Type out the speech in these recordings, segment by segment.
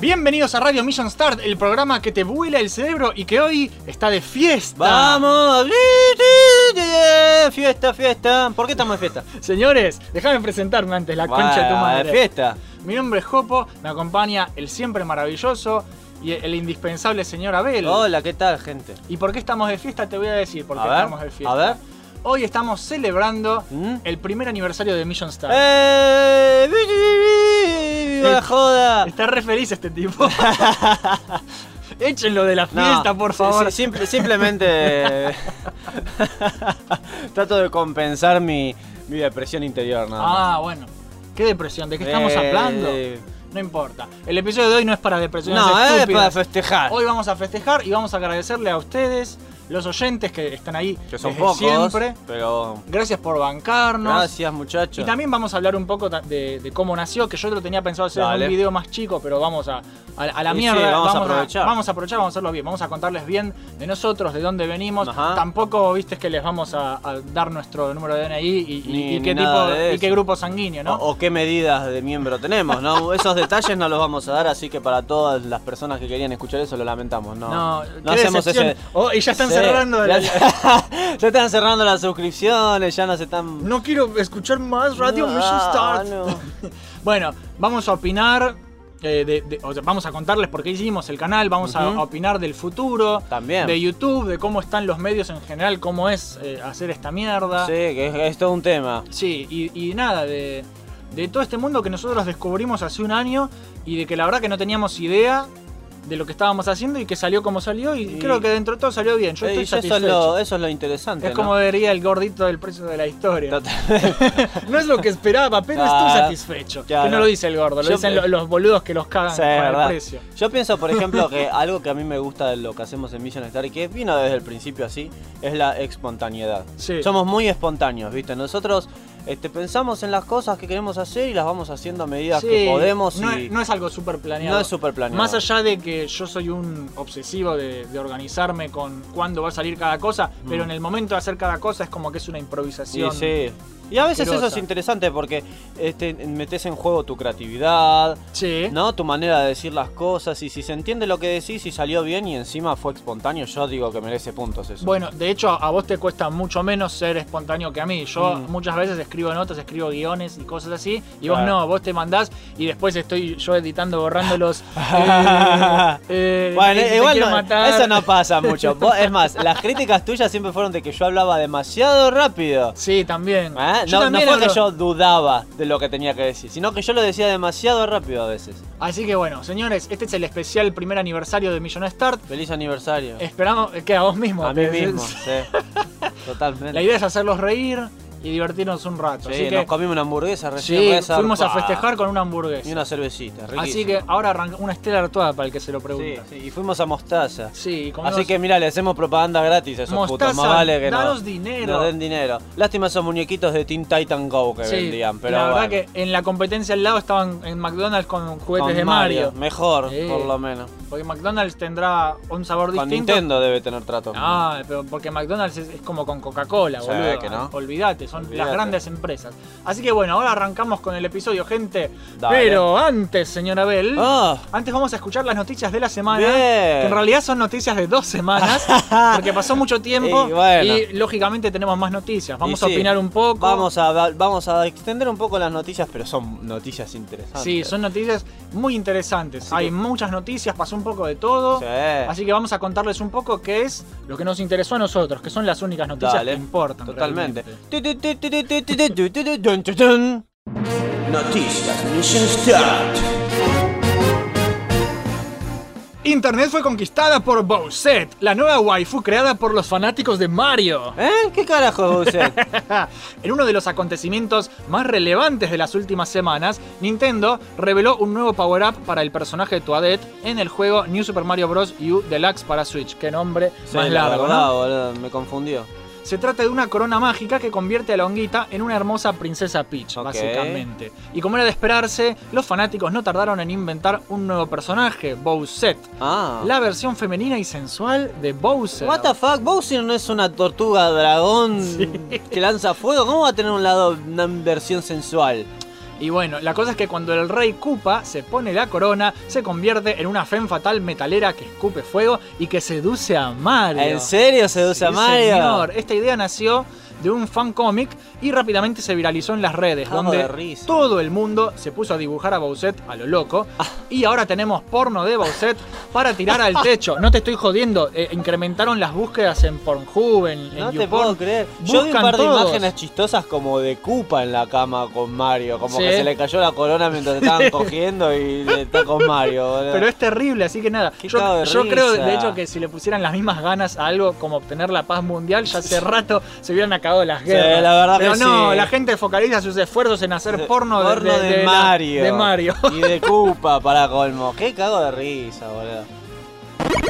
Bienvenidos a Radio Mission Start, el programa que te vuela el cerebro y que hoy está de fiesta. ¡Vamos! Fiesta, fiesta. ¿Por qué estamos de fiesta? Señores, déjame presentarme antes, la concha de tu Bueno, madre. Fiesta. Mi nombre es Jopo, me acompaña el siempre maravilloso y el indispensable señor Abel. Hola, ¿qué tal, gente? ¿Y por qué estamos de fiesta? Te voy a decir por qué a ver, estamos de fiesta. a ver. Hoy estamos celebrando ¿Mm? el primer aniversario de Mission Star. ¡Eh! vi, vi, vi, ¡Viva Eh, la joda! Está re feliz este tipo. Échenlo de la No, fiesta, por sí, favor. sí, simple- simplemente trato de compensar mi, mi depresión interior, nada más. Ah, bueno. Qué depresión, ¿de qué estamos Eh, hablando? No importa. El episodio de hoy no es para depresiones No, es estúpidas. eh, para festejar. Hoy vamos a festejar y vamos a agradecerle a ustedes, los oyentes que están ahí Que son desde pocos, siempre. pero Gracias por bancarnos. gracias Y muchachos. también vamos a hablar un poco ta- de, de cómo nació, que yo lo tenía pensado hacer Dale. en un video más chico, pero vamos a, a- a la Y sí, mierda. vamos a aprovechar. vamos a aprovechar, vamos a hacerlo bien. Vamos a contarles bien de nosotros, de dónde venimos. Ajá. Tampoco, viste, que les vamos a, a dar nuestro número de DNI y, y- Ni- y ni qué nada tipo de y qué eso. grupo sanguíneo, ¿no? O, o qué medidas de miembro tenemos, ¿no? Esos detalles no los vamos a dar, así que para todas las personas que querían escuchar eso lo lamentamos, No, ¿no? qué hacemos decepción. ese. Oh, y ya están Sí, cerrando. Ya, la- ya están cerrando las suscripciones, ya nos están. No quiero escuchar más Radio No, Mission Start. no. Bueno, vamos a opinar. eh, de- de- o sea, vamos a contarles por qué hicimos el canal. Vamos a- Ujú. a opinar del futuro. También. de YouTube, de cómo están los medios en general, cómo es eh, hacer esta mierda. Sí, que es, es todo un tema. Sí, y, y nada, de, de todo este mundo que nosotros descubrimos hace un año y de que la verdad que no teníamos idea de lo que estábamos haciendo y que salió como salió y, Y- creo que dentro de todo salió bien. Yo Eh, estoy y eso, es satisfecho. lo, eso es lo interesante. Es ¿no? como diría el gordito del precio de la historia. Total- No es lo que esperaba, pero estoy Claro. satisfecho. Claro. Que no lo dice el gordo, lo Yo- dicen lo- los boludos que los cagan Sí, con el verdad. precio. Yo pienso, por ejemplo, que algo que a mí me gusta de lo que hacemos en Mission Star y que vino desde el principio así, es la espontaneidad. Sí. Somos muy espontáneos, ¿viste? Nosotros este, pensamos en las cosas que queremos hacer y las vamos haciendo a medida Sí, que podemos no, y es, no es algo súper planeado. no es súper planeado. Más allá de que yo soy un obsesivo de, de organizarme con cuándo va a salir cada cosa, pero en el momento de hacer cada cosa es como que es una Sí, improvisación. Mm. sí. Y a veces eso es asquerosa. interesante porque este, metes en juego tu creatividad, Sí. ¿no? Tu manera de decir las cosas y si se entiende lo que decís y salió bien y encima fue espontáneo, yo digo que merece puntos eso. Bueno, de hecho a vos te cuesta mucho menos ser espontáneo que a mí. Yo Mm. muchas veces escribo notas, escribo guiones y cosas así, y vos Claro. no, vos te mandás y después estoy yo editando, borrándolos. eh, eh, Bueno, e- te- te igual quiero no- matar. eso no pasa mucho. Vos- es más, las críticas tuyas siempre fueron de que yo hablaba demasiado rápido. Sí, también. ¿Eh? Yo No, no también fue que hablo- yo dudaba de lo que tenía que decir, sino que yo lo decía demasiado rápido a veces. Así que bueno, señores, este es el especial primer aniversario de Millón Start. Feliz aniversario. Esperamos que a vos mismo. a mí que- mismo, sí. Totalmente. La idea es hacerlos reír y divertirnos un rato. Sí, Así que nos comimos una hamburguesa sí, recién. re fuimos a zarpada. festejar con una hamburguesa. Y una cervecita, riquísimo. Así que ahora arranca una estela artuada para el que se lo Sí, pregunta. sí, y fuimos a Mostaza. Sí, y comimos- Así que mira, le hacemos propaganda gratis a esos Mostaza, putos. Más vale que danos nos, dinero. nos den dinero. Lástima esos muñequitos de Teen Titan Go que sí, vendían, pero la verdad bueno. que en la competencia al lado estaban en McDonald's con juguetes Con de Mario. Mejor, Sí. por lo menos. Porque McDonald's tendrá un sabor Con distinto. Nintendo debe tener trato. Ah, pero porque McDonald's es, es como con Coca-Cola, Sí, boludo. que no. Olvídate, son las Olvídate. grandes empresas. Así que bueno, ahora arrancamos con el episodio, gente. Dale. Pero antes, señora Bell, Ah. antes vamos a escuchar las noticias de la semana. Bien. Que en realidad son noticias de dos semanas, porque pasó mucho tiempo Y bueno. y lógicamente tenemos más noticias. Vamos Y a sí, opinar un poco. Vamos a, va- vamos a extender un poco las noticias, pero son noticias interesantes. Sí, son noticias muy interesantes. Así Hay que- muchas noticias, pasó un poco de todo. Sí. Así que vamos a contarles un poco qué es lo que nos interesó a nosotros, que son las únicas noticias Dale. que importan. Totalmente. realmente. Noticias Mission Start. Internet fue conquistada por Bowsette, la nueva waifu creada por los fanáticos de Mario. ¿Eh? ¿Qué carajo usted? Ah, en uno de los acontecimientos más relevantes de las últimas semanas, Nintendo reveló un nuevo power-up para el personaje de Toadette en el juego New Super Mario Bros. U Deluxe para Switch. Qué nombre Sí, más la largo, verdad, ¿no? boludo, me confundió. Se trata de una corona mágica que convierte a la honguita en una hermosa princesa Peach, Ok. básicamente. Y como era de esperarse, los fanáticos no tardaron en inventar un nuevo personaje, Bowsette. Ah. La versión femenina y sensual de Bowser. What the fuck, Bowser no es una tortuga dragón que lanza fuego. ¿Cómo va a tener un lado una versión sensual? Y bueno, la cosa es que cuando el rey Koopa se pone la corona, se convierte en una femme fatal metalera que escupe fuego y que seduce a Mario. ¿En serio seduce a Sí, Mario? señor. Esta idea nació de un fan cómic y rápidamente se viralizó en las redes, Cago de donde risa. todo el mundo se puso a dibujar a Bowsette a lo loco. Ah. Y ahora tenemos porno de Bowsette para tirar al techo. No te estoy jodiendo, eh, incrementaron las búsquedas en Pornhub, en, en No te YouPorn. puedo creer. Yo vi un Buscan par de todos. imágenes chistosas como de Cupa en la cama con Mario. Como Sí. que se le cayó la corona mientras estaban cogiendo y le está con Mario. boludo. Pero es terrible, así que nada. Qué Yo, cago de yo creo, de risa. hecho, que si le pusieran las mismas ganas a algo como obtener la paz mundial, ya hace rato se hubieran acabado las guerras. la verdad Pero que no, sí. la gente focaliza sus esfuerzos en hacer De- porno, de- porno de, de la- Mario. de Mario. Y de Cupa para colmo. Qué cago de risa, boludo.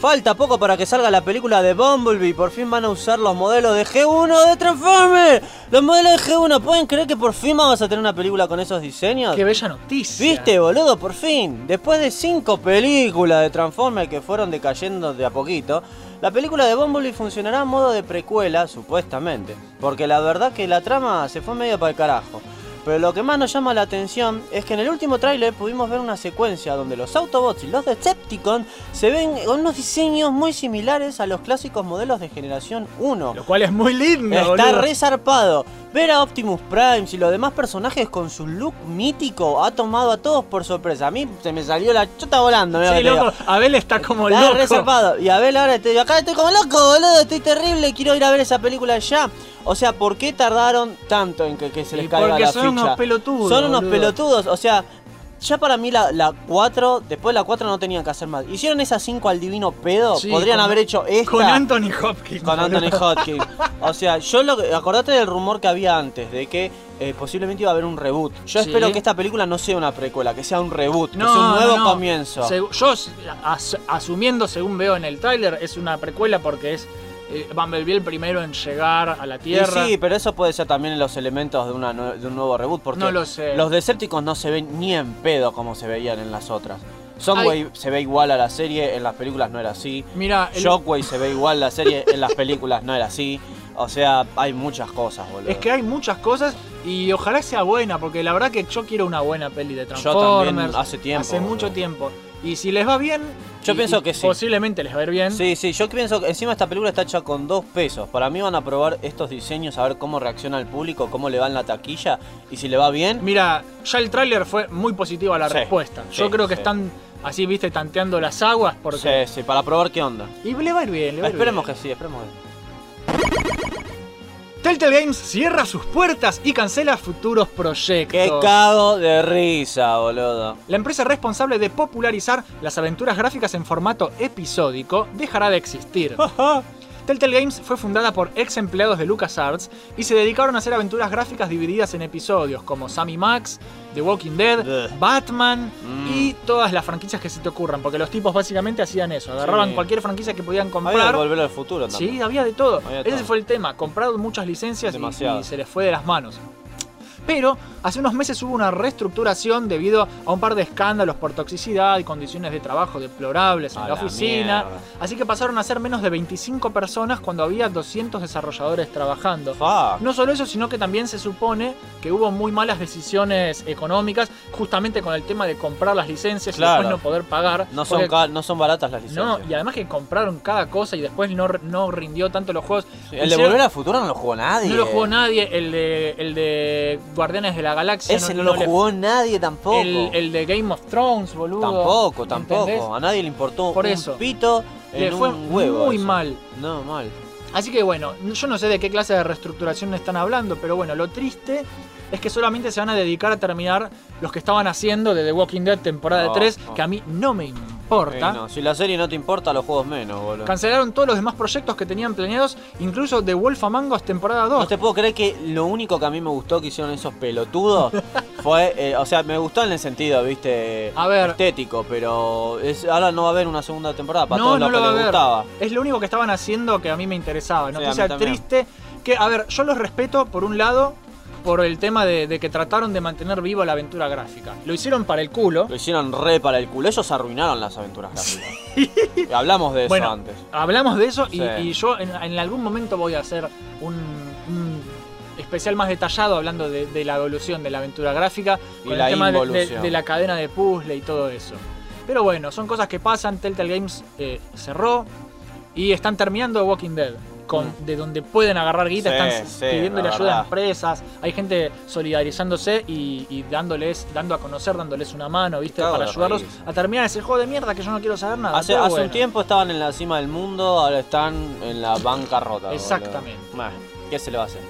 Falta poco para que salga la película de Bumblebee. Por fin van a usar los modelos de G1 de Transformers. Los modelos de G1. ¿Pueden creer que por fin vamos a tener una película con esos diseños? Qué bella noticia. ¿Viste, boludo? Por fin. Después de cinco películas de Transformers que fueron decayendo de a poquito, la película de Bumblebee funcionará a modo de precuela, supuestamente. Porque la verdad que la trama se fue medio para el carajo. Pero lo que más nos llama la atención es que en el último tráiler pudimos ver una secuencia donde los Autobots y los Decepticons se ven con unos diseños muy similares a los clásicos modelos de generación 1. Lo cual es muy lindo. Está boludo. re zarpado. Ver a Optimus Prime y los demás personajes con su look mítico ha tomado a todos por sorpresa. A mí se me salió la chota volando. mirá lo Sí, que te digo. loco. Abel está como Está re loco. zarpado. Y Abel ahora te digo, acá estoy como loco, boludo, estoy terrible, quiero ir a ver esa película ya. O sea, ¿por qué tardaron tanto en que, que se les Y caiga porque la son unos ficha? pelotudos, Son unos boludo. pelotudos, o sea... Ya para mí la, la 4, después de la 4 no tenían que hacer más. Hicieron esas 5 al divino pedo, Sí, podrían con- haber hecho esta. Con Anthony Hopkins. Con boludo. Anthony Hopkins. O sea, yo lo que, acordate del rumor que había antes de que eh, posiblemente iba a haber un reboot. Yo Sí. espero que esta película no sea una precuela, que sea un reboot, que sea un nuevo no, no. comienzo. Segu- yo, s- as- asumiendo, según veo en el tráiler, es una precuela porque es eh, Bumblebee el primero en llegar a la Y Tierra. sí, pero eso puede ser también los elementos de, una nue- de un nuevo reboot, porque No lo sé. los Decepticons no se ven ni en pedo como se veían en las otras. Soundwave se ve igual a la serie, en las películas no era así. Mira, el- Shockwave se ve igual a la serie, en las películas no era así. O sea, hay muchas cosas, boludo. es que hay muchas cosas y ojalá sea buena, porque la verdad que yo quiero una buena peli de Yo también Transformers. hace tiempo. hace mucho boludo. tiempo. Y si les va bien, Yo y- pienso y que sí. Posiblemente les va a ir bien. Sí, sí, yo pienso que encima esta película está hecha con dos pesos. Para mí van a probar estos diseños, a ver cómo reacciona el público, cómo le va en la taquilla y si le va bien. Mira, ya el tráiler fue muy positivo a la Sí, respuesta. Yo sí, creo que sí. están así, viste, tanteando las aguas porque Sí, sí, para probar qué onda. y le va a ir bien, le va a ir Esperemos bien. que sí, esperemos que sí. Telltale Games cierra sus puertas y cancela futuros proyectos. Qué cago de risa, boludo. La empresa responsable de popularizar las aventuras gráficas en formato episódico dejará de existir. Telltale Games fue fundada por ex empleados de LucasArts y se dedicaron a hacer aventuras gráficas divididas en episodios como Sammy Max, The Walking Dead, Bleh. Batman Mm. y todas las franquicias que se te ocurran, porque los tipos básicamente hacían eso, agarraban Sí. cualquier franquicia que podían Había que comprar. volver al futuro también. Sí, había de todo. Había de Ese todo. fue el tema, compraron muchas licencias y- Demasiado. y se les fue de las manos. Pero hace unos meses hubo una reestructuración debido a un par de escándalos por toxicidad y condiciones de trabajo deplorables en A la la oficina. mierda. Así que pasaron a ser menos de 25 personas cuando había 200 desarrolladores trabajando. Fuck. No solo eso, sino que también se supone que hubo muy malas decisiones económicas, justamente con el tema de comprar las licencias y Claro. después no poder pagar. No son, Porque- ca- no son baratas las licencias. No, y además que compraron cada cosa y después no, no rindió tanto los juegos. Sí, el de Hicieron- volver al futuro no lo jugó nadie. no lo jugó nadie, el de, el de Guardianes de la Galaxia. Ese no, lo le- jugó nadie tampoco. El, el de Game of Thrones, boludo. Tampoco, tampoco. ¿Entendés? A nadie le importó Por un eso. pito en Le fue un huevo. muy eso. mal. No, mal. Así que bueno, yo no sé de qué clase de reestructuración están hablando, pero bueno, lo triste es que solamente se van a dedicar a terminar los que estaban haciendo de The Walking Dead temporada Oh, 3, oh. que a mí no me importa. Eh, no, Si la serie no te importa, los juegos menos, boludo. Cancelaron todos los demás proyectos que tenían planeados, incluso The Wolf Among Us temporada 2. No te puedo creer que lo único que a mí me gustó que hicieron esos pelotudos fue, eh, o sea, me gustó en el sentido, viste, A ver. estético, pero es- ahora no va a haber una segunda temporada para no, todos no lo los que va a les ver. gustaba. Es lo único que estaban haciendo que a mí me interesaba. Sí, a mí Noticia también. triste que, a ver, yo los respeto por un lado por el tema de, de que trataron de mantener viva la aventura gráfica. Lo hicieron para el culo. Lo hicieron re para el culo, ellos arruinaron las aventuras gráficas. Hablamos de eso Bueno, antes. Hablamos de eso y, Sí. y yo en, en algún momento voy a hacer un, un especial más detallado hablando de, de la evolución de la aventura gráfica, Y con la el tema de- de, involución. de la cadena de puzzle y todo eso. Pero bueno, son cosas que pasan. Telltale Games eh, cerró y están terminando Walking Dead. Con, Mm. De donde pueden agarrar guita, Sí, están sí, pidiéndole la ayuda a verdad. empresas. Hay gente solidarizándose y, y dándoles, dando a conocer, dándoles una mano, ¿viste? cago Para de ayudarlos raíz. a terminar ese juego de mierda que yo no quiero saber nada. Hace, pero hace bueno. un tiempo estaban en la cima del mundo, ahora están en la bancarrota. boludo. Exactamente. Bueno, ¿Qué se le va a hacer?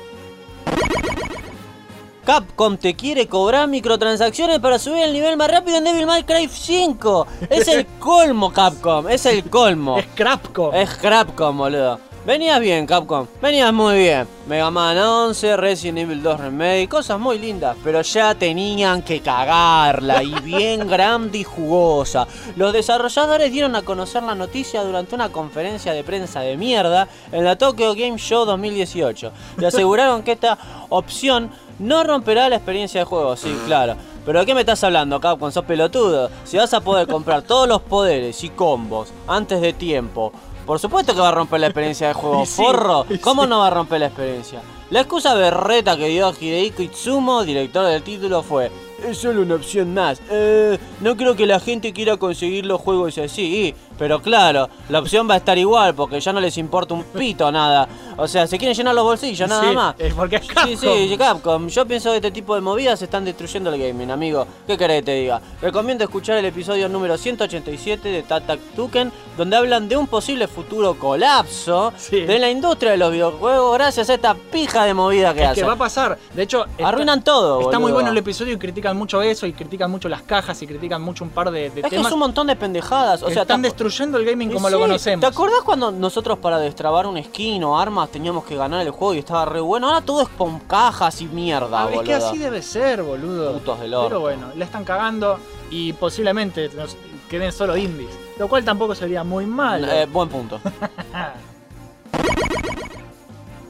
Capcom te quiere cobrar microtransacciones para subir el nivel más rápido en Devil May Cry 5. Es el colmo, Capcom. Es el colmo. Es Crapco. Es Capcom, boludo. Venías bien, Capcom. Venías muy bien. Mega Man 11, Resident Evil 2 Remake, cosas muy lindas. Pero ya tenían que cagarla y bien grande y jugosa. Los desarrolladores dieron a conocer la noticia durante una conferencia de prensa de mierda en la Tokyo Game Show 2018. Y aseguraron que esta opción no romperá la experiencia de juego, sí, claro. ¿Pero de qué me estás hablando, Capcom? Sos pelotudo. Si vas a poder comprar todos los poderes y combos antes de tiempo, por supuesto que va a romper la experiencia de juego, Y sí, forro. y ¿Cómo no va a romper la experiencia? La excusa berreta que dio Hidehiko Itsumo, director del título, fue: Es solo una opción más. Eh, no creo que la gente quiera conseguir los juegos así. Y, pero claro, la opción va a estar igual porque ya no les importa un pito nada. O sea, se quieren llenar los bolsillos, nada Sí, más. es porque es Sí, Capcom. sí, Capcom. Yo pienso que este tipo de movidas están destruyendo el gaming, amigo. ¿Qué querés que te diga? Recomiendo escuchar el episodio número 187 de Tatak Tuken, donde hablan de un posible futuro colapso Sí. de la industria de los videojuegos gracias a esta pija de movida que Es que hacen. va a pasar. De hecho, está- Arruinan todo, Está muy boludo. bueno el episodio y critican mucho eso, y critican mucho las cajas, y critican mucho un par de, de Es que temas. es un montón de pendejadas. O sea, están tampo- destruyendo el gaming como Y lo sí, conocemos. ¿Te acordás cuando nosotros para destrabar un skin o armas teníamos que ganar el juego y estaba re bueno? Ahora todo es con cajas y mierda, Ah, es boludo. que así debe ser, boludo. Putos del Pero orto. bueno, la están cagando y posiblemente nos queden solo indies. Lo cual tampoco sería muy mal. Eh, buen punto.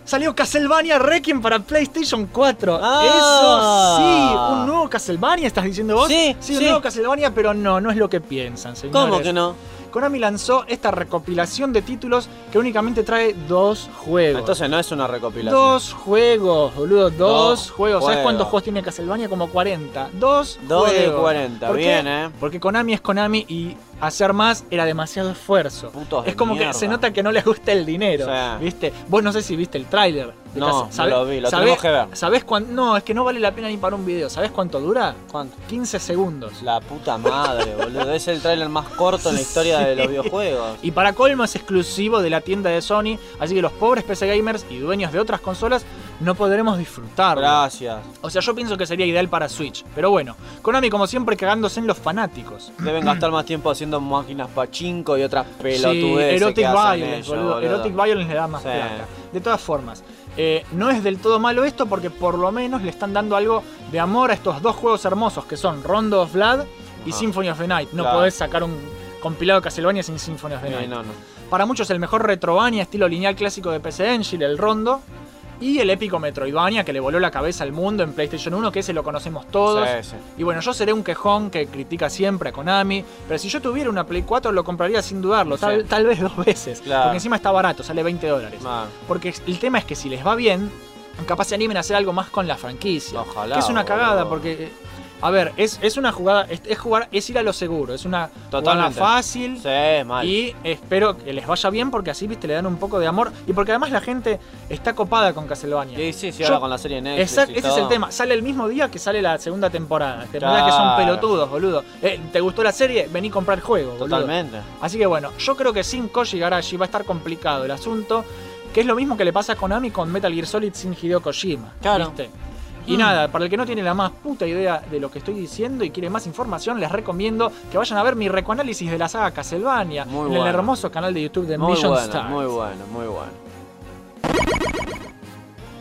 Salió Castlevania Requiem para PlayStation 4. Ah. Eso sí, un nuevo Castlevania, estás diciendo vos. Sí, un sí. nuevo Castlevania, pero no, no es lo que piensan, señores. ¿Cómo que no? Konami lanzó esta recopilación de títulos que únicamente trae dos juegos. Entonces no es una recopilación. dos juegos, boludo, dos, Dos juegos. ¿Sabes juegos. cuántos juegos tiene Castlevania? Como 40. Dos, Dos de juegos. 40, ¿Por qué? bien, eh. Porque Konami es Konami y hacer más era demasiado esfuerzo. Putos de es como mierda. que se nota que no les gusta el dinero, Sí. ¿viste? Vos no sé si viste el tráiler. de No, Cas- no lo vi, lo tenemos que ver. ¿Sabés cuán- No, es que no vale la pena ni para un video. ¿Sabés cuánto dura? ¿Cuánto? 15 segundos. La puta madre, boludo. Es el tráiler más corto en la historia de los videojuegos. Y para colmo es exclusivo de la tienda de Sony, así que los pobres PC gamers y dueños de otras consolas no podremos disfrutarlo. Gracias. O sea, yo pienso que sería ideal para Switch, pero bueno, Konami como siempre cagándose en los fanáticos. Deben gastar más tiempo haciendo máquinas pachinko y otras Sí, pelotudeces. Erotic que hacen Violence, ellos, boludo. boludo. Erotic Violence le da más Sí. plata. De todas formas, eh, no es del todo malo esto porque por lo menos le están dando algo de amor a estos dos juegos hermosos que son Rondo of Blood y Ajá. Symphony of the Night. No Ah. Claro. podés sacar un compilado de Castlevania sin Symphony of the Sí, Night. no, no. Para muchos el mejor Retroidvania estilo lineal clásico de PC Engine, el Rondo. Y el épico Metroidvania que le voló la cabeza al mundo en PlayStation 1, que ese lo conocemos todos. Sí, sí. Y bueno, yo seré un quejón que critica siempre a Konami, pero si yo tuviera una Play 4 lo compraría sin dudarlo, tal, Sí. tal vez dos veces. Claro. Porque encima está barato, sale 20 dólares. Man, Porque el tema es que si les va bien, capaz se animen a hacer algo más con la franquicia. Ojalá, Que es una cagada, boludo. porque. eh, A ver, es, es una jugada, es, es jugar, es ir a lo seguro, es una jugada Totalmente. fácil. sí, mal. Y espero que les vaya bien porque así, viste, le dan un poco de amor. Y porque además la gente está copada con Castlevania. Sí, sí, sí, Yo- ahora con la serie Netflix. Exacto, y ese es el todo. tema. Sale el mismo día que sale la segunda temporada. Te mirá que son Claro. pelotudos, boludo. Eh, ¿Te gustó la serie? Vení a comprar el juego, boludo. Totalmente. Así que bueno, yo creo que sin Koji Garashi va a estar complicado el asunto. Que es lo mismo que le pasa a Konami con Metal Gear Solid sin Hideo Kojima. Claro. ¿viste? Y Hmm. nada, para el que no tiene la más puta idea de lo que estoy diciendo y quiere más información, les recomiendo que vayan a ver mi recoanálisis de la saga Castlevania Muy en el bueno. hermoso canal de YouTube de Muy Mission bueno, Stars. muy bueno, muy bueno.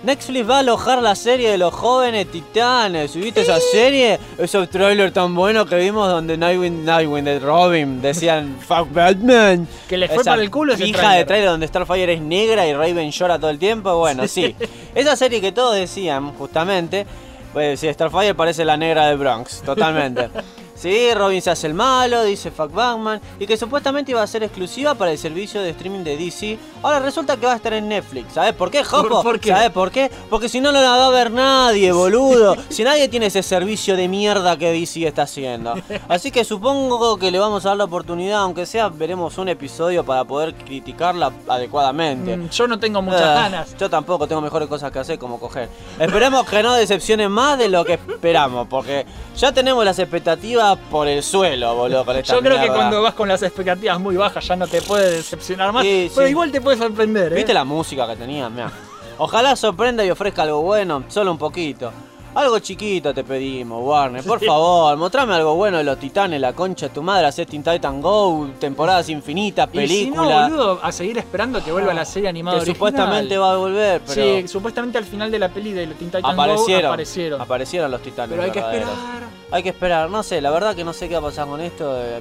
Netflix va a alojar la serie de los jóvenes titanes. ¿Subiste esa serie? Ese trailer tan bueno que vimos donde Nightwing, Nightwing de Robin decían Fuck Batman. Que les fue Esa para el culo ese pija tráiler. de trailer donde Starfire es negra y Raven llora todo el tiempo. Bueno, sí. Esa serie que todos decían, justamente. Pues sí, Starfire parece la negra de Bronx, totalmente. Sí, Robin se hace el malo, dice Fuck Batman, y que supuestamente iba a ser exclusiva para el servicio de streaming de DC. Ahora resulta que va a estar en Netflix. ¿Sabes por qué, Jopo? ¿Por- por qué? ¿Sabes por qué? Porque si no, no la va a ver nadie, boludo. Si nadie tiene ese servicio de mierda que DC está haciendo. Así que supongo que le vamos a dar la oportunidad, aunque sea veremos un episodio para poder criticarla adecuadamente. Mm, Yo no tengo muchas Ah, ganas. Yo tampoco tengo mejores cosas que hacer como coger. Esperemos que no decepcionen más de lo que esperamos, porque ya tenemos las expectativas por el suelo, boludo, con esta Yo creo que mierda. cuando vas con las expectativas muy bajas ya no te puede decepcionar más. Sí, Pero sí. igual te puede sorprender, ¿eh? ¿Viste la música que tenía? Mirá. Ojalá sorprenda y ofrezca algo bueno, solo un poquito. Algo chiquito te pedimos, Warner. Por favor, mostrame algo bueno de los titanes, la concha de tu madre, hacer Teen Titan Go, temporadas infinitas, Y si no, películas. boludo, a seguir esperando que vuelva la serie animada Ah, que original. supuestamente va a volver, pero Sí, supuestamente al final de la peli de Tinta Titan Go aparecieron, aparecieron. aparecieron los titanes. Pero hay que verdaderos. esperar. Hay que esperar, no sé, la verdad que no sé qué va a pasar con esto. eh,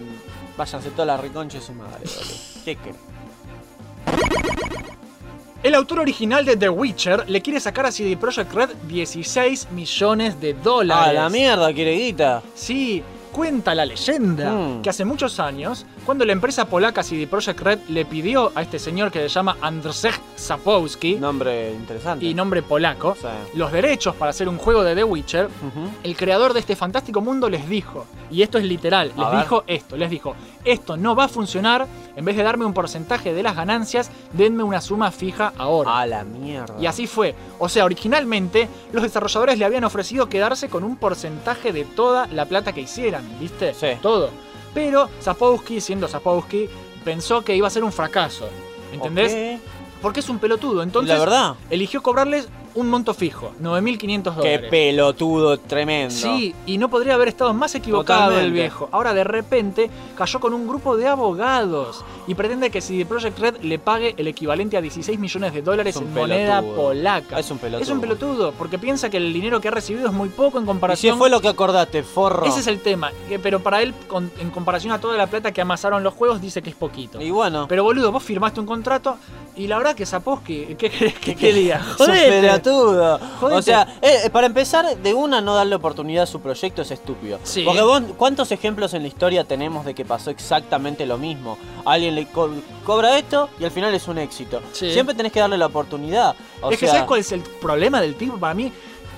váyanse todas las reconchas de su madre, boludo. ¿Qué qué? El autor original de The Witcher le quiere sacar a CD Projekt Red 16 millones de dólares. Ah, la mierda, quiere guita. Sí, cuenta la leyenda Mm. que hace muchos años, cuando la empresa polaca CD Projekt Red le pidió a este señor que se llama Andrzej Sapowski, Nombre interesante. y nombre polaco, Sí. los derechos para hacer un juego de The Witcher, Ujú. el creador de este fantástico mundo les dijo, y esto es literal, A les ver. dijo esto, les dijo, esto no va a funcionar, en vez de darme un porcentaje de las ganancias, denme una suma fija ahora. A la mierda. Y así fue. O sea, originalmente los desarrolladores le habían ofrecido quedarse con un porcentaje de toda la plata que hicieran, ¿viste? Sí. Todo. Pero Zapowski, siendo Zapowski, pensó que iba a ser un fracaso. ¿Entendés? Ok. Porque es un pelotudo. Entonces, la verdad, eligió cobrarles un monto fijo, 9.500 qué dólares. pelotudo tremendo. Sí, y no podría haber estado más equivocado el Totalmente. viejo. Ahora de repente cayó con un grupo de abogados y pretende que CD Projekt Red le pague el equivalente a 16 millones de dólares Es un en moneda pelotudo. polaca. Es un pelotudo. Es un pelotudo, porque piensa que el dinero que ha recibido es muy poco en Y si comparación. fue lo que acordaste, forro. Ese es el tema, que- pero para él, con- en comparación a toda la plata que amasaron los juegos, dice que es poquito. Y bueno, Pero boludo, vos firmaste un contrato y la verdad que Zaposki, ¿qué querés que ¿Qué- te diga? es un Jodete. pelotudo. Jodete. O sea, eh, eh, para empezar, de una no darle oportunidad a su proyecto es estúpido. Sí. Porque vos, ¿cuántos ejemplos en la historia tenemos de que pasó exactamente lo mismo? Alguien le co- cobra esto y al final es un éxito. Sí. Siempre tenés que darle la oportunidad. O es que sea, ¿sabes cuál es el problema del tipo para mí?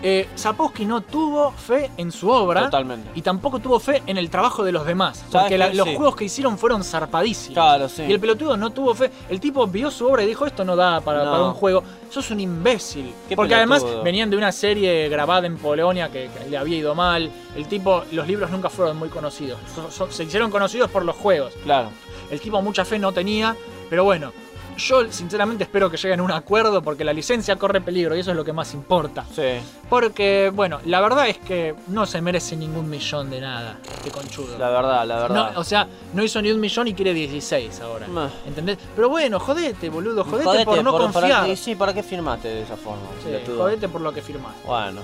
Eh, Sapowski no tuvo fe en su obra Totalmente. y tampoco tuvo fe en el trabajo de los demás. ¿Sabes Porque la- qué? los Sí. juegos que hicieron fueron zarpadísimos. Claro, sí. Y el pelotudo no tuvo fe. El tipo vio su obra y dijo, esto no da para, No. para un juego. Sos un imbécil. Qué Porque además pelotudo. venían de una serie grabada en Polonia que, que le había ido mal. El tipo, los libros nunca fueron muy conocidos. So- so- se hicieron conocidos por los juegos. Claro. El tipo mucha fe no tenía, pero bueno, yo sinceramente espero que lleguen a un acuerdo porque la licencia corre peligro y eso es lo que más importa. Sí. Porque, bueno, la verdad es que no se merece ningún millón de nada, este conchudo. La verdad, la verdad. No, o sea, no hizo ni un millón y quiere 16 ahora. Meh. ¿Entendés? Pero bueno, jodete, boludo, jodete, Jodete por no por- para- confiar. y sí, ¿para qué firmaste de esa forma? Sí, pelotudo? jodete por lo que firmaste. Bueno.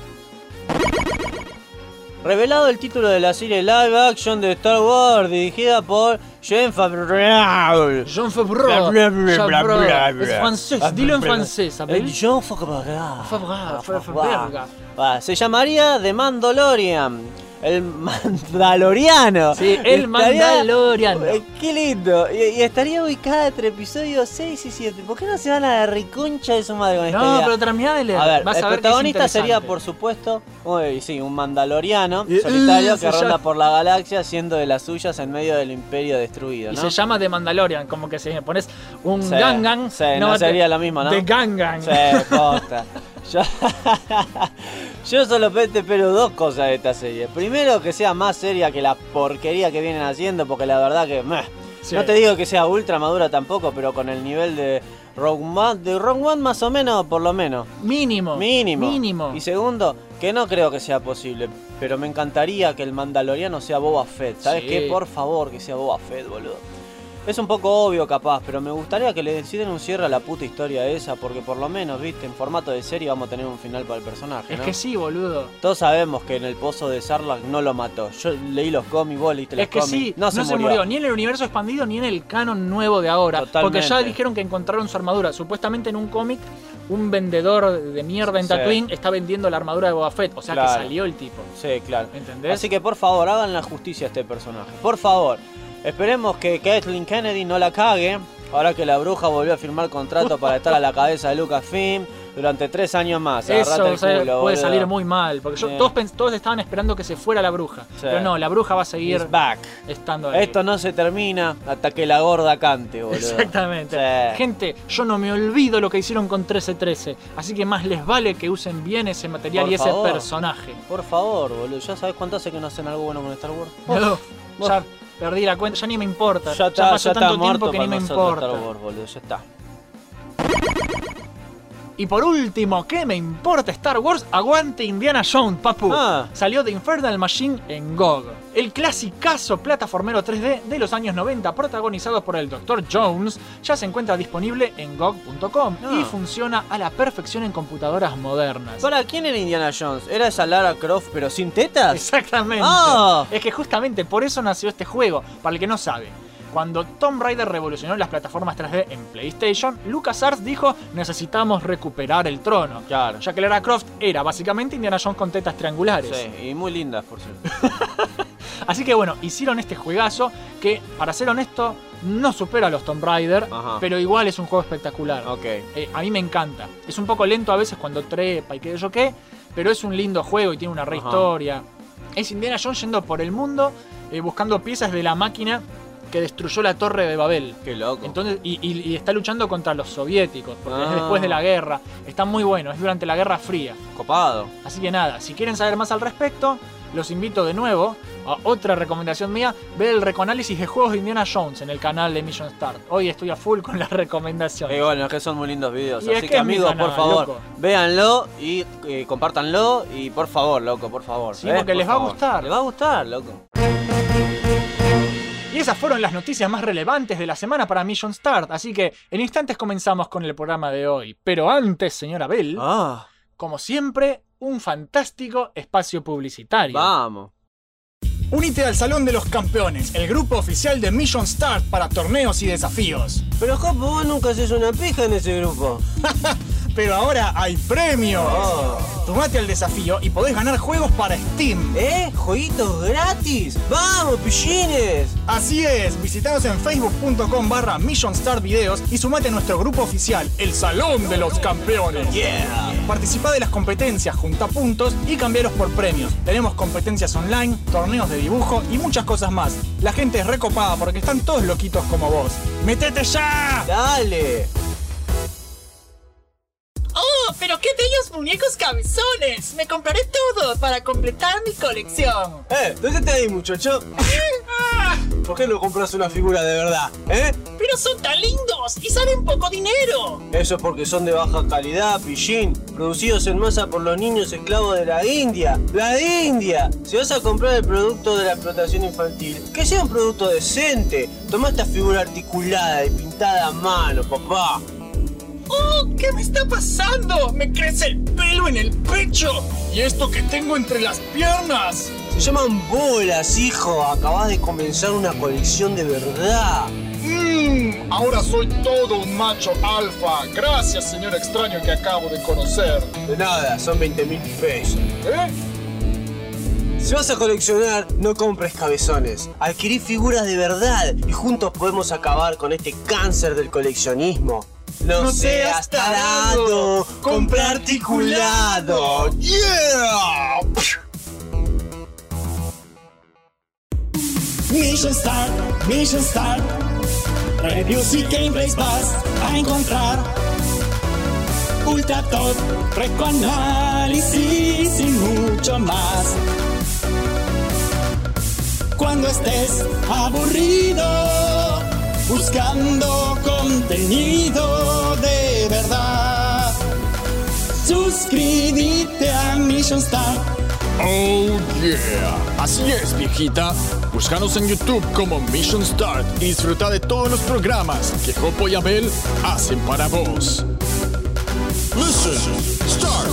Revelado el título de la serie live action de Star Wars dirigida por Jean Favreau. Jean Bla, Favreau. bla, bla, Jean bla, Favreau. bla, bla. Ah, Es francés, dilo en francés, Eh, ¿sabes? Jean Favreau. Favreau, Favreau, verga. Ah, se llamaría The Mandalorian. El Mandaloriano. Sí, el Mandaloriano. Eh, Qué lindo. Y, y estaría ubicada entre episodios 6 y 7. ¿Por qué no se van a la reconcha de su madre con esta No, idea? pero terminá de leer. A ver, Este, Vas el a ver que es protagonista sería, interesante. por supuesto, uy, sí, un mandaloriano Y- solitario y que se ronda llama- por la galaxia siendo de las suyas en medio del imperio destruido, Y ¿no? se llama The Mandalorian, como que si me pones un Sí, Gangan. sí, no sería la misma, ¿no? De Gangan. Sí, posta. Yo... Yo solo pe- te espero dos cosas de esta serie. Primero, que sea más seria que la porquería que vienen haciendo, porque la verdad que... meh. Sí. No te digo que sea ultra madura tampoco, pero con el nivel de Rogue One, de Rogue One más o menos, por lo menos. Mínimo. Mínimo. Mínimo. Y segundo, que no creo que sea posible, pero me encantaría que el mandaloriano sea Boba Fett. ¿Sabes Sí. qué? Por favor, que sea Boba Fett, boludo. Es un poco obvio capaz, pero me gustaría que le deciden un cierre a la puta historia esa, porque por lo menos, viste, en formato de serie vamos a tener un final para el personaje, Es ¿no? que sí, boludo. Todos sabemos que en el pozo de Sarlacc no lo mató. Yo leí los cómics, vos leíste los Es que cómics. sí, no, se, murió. ni en el universo expandido ni en el canon nuevo de ahora. Totalmente. Porque ya dijeron que encontraron su armadura. Supuestamente en un cómic, un vendedor de mierda en Sí. Tatooine está vendiendo la armadura de Boba Fett. O sea Claro. que salió el tipo. Sí, claro. ¿Entendés? Así que por favor, hagan la justicia a este personaje. Por favor. Esperemos que Kathleen Kennedy no la cague. Ahora que la bruja volvió a firmar contrato para estar a la cabeza de Lucasfilm durante tres años más. Eso Agarrate el o sea, culo, puede boludo. salir muy mal. Porque yo- Bien. todos, pens- todos estaban esperando que se fuera la bruja. Sí. Pero no, la bruja va a seguir He's back. estando ahí. Esto no se termina hasta que la gorda cante, boludo. Exactamente. Sí. Gente, yo no me olvido lo que hicieron con 1313. Así que más les vale que usen bien ese material Por y ese favor. personaje. Por favor, boludo. ¿Ya sabés cuánto hace que no hacen algo bueno con Star Wars? No, Uf. ya perdí la cuenta, ya ni me importa. Ya, Ya, está, pasó ya está tanto tiempo muerto que para ni me nosotros importa. Star Wars, boludo. Ya está. Y por último, ¿qué me importa Star Wars? Aguante Indiana Jones, papu. Ah. Salió de Infernal Machine en GOG. El clasicazo plataformero 3D de los años 90, protagonizado por el Dr. Jones, ya se encuentra disponible en GOG.com Ah. y funciona a la perfección en computadoras modernas. ¿Para quién era Indiana Jones? ¿Era esa Lara Croft pero sin tetas? Exactamente. Ah. Es que justamente por eso nació este juego, para el que no sabe. Cuando Tomb Raider revolucionó las plataformas 3D en PlayStation, LucasArts dijo, necesitamos recuperar el trono. Claro. Ya que Lara Croft era básicamente Indiana Jones con tetas triangulares. Sí, y muy lindas, por cierto. Así que bueno, hicieron este juegazo que, para ser honesto, no supera a los Tomb Raider, Ajá. pero igual es un juego espectacular. Ok. Eh, a mí me encanta. Es un poco lento a veces cuando trepa y qué sé yo qué, pero es un lindo juego y tiene una re Ajá. historia. Es Indiana Jones yendo por el mundo eh, buscando piezas de la máquina que destruyó la torre de Babel. Qué loco. Entonces, y, y- y está luchando contra los soviéticos, porque Ah. es después de la guerra. Está muy bueno, es durante la Guerra Fría. Copado. Así que nada, si quieren saber más al respecto, los invito de nuevo a otra recomendación mía, ver el reconálisis de juegos de Indiana Jones en el canal de Mission Start. Hoy estoy a full con las recomendaciones. Y Eh, bueno, es que son muy lindos videos. Y es Así que que es mi amigos, canal, por favor, loco. véanlo y eh, compártanlo. Y por favor, loco, por favor. Sí, ¿eh? porque Por les va a favor. gustar. Les va a gustar, loco. Y esas fueron las noticias más relevantes de la semana para Mission Start. Así que en instantes comenzamos con el programa de hoy. Pero antes, señora Bell, Ah, como siempre, un fantástico espacio publicitario. vamos. Únete al Salón de los Campeones, el grupo oficial de Mission Start para torneos y desafíos. Pero Jopo, vos nunca haces una pija en ese grupo. Pero ahora hay premios. Oh. Tomate al desafío y podés ganar juegos para Steam. ¿Eh? ¿Jueguitos gratis? ¡Vamos, pichines! Así es, visitanos en facebook.com barra Mission Start Videos y sumate a nuestro grupo oficial, el Salón de los Campeones. Yeah. Participá de las competencias, junta puntos y cambiaros por premios. Tenemos competencias online, torneos de dibujo y muchas cosas más. La gente es recopada porque están todos loquitos como vos. ¡Metete ya! Dale. ¡Oh, pero qué bellos muñecos cabezones! Me compraré todo para completar mi colección. Eh, ¿dónde te ahí, muchacho? ¿Por qué no compras una figura de verdad? ¿Eh? ¡Pero son tan lindos y salen poco dinero! Eso es porque son de baja calidad, pillín. Producidos en masa por los niños esclavos de la India. ¡La India! Si vas a comprar el producto de la explotación infantil, que sea un producto decente. Toma esta figura articulada y pintada a mano, papá. ¡Oh, qué me está pasando! ¡Me crece el pelo en el pecho! ¿Y esto que tengo entre las piernas? Se llaman bolas, hijo. Acabas de comenzar una colección de verdad. Mmm, ahora soy todo un macho alfa. Gracias, señor extraño que acabo de conocer. De nada, son 20 mil pesos. ¿Eh? Si vas a coleccionar, no compres cabezones. Adquirí figuras de verdad y juntos podemos acabar con este cáncer del coleccionismo. No, seas tarado, compra articulado. ¡Yeah! Mission Start, Mission Start. Reviews y gameplays vas a encontrar. Ultra top, recoanálisis y mucho más. Cuando estés aburrido, buscando contenido de verdad. Suscríbete a Mission Start. Oh yeah. Así es, viejita. Búscanos en YouTube como Mission Start y disfruta de todos los programas que Jopo y Abel hacen para vos. Mission Start.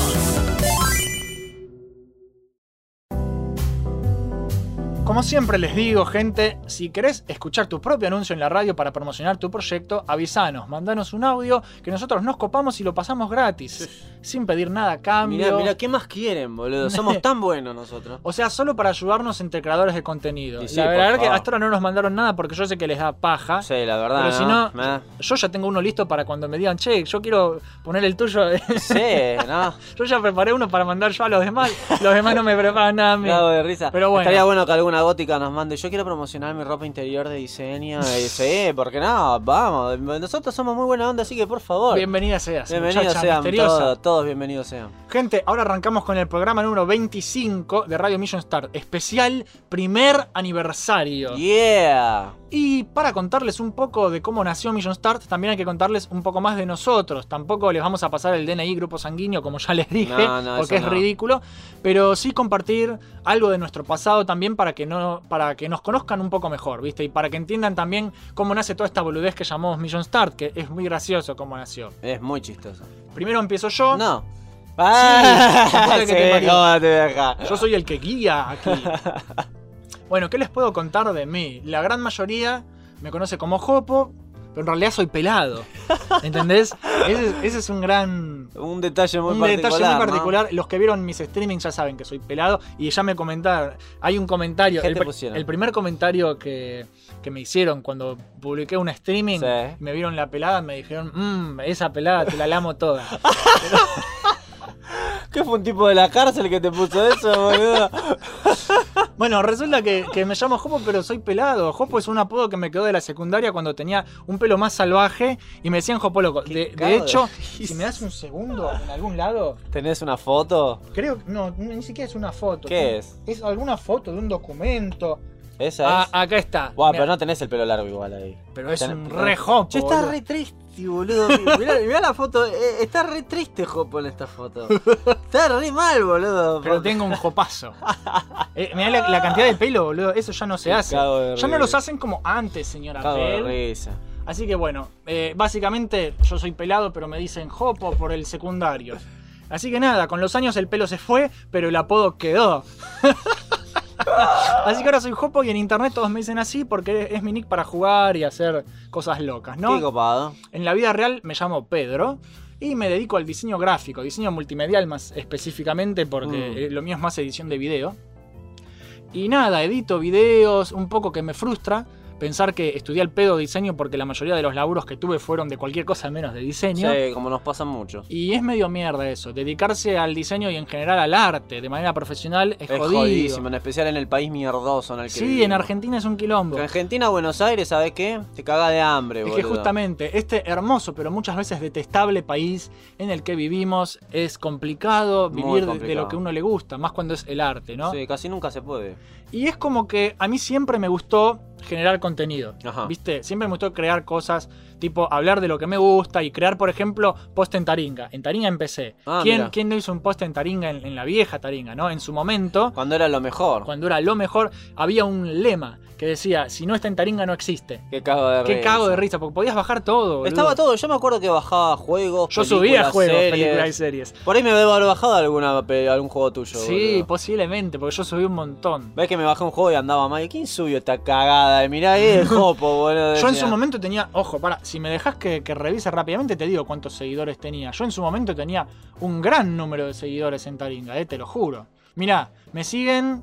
Como siempre les digo, gente, si querés escuchar tu propio anuncio en la radio para promocionar tu proyecto, avisanos, mandanos un audio que nosotros nos copamos y lo pasamos gratis, sin pedir nada a cambio. Mirá, mirá, ¿qué más quieren, boludo? Somos tan buenos nosotros. O sea, solo para ayudarnos entre creadores de contenido. Y sí, la por verdad que favor. hasta ahora no nos mandaron nada porque yo sé que les da paja. Sí, la verdad. Pero si no, Me da- yo ya tengo uno listo para cuando me digan, che, yo quiero poner el tuyo. Sí, no. yo ya preparé uno para mandar yo a los demás. Los demás no me preparan nada. a mí. Me hago de risa. Pero bueno. Estaría bueno que alguna gótica nos mande. Yo quiero promocionar mi ropa interior de diseño. Y sí, ¿por qué no? Vamos. Nosotros somos muy buena onda, así que por favor. Bienvenidas seas. bienvenidos muchacha sean. misteriosa. Todos, todos bienvenidos sean. Gente, ahora arrancamos con el programa número 25 de Radio Mission Star, especial primer aniversario. Yeah. Y para contarles un poco de cómo nació Mission Start, también hay que contarles un poco más de nosotros. Tampoco les vamos a pasar el DNI grupo sanguíneo, como ya les dije, No, no, porque es eso no. ridículo. Pero sí compartir algo de nuestro pasado también para que, no, para que nos conozcan un poco mejor, ¿viste? Y para que entiendan también cómo nace toda esta boludez que llamamos Mission Start, que es muy gracioso cómo nació. Es muy chistoso. Primero empiezo yo. No. Ah, puta que sí, te parió. ¿cómo te deja? Yo soy el que guía aquí. Bueno, ¿qué les puedo contar de mí? La gran mayoría me conoce como Jopo, pero en realidad soy pelado. ¿Entendés? Ese, ese es un gran. Un detalle muy un particular. detalle muy ¿no? particular. Los que vieron mis streamings ya saben que soy pelado y ya me comentaron. Hay un comentario. ¿Qué el, te pr- pusieron? el primer comentario que, que me hicieron cuando publiqué un streaming, Sí. me vieron la pelada, me dijeron, mmm, esa pelada te la lamo toda. ¿Qué fue un tipo de la cárcel que te puso eso, boludo? Bueno, resulta que, que me llamo Jopo, pero soy pelado. Jopo es un apodo que me quedó de la secundaria cundo tenía un pelo más salvaje y me decían Jopo loco. Qué De, de cago de hecho, si me das un segundo en algún lado, ¿Tenés una foto? creo que no, ni siquiera es una foto. ¿Qué es? Es alguna foto de un documento. ¿Esa Ah, es? acá está. Buah, Mirá, pero no tenés el pelo largo igual ahí. pero es tenés- un re Jopo. Che, está boludo. re triste, boludo. Mirá, mirá la foto. eh, está re triste Jopo en esta foto. Está re mal, boludo. Pero tengo un jopazo. Eh, mirá la, la cantidad de pelo, boludo. Eso ya no se Me hace. cago de Ya no risa. los hacen como antes, señora Cago de Bell. risa. Así que bueno, eh, básicamente yo soy pelado, pero me dicen Jopo por el secundario. Así que nada, con los años el pelo se fue, pero el apodo quedó. Así que ahora soy Jopo y en internet todos me dicen así porque es mi nick para jugar y hacer cosas locas, Qué ¿no? copado. En la vida real me llamo Pedro y me dedico al diseño gráfico, diseño multimedial más específicamente porque Mm. eh, lo mío es más edición de video. Y nada, edito videos, un poco que me frustra pensar que estudié al pedo diseño porque la mayoría de los laburos que tuve fueron de cualquier cosa menos de diseño. Sí, como nos pasa mucho. Y es medio mierda eso, dedicarse al diseño y en general al arte de manera profesional es, Es jodido. jodísimo, en especial en el país mierdoso en el que Sí, vivimos. en Argentina es un quilombo. En Argentina, Buenos Aires, ¿sabes qué? Te caga de hambre, Es Eh, boludo. que justamente este hermoso pero muchas veces detestable país en el que vivimos es complicado Muy vivir de- de complicado. lo que uno le gusta, más cuando es el arte, ¿no? Sí, casi nunca se puede. Y es como que a mí siempre me gustó generar contenido, Ajá. ¿viste? Siempre me gustó crear cosas, tipo hablar de lo que me gusta y crear, por ejemplo, post en Taringa. En Taringa empecé. Ah, ¿Quién, mira. quién no hizo un post en Taringa en, en la vieja Taringa, no? En su momento, Cuando era lo mejor. cuando era lo mejor, había un lema que decía, si no está en Taringa no existe. Qué cago de Qué risa. cago de risa, porque podías bajar todo. boludo. Estaba todo, yo me acuerdo que bajaba juegos. Yo películas, subía juegos, series. películas y series. Por ahí me debo haber bajado alguna, pe- algún juego tuyo. Sí, boludo. posiblemente, porque yo subí un montón. Ves que me bajé un juego y andaba mal. ¿Quién subió esta cagada? Y Mirá ahí el jopo, boludo. Yo en decía. su momento tenía, ojo, para, si me dejas que, que revise rápidamente, te digo cuántos seguidores tenía. Yo en su momento tenía un gran número de seguidores en Taringa, eh, te lo juro. Mirá, me siguen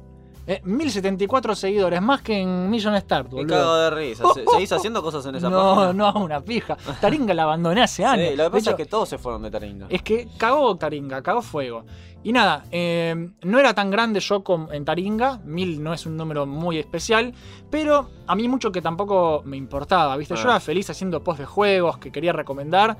eh, 1074 seguidores, más que en Million Start, Qué boludo. cago de risa. Se- ¿Seguís haciendo cosas en esa No, página? no hago una pija. Taringa la abandoné hace años. Sí, lo que De pasa hecho, es que todos se fueron de Taringa. Es que cagó Taringa, cagó fuego. Y nada, eh, no era tan grande yo con- en Taringa, mil no es un número muy especial, pero a mí mucho que tampoco me importaba, ¿viste? Yo Ah. era feliz haciendo post de juegos que quería recomendar,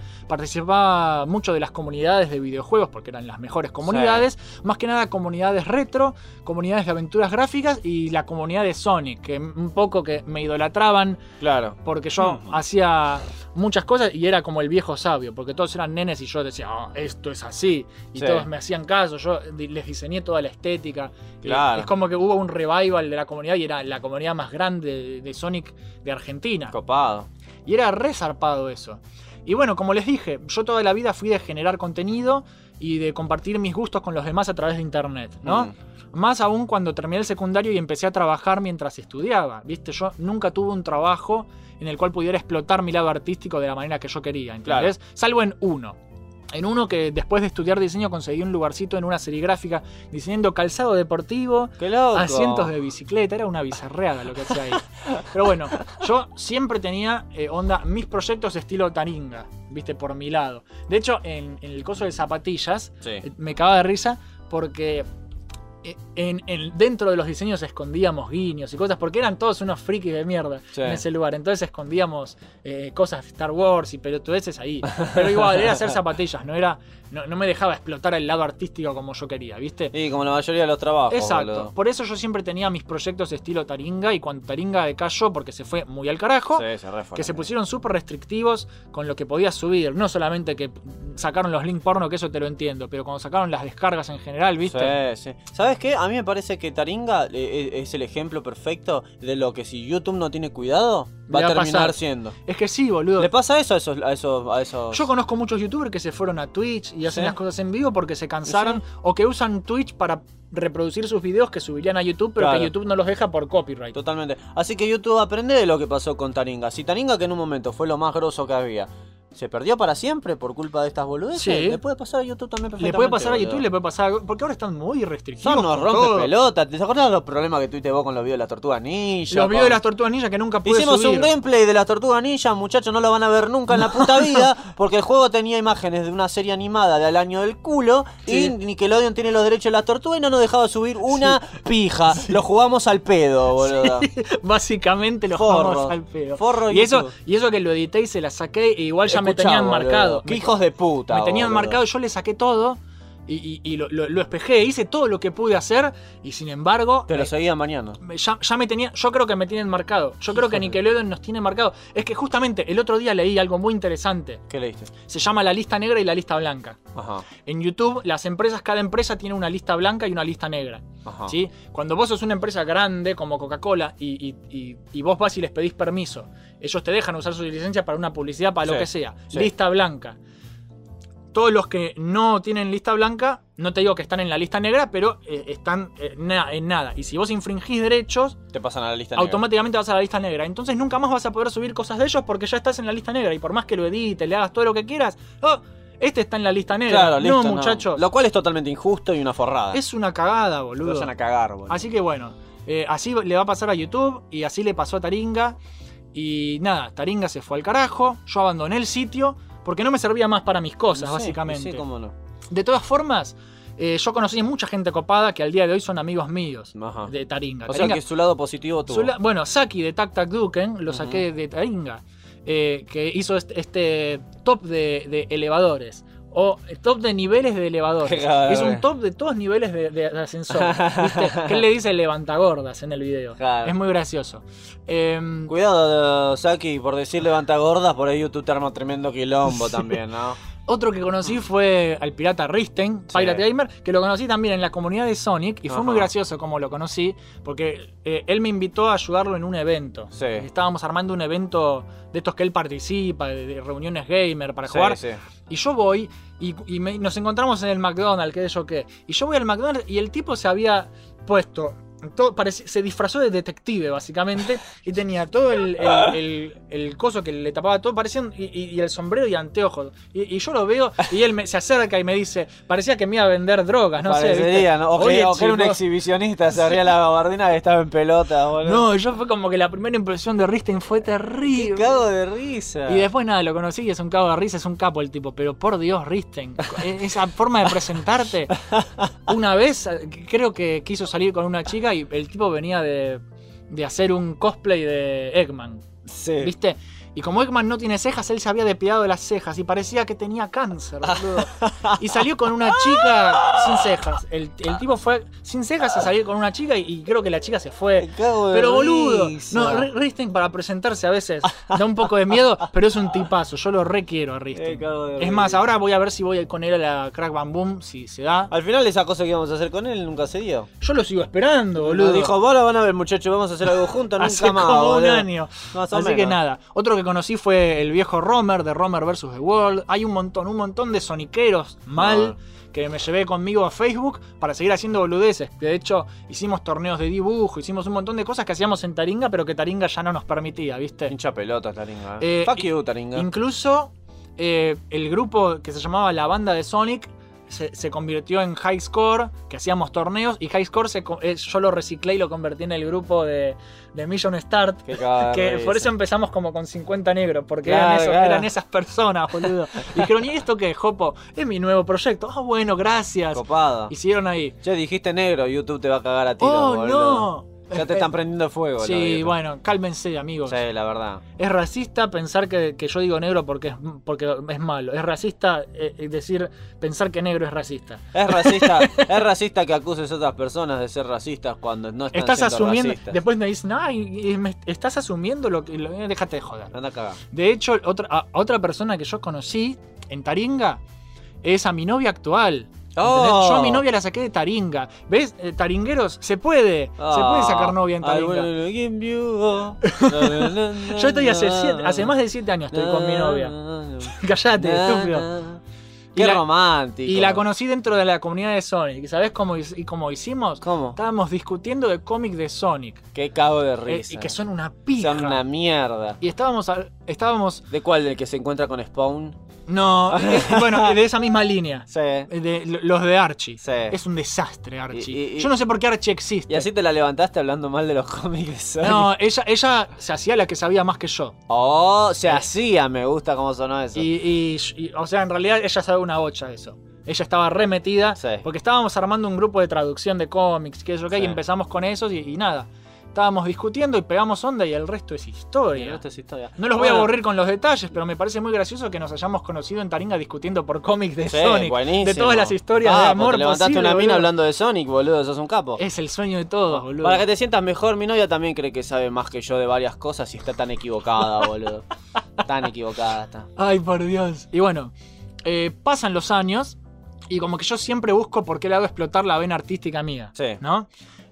participaba mucho de las comunidades de videojuegos porque eran las mejores comunidades, más que nada comunidades retro, comunidades de aventuras gráficas y la comunidad de Sonic, que un poco que me idolatraban Claro. porque yo Mm. hacía muchas cosas y era como el viejo sabio, porque todos eran nenes y yo decía, "Ah, esto es así. Y Sí. todos me hacían caso, yo di- les diseñé toda la estética. Y Claro. Es como que hubo un revival de la comunidad y era la comunidad más grande de- de Sonic de Argentina. Copado. Y era resarpado eso. Y bueno, como les dije, yo toda la vida fui de generar contenido y de compartir mis gustos con los demás a través de internet, ¿no? Mm. Más aún cuando terminé el secundario y empecé a trabajar mientras estudiaba, ¿viste? Yo nunca tuve un trabajo en el cual pudiera explotar mi lado artístico de la manera que yo quería, ¿entendés? Salvo en uno. En uno que después de estudiar diseño conseguí un lugarcito en una serigráfica diseñando calzado deportivo, Qué loco. asientos de bicicleta, era una bizarreada lo que hacía ahí. Pero bueno, yo siempre tenía eh, onda mis proyectos estilo taringa, viste, por mi lado. De hecho, en, en el coso de zapatillas, eh, Sí. me cagaba de risa porque eh, en, en- dentro de los diseños escondíamos guiños y cosas, porque eran todos unos frikis de mierda Sí. en ese lugar. Entonces escondíamos eh, cosas de Star Wars y pelotudeces ahí. Pero igual, era hacer zapatillas, no era. No, no me dejaba explotar el lado artístico como yo quería, ¿viste? Y como la mayoría de los trabajos. Exacto. boludo. Por eso yo siempre tenía mis proyectos estilo Taringa y cuando Taringa decayó porque se fue muy al carajo, Sí, se re fue que la se mierda. pusieron súper restrictivos con lo que podías subir. No solamente que sacaron los link porno, que eso te lo entiendo, pero cuando sacaron las descargas en general, ¿viste? Sí, sí. ¿Sabes qué? A mí me parece que Taringa eh, es es el ejemplo perfecto de lo que si YouTube no tiene cuidado, va Le a va a terminar pasar. siendo. Es que sí, boludo. ¿Le pasa eso a esos, a esos, a esos- Yo conozco muchos youtubers que se fueron a Twitch y hacen Sí. las cosas en vivo porque se cansaron o que usan Twitch para reproducir sus videos que subirían a YouTube, pero Claro. que YouTube no los deja por copyright. Totalmente. Así que YouTube aprende de lo que pasó con Taringa. Si Taringa, que en un momento fue lo más grosso que había, se perdió para siempre por culpa de estas boludeces, Sí. le puede pasar a YouTube también Le perfectamente. puede pasar a YouTube, boludo. le puede pasar a... Porque ahora están muy restrictivos. Son unos con rompe todo. pelotas. ¿Te acordás los problemas que tuviste vos con los videos de las tortugas ninja? Los videos de con- las tortugas ninja que nunca pude Hicimos subir. un gameplay de las tortugas ninja, muchachos, no lo van a ver nunca en la puta vida, porque el juego tenía imágenes de una serie animada del año del culo, y Sí. Nickelodeon tiene los derechos de las tortugas y no nos dejaba subir una pija. Lo jugamos al pedo, boludo. Básicamente los Forro. vamos al pedo. Forro y eso, YouTube. y eso que lo edité y se la saqué, e igual ya me Escuchá, tenían boludo, marcado. Qué Me- hijos de puta. Me tenían boludo. marcado, yo le saqué todo y, y- y lo, lo- lo espejé, hice todo lo que pude hacer y sin embargo. Te lo eh, seguían mañana. me- ya, ya me tenían, yo creo que me tienen marcado. Yo creo que Híjole. Nickelodeon nos tiene marcado. Es que justamente el otro día leí algo muy interesante. ¿Qué leíste? Se llama la lista negra y la lista blanca. Ajá. En YouTube, las empresas, cada empresa tiene una lista blanca y una lista negra. Ajá. ¿sí? Cuando vos sos una empresa grande como Coca-Cola y, y- y- y vos vas y les pedís permiso, ellos te dejan usar sus licencias para una publicidad, para Sí, lo que sea. sí. Lista blanca. Todos los que no tienen lista blanca, no te digo que están en la lista negra, pero eh, están eh, na- en nada. Y si vos infringís derechos, Te pasan a la lista negra. automáticamente vas a la lista negra. Entonces nunca más vas a poder subir cosas de ellos porque ya estás en la lista negra. Y por más que lo edites, le hagas todo lo que quieras, "Oh, este está en la lista negra. Claro, listo. no, muchachos. Lo cual es totalmente injusto y una forrada. Es una cagada, Te boludo. vayan a cagar, boludo. Así que bueno, eh, así le va a pasar a YouTube y así le pasó a Taringa. Y nada, Taringa se fue al carajo, yo abandoné el sitio porque no me servía más para mis cosas, Sí, básicamente. Sí, cómo no. De todas formas, eh, yo conocí mucha gente copada que al día de hoy son amigos míos Ajá. de Taringa. O sea Taringa- que su lado positivo tuvo. su la- bueno, Saki de Tac Tac Duken lo Ujú. saqué de Taringa, eh, que hizo este, este top de, de elevadores. O eh, top de niveles de elevadores. Claro, Hizo eh. un top de todos niveles de, de- de ascensor. ¿viste? Que él le dice levantagordas en el video. Claro. Es muy gracioso. Em, Cuidado, eh, Saki, por decir levanta gordas, por ahí YouTube te arma tremendo quilombo también, ¿no? otro que conocí fue al pirata Risten, Mm. Sí. Pirate Gamer, que lo conocí también en la comunidad de Sonic. Y fue muy Ajá. gracioso como lo conocí, porque eh, él me invitó a ayudarlo en un evento. Sí. Estábamos armando un evento de estos que él participa, de, de reuniones gamer para Sí, jugar. sí. Y yo voy y, y me- nos encontramos en el McDonald's, qué sé yo qué. Y yo voy al McDonald's y el tipo se había puesto. todo- parec- se disfrazó de detective, básicamente, y tenía todo el, el- el- el coso que le tapaba todo, parecían, y, y- y el sombrero y anteojos. Y, y yo lo veo, y él me- se acerca y me dice, parecía que me iba a vender drogas, no sé. Parecería, ¿viste? ¿no? O, Oye, que, o que era un chico, exhibicionista, se abría la gabardina que estaba en pelota, boludo. No, yo fue como que la primera impresión de Risten fue terrible. cago de risa. Y después nada, lo conocí y es un cago de risa, es un capo el tipo, pero por Dios, Risten, e- esa forma de presentarte. Una vez eh, creo que quiso salir con una chica y el tipo venía de, de hacer un cosplay de Eggman, Sí. ¿viste? Y como Eggman no tiene cejas, él se había depiado de las cejas y parecía que tenía cáncer, boludo. Y salió con una chica sin cejas. El, el tipo fue sin cejas a salir con una chica y, y creo que la chica se fue. Me cago en Pero boludo, risa. no, R- Risting para presentarse a veces da un poco de miedo, pero es un tipazo. Yo lo requiero a Me Risting. Eh, cago de Es más, risa. ahora voy a ver si voy con él a la Crack Bam Boom, si se da. Al final esa cosa que íbamos a hacer con él nunca se dio. Yo lo sigo esperando, boludo. Nos dijo, vos la van a ver muchachos, vamos a hacer algo juntos, nunca Hace más. como boludo". un año. Más o Así que menos. nada. Otro que conocí fue el viejo Romer de Romer vs. The World. Hay un montón, un montón de soniqueros Ah. mal que me llevé conmigo a Facebook para seguir haciendo boludeces. De hecho, hicimos torneos de dibujo, hicimos un montón de cosas que hacíamos en Taringa, pero que Taringa ya no nos permitía, ¿viste? Hincha pelota, Taringa. Eh, Fuck y- you, Taringa. Incluso eh, el grupo que se llamaba la banda de Sonic se, se convirtió en High Score, que hacíamos torneos, y High Score se co- eh, yo lo reciclé y lo convertí en el grupo de, de Mission Start. Qué cagada de Que risa. por eso empezamos como con 50 negros, porque Claro, eran, esos- claro. eran esas personas, boludo. Y dijeron, ¿y esto qué, Jopo? Es mi nuevo proyecto. Ah, bueno, gracias. Copado. Hicieron ahí. Ya dijiste negro, YouTube te va a cagar a ti. ¡Oh, no! Eh, Ya te están prendiendo fuego. la Sí, vida. bueno, cálmense, amigos. Sí, la verdad. Es racista pensar que, que yo digo negro porque es, porque es malo. Es racista eh, eh, decir, pensar que negro es racista. Es racista, es racista que acuses a otras personas de ser racistas cuando no están Estás siendo asumiendo. racistas. Después me dicen, ay, y me- estás asumiendo lo que. lo- eh, déjate de joder. Anda a cagar. De hecho, otra, a- otra persona que yo conocí en Taringa es a mi novia actual. ¿entendés? Oh. Yo a mi novia la saqué de Taringa. ¿Ves? Eh, taringueros, se puede. se puede sacar novia en Ah, I Taringa. will give you- Na, na, na, Yo estoy hace, na, siete- hace más de 7 años estoy con mi novia. Callate, estúpido. Qué Y la- romántico. Y la conocí dentro de la comunidad de Sonic. ¿Y sabés cómo, hi- y cómo hicimos? ¿Cómo? Estábamos discutiendo de cómic de Sonic. Qué cago de eh, risa. y que son una pija. Son una mierda. Y estábamos, al- estábamos. ¿De cuál? ¿Del que se encuentra con Spawn? No, eh, bueno, de esa misma línea. Sí. Eh, de- lo- los de Archie. Sí. Es un desastre Archie. Y- y- y- Yo no sé por qué Archie existe. Y así te la levantaste hablando mal de los cómics de Sonic. no, ella, ella se hacía la que sabía más que yo. Oh, se hacía, me gusta cómo sonó eso. Y, y- y- o sea, en realidad ella sabe una bocha de eso. Ella estaba remetida Sí. porque estábamos armando un grupo de traducción de cómics, que es yo que Sí. y empezamos con esos y, y nada. Estábamos discutiendo y pegamos onda y el resto es historia. Y el resto es historia. No los voy a Bueno, aburrir con los detalles, pero me parece muy gracioso que nos hayamos conocido en Taringa discutiendo por cómics de sí, Sonic, de buenísimo. todas las historias Ah, de pues amor Te levantaste posible, una mina boludo. hablando de Sonic, boludo, sos un capo. Es el sueño de todos, boludo. Para que te sientas mejor, mi novia también cree que sabe más que yo de varias cosas y está tan equivocada, boludo. tan equivocada está. Ay, por Dios. Y bueno, eh, pasan los años y como que yo siempre busco por qué le hago explotar la vena artística mía. Sí. ¿No?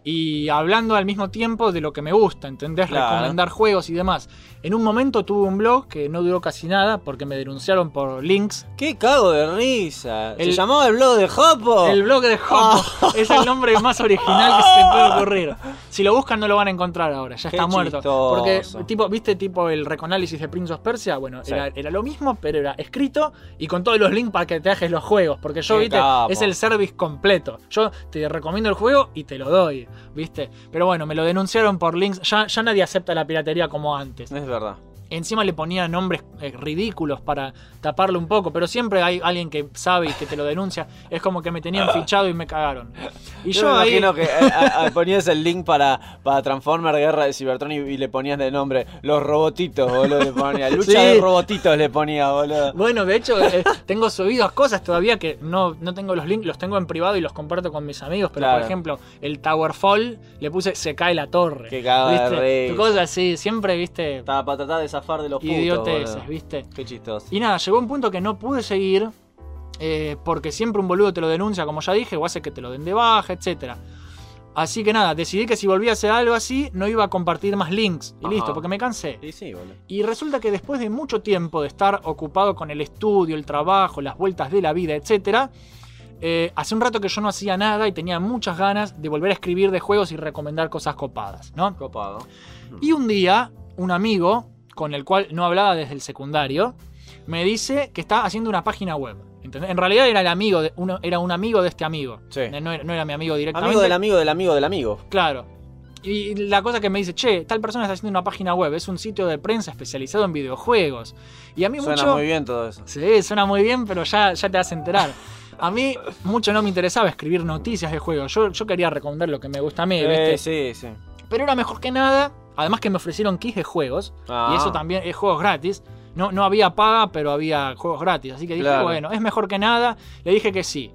Y hablando al mismo tiempo de lo que me gusta, ¿entendés? Claro. Recomendar juegos y demás. En un momento tuve un blog que no duró casi nada porque me denunciaron por links. Qué cago de risa. ¿Se El- llamaba el blog de Jopo? El blog de Ah. Jopo es el nombre más original que se te puede ocurrir. Si lo buscan no lo van a encontrar ahora, ya Qué está muerto. chistoso. Porque, tipo, ¿viste tipo el reconálisis de Prince of Persia? Bueno, Sí. era, era lo mismo, pero era escrito y con todos los links para que te bajes los juegos. Porque yo, Qué viste, capo. es el service completo. Yo te recomiendo el juego y te lo doy, ¿viste? Pero bueno, me lo denunciaron por links. Ya, ya nadie acepta la piratería como antes. Es verdad. Encima le ponía nombres eh, ridículos para taparlo un poco, pero siempre hay alguien que sabe y que te lo denuncia. Es como que me tenían fichado y me cagaron. Y Ah. Yo, yo, me ahí. imagino que eh, a- a- ponías el link para, para Transformer Guerra de Cybertron y, y le ponías de nombre los robotitos, boludo, le ponía. Lucha Sí. de robotitos le ponía, boludo. Bueno, de hecho, eh, tengo subidos cosas todavía que no, no tengo los links, los tengo en privado y los comparto con mis amigos. Pero, Claro. por ejemplo, el Tower Fall le puse se cae la torre. Qué cagada de ¿Viste? risa. Cosas así, siempre, viste, Estaba para tratar de zafar de los putos, idioteces, boludo. viste. Qué chistoso. Y nada, llegó un punto que no pude seguir. eh, porque siempre un boludo te lo denuncia, como ya dije, o hace que te lo den de baja, etc. Así que nada, decidí que si volvía a hacer algo así, no iba a compartir más links. Y Ajá. listo, porque me cansé. Y sí, boludo. Y resulta que después de mucho tiempo de estar ocupado con el estudio, el trabajo, las vueltas de la vida, etc., eh, hace un rato que yo no hacía nada y tenía muchas ganas de volver a escribir de juegos y recomendar cosas copadas, ¿no? Copado. Y un día, un amigo, con el cual no hablaba desde el secundario, me dice que está haciendo una página web. ¿entendés? En realidad era el amigo de, uno, era un amigo de este amigo. Sí. No, era, no era mi amigo directamente. Amigo del amigo del amigo del amigo. Claro. Y la cosa que me dice, che, tal persona está haciendo una página web, es un sitio de prensa especializado en videojuegos. Y a mí Suena mucho... muy bien todo eso. Sí, suena muy bien, pero ya, ya te vas a enterar. A mí mucho no me interesaba escribir noticias de juegos. Yo, yo quería recomendar lo que me gusta a mí, Eh, ¿viste? sí, sí. Pero era mejor que nada Además que me ofrecieron kits de juegos. Ah. Y eso también es juegos gratis. No, no había paga, pero había juegos gratis. Así que dije, Claro. bueno, es mejor que nada. Le dije que sí.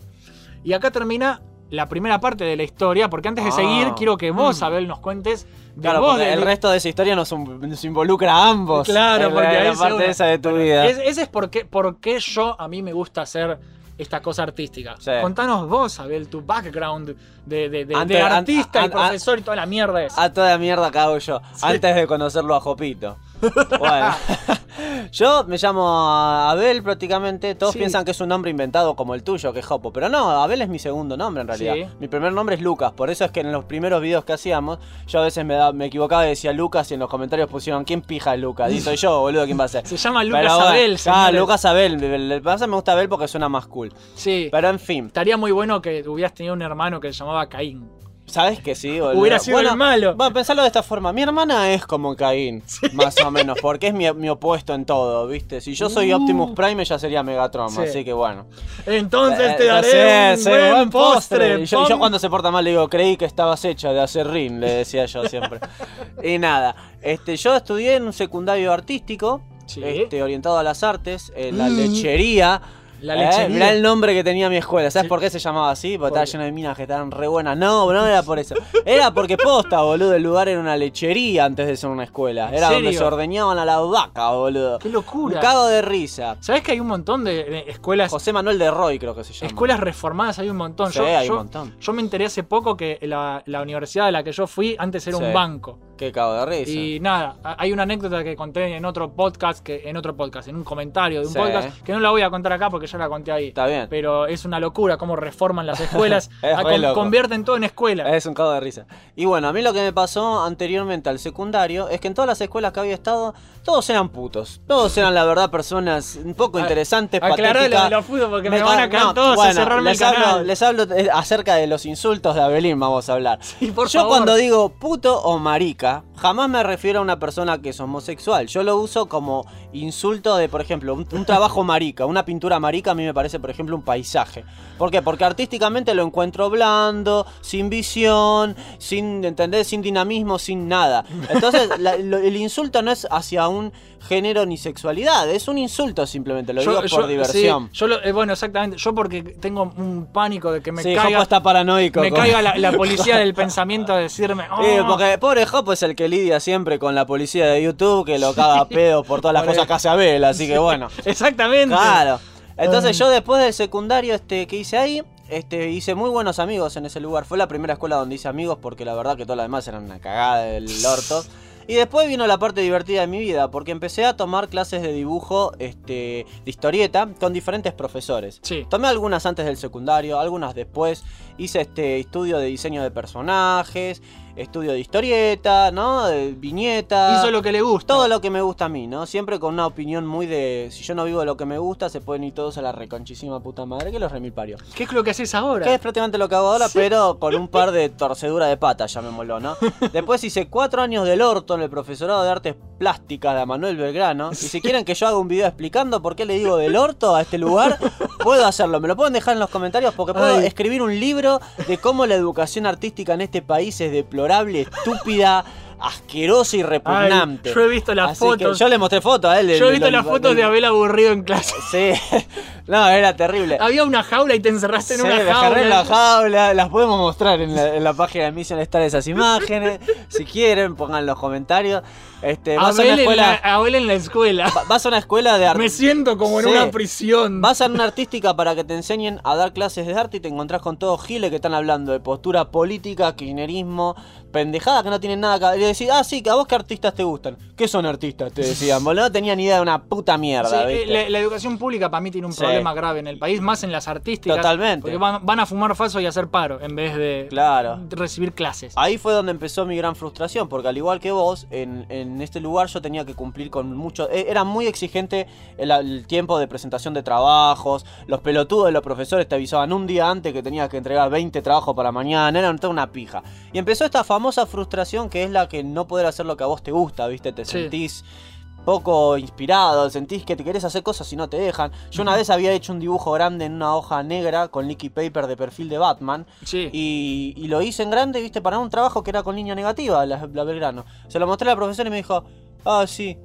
Y acá termina la primera parte de la historia, porque antes de Ah. seguir, quiero que vos, Abel, nos cuentes de Claro, vos. porque de- el resto de esa historia nos, nos involucra a ambos. Claro, En la- porque en ahí la se parte une. esa de tu vida. Es- ese es por qué, por qué yo a mí me gusta hacer esta cosa artística. Sí. Contanos vos, Abel, tu background de, de- de- Antes- de an- artista an- y an- profesor y toda la mierda esa. A toda mierda cago yo. Antes de conocerlo a Jopito. Bueno, yo me llamo Abel prácticamente. Todos Sí. piensan que es un nombre inventado como el tuyo, que es Jopo. Pero no, Abel es mi segundo nombre en realidad. Sí. Mi primer nombre es Lucas. Por eso es que en los primeros videos que hacíamos, yo a veces me, da- me equivocaba y decía Lucas. Y en los comentarios pusieron: ¿Quién pija es Lucas? Y soy yo, boludo, ¿quién va a ser? Se llama Lucas Pero bueno, Abel, Ah, señores. Lucas Abel. El el- pasa me gusta Abel porque suena más cool. Sí. Pero en fin, Estaría muy bueno que hubieras tenido un hermano que se llamaba Caín. ¿Sabes que sí? boludo? Hubiera sido el malo. Bueno, pensarlo de esta forma. Mi hermana es como Caín, más o menos, porque es mi, mi opuesto en todo, ¿viste? Si yo soy Optimus Prime, ella sería Megatron, Uh. Sí. así que bueno. Entonces te Eh, daré un no sé, sí, buen, buen postre. Y Yo, pon- yo cuando se porta mal le digo, creí que estabas hecha de acerrín, le decía yo siempre. y nada, este, yo estudié en un secundario artístico, Sí. Mm. este, orientado a las artes, en la lechería. La Eh, lechería. mirá el nombre que tenía mi escuela. ¿Sabes Sí. por qué se llamaba así? Porque estaba qué? lleno de minas que estaban re buenas. No, no era por eso. Era porque posta, boludo. El lugar era una lechería antes de ser una escuela. Era donde serio? se ordeñaban a la vaca, boludo. ¡Qué locura! Un cago de risa. ¿Sabés que hay un montón de, de escuelas José Manuel de Roy, creo que se llama. Escuelas reformadas hay un montón. Sí, yo, hay yo- un montón. yo me enteré hace poco que la, la universidad a la que yo fui antes era Sí. un banco. Qué cago de risa. Y nada, a- hay una anécdota que conté en otro podcast, que en otro podcast, en un comentario de un Sí. podcast, que no la voy a contar acá porque ya la conté ahí. Está bien. Pero es una locura cómo reforman las escuelas, Es a- re con- loco. convierten todo en escuela. Es un cago de risa. Y bueno, a mí lo que me pasó anteriormente al secundario es que en todas las escuelas que había estado, todos eran putos. Todos eran, la verdad, personas un poco A- interesantes, aclará lo patéticas. de los putos porque me ca- van a caer todos a cerrarme el les hablo, canal. Les hablo eh, acerca de los insultos de Abelín, vamos a hablar. Sí, por Yo favor. cuando digo puto o marica, jamás me refiero a una persona que es homosexual. Yo lo uso como insulto de, por ejemplo, un, un trabajo marica, una pintura marica a mí me parece, por ejemplo, un paisaje. ¿Por qué? Porque artísticamente lo encuentro blando, sin visión, sin, ¿entendés? Sin dinamismo, sin nada. Entonces, la- lo- el insulto no es hacia un género ni sexualidad, es un insulto simplemente, lo digo por sí, diversión. yo lo- eh, bueno, exactamente. Yo porque tengo un pánico de que me sí, Jopo caiga, está paranoico. me con- caiga la, la policía del pensamiento a decirme. "Oh, Sí, porque pobre Jopo es el que lidia siempre con la policía de YouTube que lo caga a pedo por todas las Por cosas que hace Abel, así que bueno. Exactamente. Claro. Entonces yo después del secundario este, que hice ahí, este, hice muy buenos amigos en ese lugar. Fue la primera escuela donde hice amigos porque la verdad que todas las demás eran una cagada del orto. Y después vino la parte divertida de mi vida, porque empecé a tomar clases de dibujo, este, de historieta, con diferentes profesores. Sí. Tomé algunas antes del secundario, algunas después. Hice este estudio de diseño de personajes, estudio de historieta, ¿no? De viñeta. Hizo lo que le gusta. Todo lo que me gusta a mí, ¿no? Siempre con una opinión muy de. Si yo no vivo lo que me gusta, se pueden ir todos a la reconchísima puta madre que los remil parió. ¿Qué es lo que haces ahora? Que es prácticamente lo que hago ahora, pero con un par de torceduras de pata, llamémoslo, ¿no? Después hice cuatro años del orto en el profesorado de artes plásticas de Manuel Belgrano. Y si quieren que yo haga un video explicando por qué le digo del orto a este lugar, puedo hacerlo. Me lo pueden dejar en los comentarios porque puedo Ay. escribir un libro de cómo la educación artística en este país es deplorable, estúpida. Asquerosa y repugnante. Ay, yo he visto las Así que fotos. Yo le mostré fotos a él. Yo he visto las fotos de Abel aburrido en clase. Sí. No, era terrible. Había una jaula y te encerraste en Sí, me una agarré jaula. en la jaula, las podemos mostrar en la, en la página de Mission Star esas imágenes. si quieren, pongan los comentarios. Este, vas a una Abel, en la, escuela, Abel en la escuela. va- vas a una escuela de Me arte. siento como en Sí. una prisión. Vas a una artística para que te enseñen a dar clases de arte y te encontrás con todos giles que están hablando de postura política, kirchnerismo, pendejada que no tienen nada que ver. Y decís, ah, sí, que a vos qué artistas te gustan. ¿Qué son artistas? Te decían, boludo, no tenían ni idea de una puta Sí, mierda, eh, ¿viste? la, la educación pública para mí tiene un Sí. problema grave en el país, más en las artísticas. Totalmente. Porque van, van a fumar falso y hacer paro en vez de Claro. Ah, recibir clases. Ahí fue donde empezó mi gran frustración, porque al igual que vos, en, en este lugar yo tenía que cumplir con mucho... e- Era muy exigente el, el tiempo de presentación de trabajos, los pelotudos de los profesores te avisaban un día antes que tenías que entregar 20 trabajos para mañana, era toda una pija. Y empezó esta famosa frustración que es la que no poder hacer lo que a vos te gusta, ¿viste? Te Sí. sentís poco inspirado, sentís que te querés hacer cosas y no te dejan. Yo una vez había hecho un dibujo grande en una hoja negra con liquid paper de perfil de Batman. Sí. Y, y lo hice en grande, viste, para un trabajo que era con línea negativa, la, la Belgrano. Se lo mostré a la profesora y me dijo, ah, sí,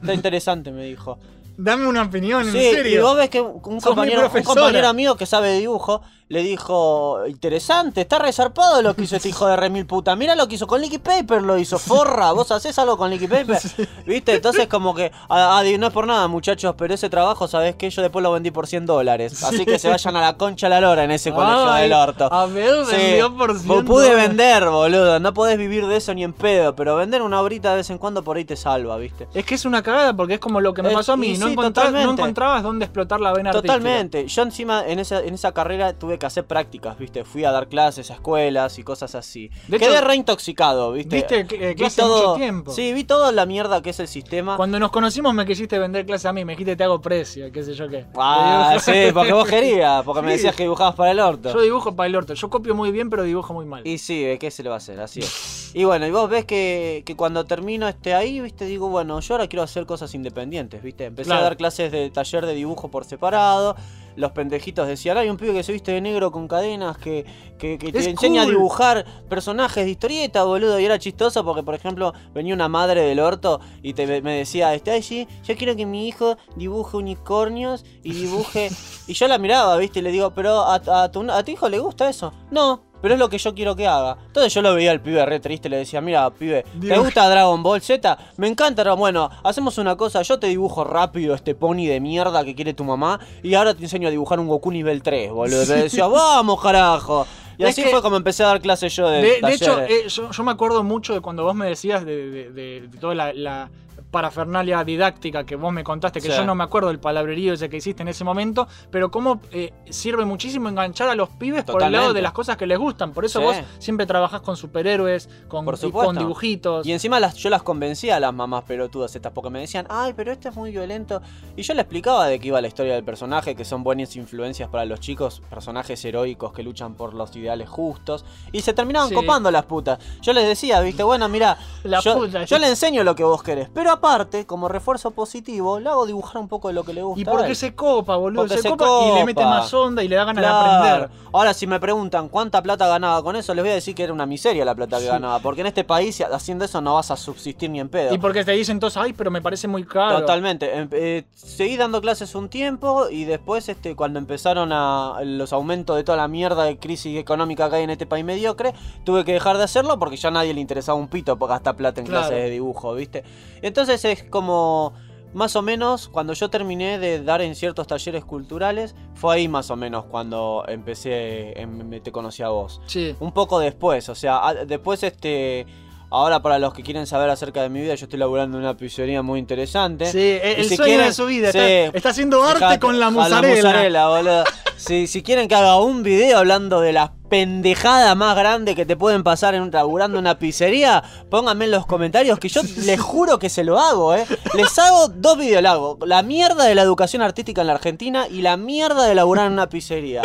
está interesante, me dijo. Dame una opinión, Sí, en y serio. vos ves que un Sos mi compañero, un profesora. compañero mío que sabe de dibujo le dijo, interesante, está resarpado lo que hizo este hijo de remil puta. Mira lo que hizo con Liquid Paper, lo hizo forra. Vos haces algo con Liquid Paper. ¿Viste? Entonces como que, ah, ah, di- no es por nada muchachos, pero ese trabajo, ¿sabés que Yo después lo vendí por 100 dólares. Así que se vayan a la concha a la lora en ese colegio Ay, del orto. Abel Sí, vendió por 100 pude dólares. vender, boludo. No podés vivir de eso ni en pedo, pero vender una horita de vez en cuando por ahí te salva, ¿viste? Es que es una cagada porque es como lo que me Eh, pasó a mí. y No, sí, encontrá- no totalmente. encontrabas dónde explotar la vena artística. Totalmente. Yo encima en esa, en esa carrera tuve que hacer prácticas, ¿viste? Fui a dar clases a escuelas y cosas así. De hecho, Quedé reintoxicado, ¿viste? diste, eh, clase mucho tiempo. Sí, vi toda la mierda que es el sistema. Cuando nos conocimos me quisiste vender clase a mí, me dijiste te hago precio, qué sé yo qué. Ah, Te dibujo- sí, porque vos querías, porque me Sí. decías que dibujabas para el orto. Yo dibujo para el orto. Yo copio muy bien, pero dibujo muy mal. Y sí, ¿de ¿qué se le va a hacer? Así es. Y bueno, y vos ves que, que cuando termino este ahí, viste, digo, bueno, yo ahora quiero hacer cosas independientes, viste. Empecé Claro. a dar clases de taller de dibujo por separado. Los pendejitos decían, hay un pibe que se viste de negro con cadenas que, que, que Es te enseña cool. a dibujar personajes de historieta, boludo. Y era chistoso porque, por ejemplo, venía una madre del orto y te, me decía, está allí, yo quiero que mi hijo dibuje unicornios y dibuje... y yo la miraba, viste, y le digo, pero a, a tu, a tu hijo le gusta eso. No, pero es lo que yo quiero que haga. Entonces yo lo veía al pibe re triste, le decía, mira, pibe, ¿te Dibuja. gusta Dragon Ball Z? Me encanta, Dragon- bueno, hacemos una cosa, yo te dibujo rápido este pony de mierda que quiere tu mamá y ahora te enseño a dibujar un Goku nivel 3, boludo. Le decía, vamos, carajo. Y Es así que- fue como empecé a dar clases yo de, De, de hecho, talleres. eh, yo, yo me acuerdo mucho de cuando vos me decías de, de- de- de toda la, la parafernalia didáctica que vos me contaste, que Sí. yo no me acuerdo del palabrerío ese que hiciste en ese momento, pero cómo eh, sirve muchísimo enganchar a los pibes por el lado Totalmente. de las cosas que les gustan. Por eso Sí. vos siempre trabajás con superhéroes, con, Por y supuesto. con dibujitos. Y encima las, yo las convencía a las mamás pelotudas estas, porque me decían, ay, pero este es muy violento. Y yo le explicaba de qué iba la historia del personaje, que son buenas influencias para los chicos, personajes heroicos que luchan por los ideales justos. Y se terminaban Sí. copando las putas. Yo les decía, viste, bueno, mira, La yo, puta. yo le enseño lo que vos querés. Pero aparte, como refuerzo positivo, le hago dibujar un poco de lo que le gusta. ¿Y a por qué él. se copa, boludo? Porque Se, se copa, y le copa. mete más onda y le da ganas de Claro. aprender. Ahora, si me preguntan cuánta plata ganaba con eso, les voy a decir que era una miseria la plata que Sí. ganaba. Porque en este país, haciendo eso, no vas a subsistir ni en pedo. Y porque te dicen todos, ay, pero me parece muy caro. Totalmente. Em- eh, seguí dando clases un tiempo y después, este, cuando empezaron a los aumentos de toda la mierda de crisis económica que hay en este país mediocre, tuve que dejar de hacerlo porque ya a nadie le interesaba un pito por gastar plata en Claro. clases de dibujo, ¿viste? Entonces es como. Más o menos, cuando yo terminé de dar en ciertos talleres culturales, fue ahí más o menos cuando empecé, em- me- te conocí a vos Sí. un poco después, o sea, a- después este... Ahora para los que quieren saber acerca de mi vida, yo estoy laburando en una pizzería muy interesante. Sí, el, Y el si sueño quieren- de su vida. sí. Está, está haciendo arte Fíjate, con la con la mozzarella. mozzarella, boludo. si, si quieren que haga un video hablando de las pendejadas más grandes que te pueden pasar en un- laburando en una pizzería, pónganme en los comentarios que yo les juro que se lo hago, ¿eh? Les hago dos videos, le hago la mierda de la educación artística en la Argentina y la mierda de laburar en una pizzería.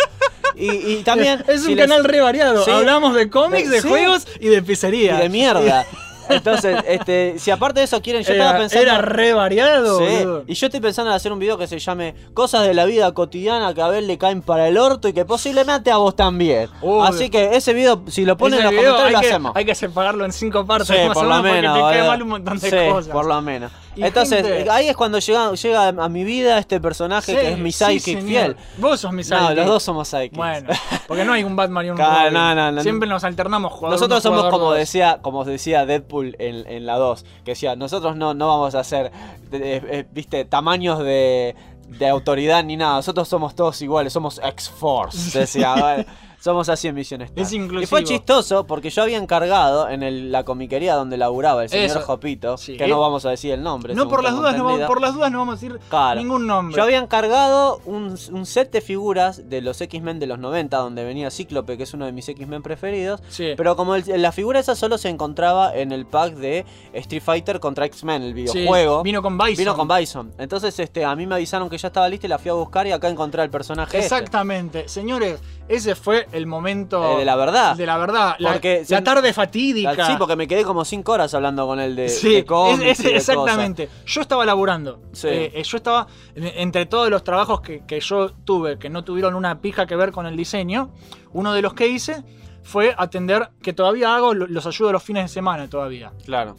Y, y también... es un Ah, si les- canal re variado. Sí. Hablamos de cómics, de Sí. juegos y de pizzería. y de mierda. Entonces, este, si aparte de eso quieren, yo Era, estaba pensando. era re variado, Sí, boludo. y yo estoy pensando en hacer un video que se llame Cosas de la vida cotidiana que a Abel le caen para el orto y que posiblemente a vos también. Obvio. Así que ese video, si lo ponen Ese en los video comentarios, hay, lo que, hacemos. hay que separarlo en cinco partes. Sí, más por o lo menos. Porque te cae boludo. mal un montón de Sí, cosas. por lo menos. Y Entonces, gente- ahí es cuando llega, llega a mi vida este personaje Sí, que es mi sí, psychic señor. fiel. Vos sos mi No, sidekick. los dos somos psychics. Bueno, porque no hay un Batman y un Claro, Robin. no, no, no. Siempre nos alternamos jugador Nosotros uno, somos jugador como dos. decía, como decía Deadpool en, en la 2, que decía, nosotros no, no vamos a hacer eh, eh, viste, tamaños de, de autoridad ni nada, nosotros somos todos iguales, somos X-Force, decía, bueno, somos así en misiones. Es inclusivo. Y fue chistoso porque yo había encargado en el- la comiquería donde laburaba el señor Eso. Jopito, Sí. que no vamos a decir el nombre. No según por las tengo dudas no vamos, entendido. por las dudas no vamos a decir Claro. ningún nombre. Yo había encargado un, un set de figuras de los X-Men de los 90, donde venía Cíclope, que es uno de mis X-Men preferidos, Sí. pero como el- la figura esa solo se encontraba en el pack de Street Fighter contra X-Men, el Sí, videojuego. Vino con Bison. Vino con Bison. Entonces, este, a mí me avisaron que ya estaba lista y la fui a buscar y acá encontré al personaje. este. Exactamente. Señores, ese fue el momento. Eh, de la verdad. De la verdad. La- Porque la, se- tarde fatídica. Sí, porque me quedé como 5 horas hablando con él de, Sí, de cómics es- es- y de cosas. exactamente. Yo estaba laburando. Sí. Eh, eh, yo estaba, en- entre todos los trabajos que, que yo tuve, que no tuvieron una pija que ver con el diseño, uno de los que hice fue atender, que todavía hago, lo- los ayudo los fines de semana todavía. Claro.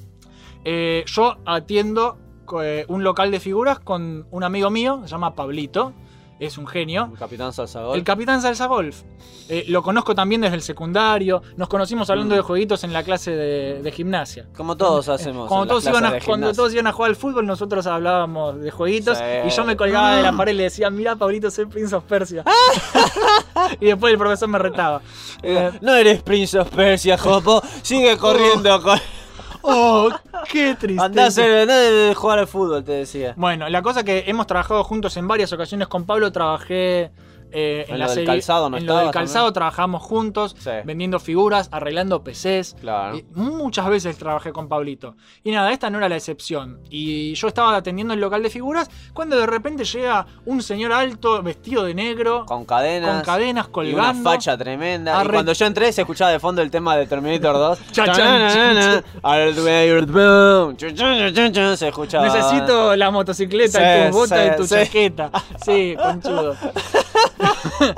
Eh, yo atiendo co- eh, un local de figuras con un amigo mío, se llama Pablito, es un genio. El Capitán Salsador. El capitán Salsa Golf. Eh, lo conozco también desde el secundario. Nos conocimos hablando Mm. de jueguitos en la clase de- de gimnasia. Como todos hacemos. Cuando eh, todos, en las iban a, clases de cuando gimnasia. todos iban a jugar al fútbol, nosotros hablábamos de jueguitos Sí. Ah. y yo me colgaba de la pared y le decía, mira, Pablito, soy Prince of Persia. y después el profesor me retaba. Eh, No eres Prince of Persia, Jopo. Sigue corriendo. Con... este oh, qué triste. Andá a hacer- andá a jugar al fútbol, te decía. Bueno, la cosa que hemos trabajado juntos en varias ocasiones con Pablo, trabajé eh, en, En la lo del serie- calzado, ¿no en lo del estabas calzado trabajamos juntos, Sí. vendiendo figuras, arreglando PCs. Claro. Y muchas veces trabajé con Pablito. Y nada, esta no era la excepción. Y yo estaba atendiendo el local de figuras cuando de repente llega un señor alto, vestido de negro, Con cadenas. con cadenas Y colgando. una facha tremenda. Arre- Y cuando yo entré se escuchaba de fondo el tema de Terminator 2. Cha, chan, chan, chan. Al- Boom. Chun, chun, chun, chun, Se escuchaba. Necesito la motocicleta, Sí, tu bota sí, y tu sí. chaqueta. Sí, conchudo.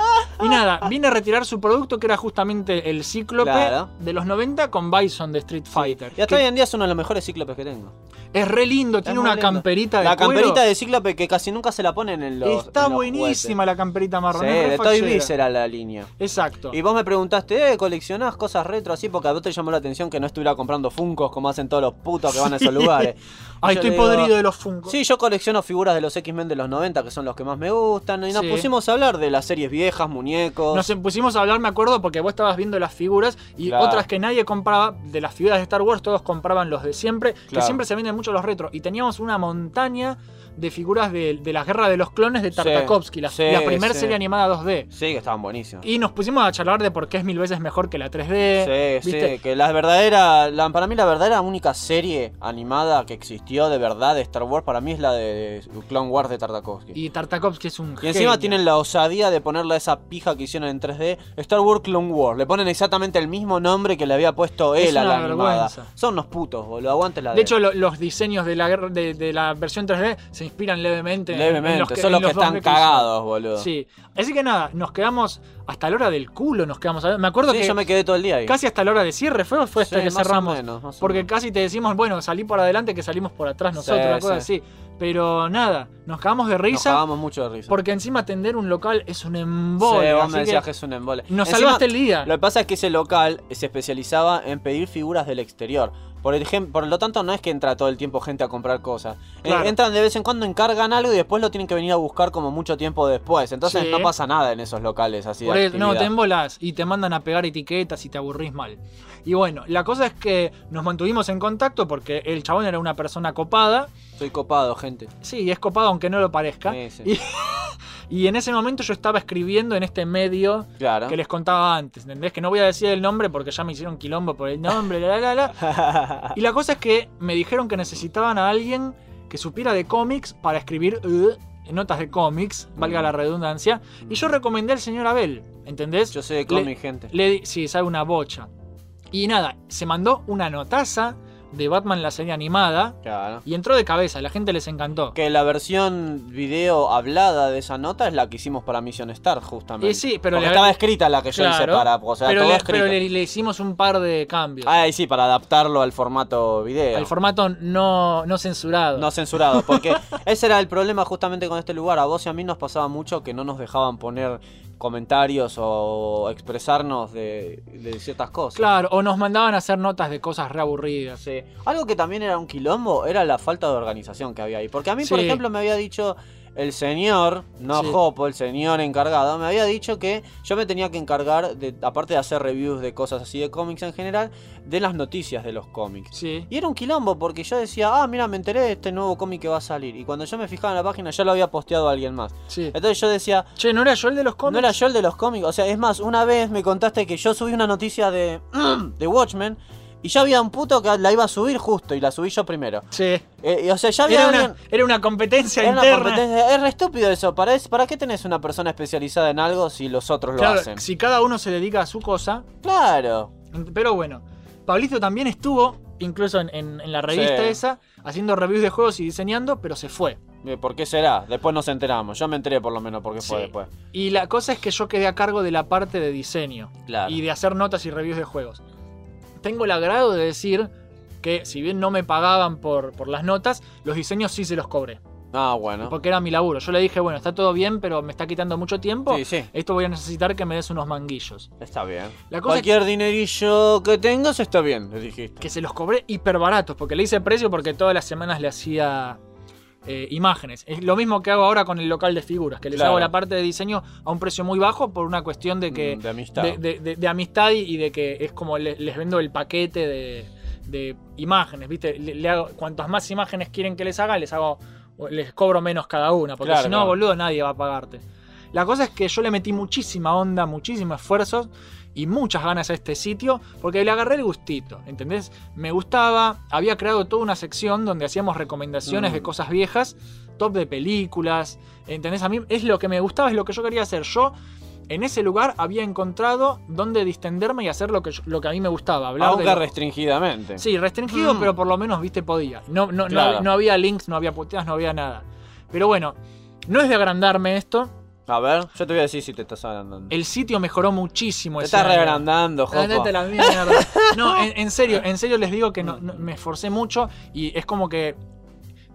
y nada, viene a retirar su producto que era justamente el Cíclope Claro. de los 90 con Bison de Street Fighter. Y hasta Que hoy en día es uno de los mejores cíclopes que tengo. Es re lindo, tiene Es muy una lindo. camperita de La cuero. camperita de cíclope que casi nunca se la ponen en los. Está en los buenísima la camperita juguetes. marrón. es Sí, re de Toy fachera. Biz era la línea. Exacto. Y vos me preguntaste, eh, ¿coleccionás cosas retro así? Porque a vos te llamó la atención que no estuviera comprando funcos como hacen todos los putos que van a esos lugares. Y Ay, yo estoy le digo, podrido de los Funko. Sí, yo colecciono figuras de los X-Men de los 90, que son los que más me gustan. Y nos Sí. pusimos a hablar de las series viejas, muñecos. Nos pusimos a hablar, me acuerdo, porque vos estabas viendo las figuras y Claro. otras que nadie compraba, de las figuras de Star Wars, todos compraban los de siempre, que Claro. siempre se venden mucho los retro. Y teníamos una montaña de figuras de, de la guerra de los clones de Tartakovsky, la, sí, la primera sí. serie animada 2D. Sí, que estaban buenísimas. Y nos pusimos a charlar de por qué es mil veces mejor que la 3D. Sí, sí, que la verdadera, la- para mí la verdadera única serie animada que existió de verdad de Star Wars para mí es la de Clone Wars de Tartakovsky. Y, Y Tartakovsky es un encima genio. tienen la osadía de ponerle a esa pija que hicieron en 3D, Star Wars Clone Wars. Le ponen exactamente el mismo nombre que le había puesto Es él a una la animada. vergüenza. Son unos putos, boludo, aguantes la De hecho, lo- los diseños de la, guerra- de, de la versión 3D se inspiran levemente. en- en levemente, los que- son en los que dos están D que usaron. cagados, boludo. Sí. Así que nada, nos quedamos hasta la hora del culo, nos quedamos. a- Me acuerdo Sí, que yo me quedé todo el día ahí. casi hasta la hora de cierre fue, fue hasta Sí, que más o cerramos. menos, más o porque menos. casi te decimos, bueno, salí por adelante que salimos por atrás nosotros, Sí, una cosa sí. así. Pero nada, nos cagamos de nos risa. cagábamos mucho de risa. Porque encima atender un local es un Sí, embole. vos así me que decías que es un embole. Nos Encima, salvaste el día. Lo que pasa es que ese local se especializaba en pedir figuras del exterior. Por, ejem- por lo tanto, no es que entra todo el tiempo gente a comprar cosas. Eh, Claro. entran de vez en cuando, encargan algo y después lo tienen que venir a buscar como mucho tiempo después. Entonces Sí. no pasa nada en esos locales así de Por eso, no, actividad. te embolás y te mandan a pegar etiquetas y te aburrís mal. Y bueno, la cosa es que nos mantuvimos en contacto porque el chabón era una persona copada. Estoy copado, gente. Sí, es copado aunque no lo parezca. Sí, sí. Y, y en ese momento yo estaba escribiendo en este medio Claro. que les contaba antes, ¿entendés? Que no voy a decir el nombre porque ya me hicieron quilombo por el nombre, la, la, la. Y la cosa es que me dijeron que necesitaban a alguien que supiera de cómics para escribir eh, notas de cómics, valga Mm. la redundancia. Y yo recomendé al señor Abel, ¿entendés? Yo soy de Le- cómic, gente. Le di- sí, sabe una bocha. Y nada, se mandó una notaza de Batman la serie animada Claro. y entró de cabeza, la gente les encantó. Que la versión video hablada de esa nota es la que hicimos para Mission Star, justamente. Y sí, pero Porque le- estaba escrita la que yo hice Claro, para. O sea, pero todo le, pero escrito. le- le hicimos un par de cambios. Ah, y sí, para adaptarlo al formato video. al formato no, no censurado. no censurado, porque ese era el problema justamente con este lugar. A vos y a mí nos pasaba mucho que no nos dejaban poner comentarios o expresarnos de, de ciertas cosas. Claro, o nos mandaban a hacer notas de cosas reaburridas. Sí. Algo que también era un quilombo era la falta de organización que había ahí. Porque a mí, por Sí. ejemplo, me había dicho el señor, no Sí. Jopo, el señor encargado, me había dicho que yo me tenía que encargar, de, aparte de hacer reviews de cosas así de cómics en general, de las noticias de los cómics. Sí. Y era un quilombo porque yo decía, ah, mira, me enteré de este nuevo cómic que va a salir. Y cuando yo me fijaba en la página ya lo había posteado alguien más. Sí. Entonces yo decía, Che, ¿no era yo el de los cómics? Este- no era yo el de los cómics. O sea, es más, una vez me contaste que yo subí una noticia de, de Watchmen Y ya había un puto que la iba a subir justo y la subí yo primero. Sí. Eh, y, o sea, ya había Era alguien- una, era una competencia era una interna. competencia- Es re estúpido eso. ¿Para, es- ¿Para qué tenés una persona especializada en algo si los otros Claro, lo hacen? si cada uno se dedica a su cosa. Claro. Pero bueno, Pablito también estuvo, incluso en, en- en la revista Sí. esa, haciendo reviews de juegos y diseñando, pero se fue. Eh, ¿Por qué será? Después nos enteramos. Yo me enteré por lo menos porque fue Sí. después. Y la cosa es que yo quedé a cargo de la parte de diseño Claro. y de hacer notas y reviews de juegos. Tengo el agrado de decir que si bien no me pagaban por, por las notas, los diseños sí se los cobré. Ah, bueno. Porque era mi laburo. Yo le dije, bueno, está todo bien, pero me está quitando mucho tiempo. Sí, sí. Esto voy a necesitar que me des unos manguillos. Está bien. La cosa Cualquier dinerillo que tengas está bien, le dijiste. que se los cobré hiper baratos, porque le hice precio porque todas las semanas le hacía eh, imágenes. Es lo mismo que hago ahora con el local de figuras, que les Claro. hago la parte de diseño a un precio muy bajo por una cuestión de que... Mm, de amistad. De, de- de- de amistad y, y de que es como le- les vendo el paquete de, de imágenes, ¿viste? Le, le hago, cuantas más imágenes quieren que les haga, les hago les cobro menos cada una, porque Claro, si no, claro. boludo, nadie va a pagarte. La cosa es que yo le metí muchísima onda, muchísimo esfuerzo y muchas ganas a este sitio porque le agarré el gustito, ¿entendés? Me gustaba, había creado toda una sección donde hacíamos recomendaciones Mm. de cosas viejas, top de películas, ¿entendés? A mí es lo que me gustaba, es lo que yo quería hacer. Yo en ese lugar había encontrado donde distenderme y hacer lo que, yo- lo que a mí me gustaba, hablar de... Aunque lo- restringidamente. Sí, restringido, Mm. pero por lo menos, viste, podía. No, no, no Claro. hab- no había links, no había puteadas, no había nada. Pero bueno, no es de agrandarme esto. A ver, yo te voy a decir si te estás agrandando. El sitio mejoró muchísimo. te ese estás año. reagrandando, Jopo. Andate a la mierda. No, en, en serio, en serio les digo que no- no- me esforcé mucho y es como que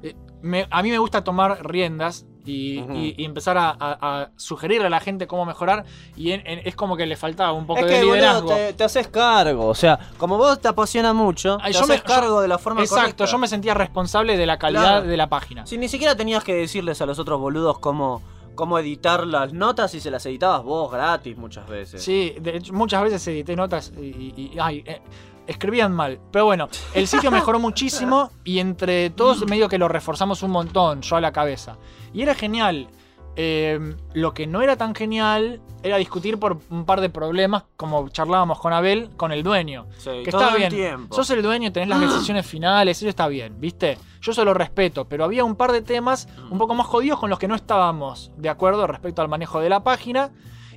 eh, me- a mí me gusta tomar riendas y, Ujú. y- y empezar a, a- a sugerirle a la gente cómo mejorar y en- en- es como que le faltaba un poco Es de que, liderazgo. boludo, te, te haces cargo. O sea, como vos te apasiona mucho, Ay, te yo me- haces cargo de la forma Exacto, correcta. yo me sentía responsable de la calidad Claro. de la página. Si ni siquiera tenías que decirles a los otros boludos cómo, cómo editar las notas y se las editabas vos gratis muchas veces. Sí, de hecho, muchas veces edité notas y, y- y- ay, eh, escribían mal. Pero bueno, el sitio mejoró muchísimo y entre todos medio que lo reforzamos un montón, yo a la cabeza. Y era genial. Eh, lo que no era tan genial era discutir por un par de problemas, como charlábamos con Abel, con el dueño. Sí, Que todo está el bien. tiempo. Sos el dueño, tenés las decisiones finales, eso está bien, ¿viste? Yo eso lo respeto, pero había un par de temas un poco más jodidos con los que no estábamos de acuerdo respecto al manejo de la página.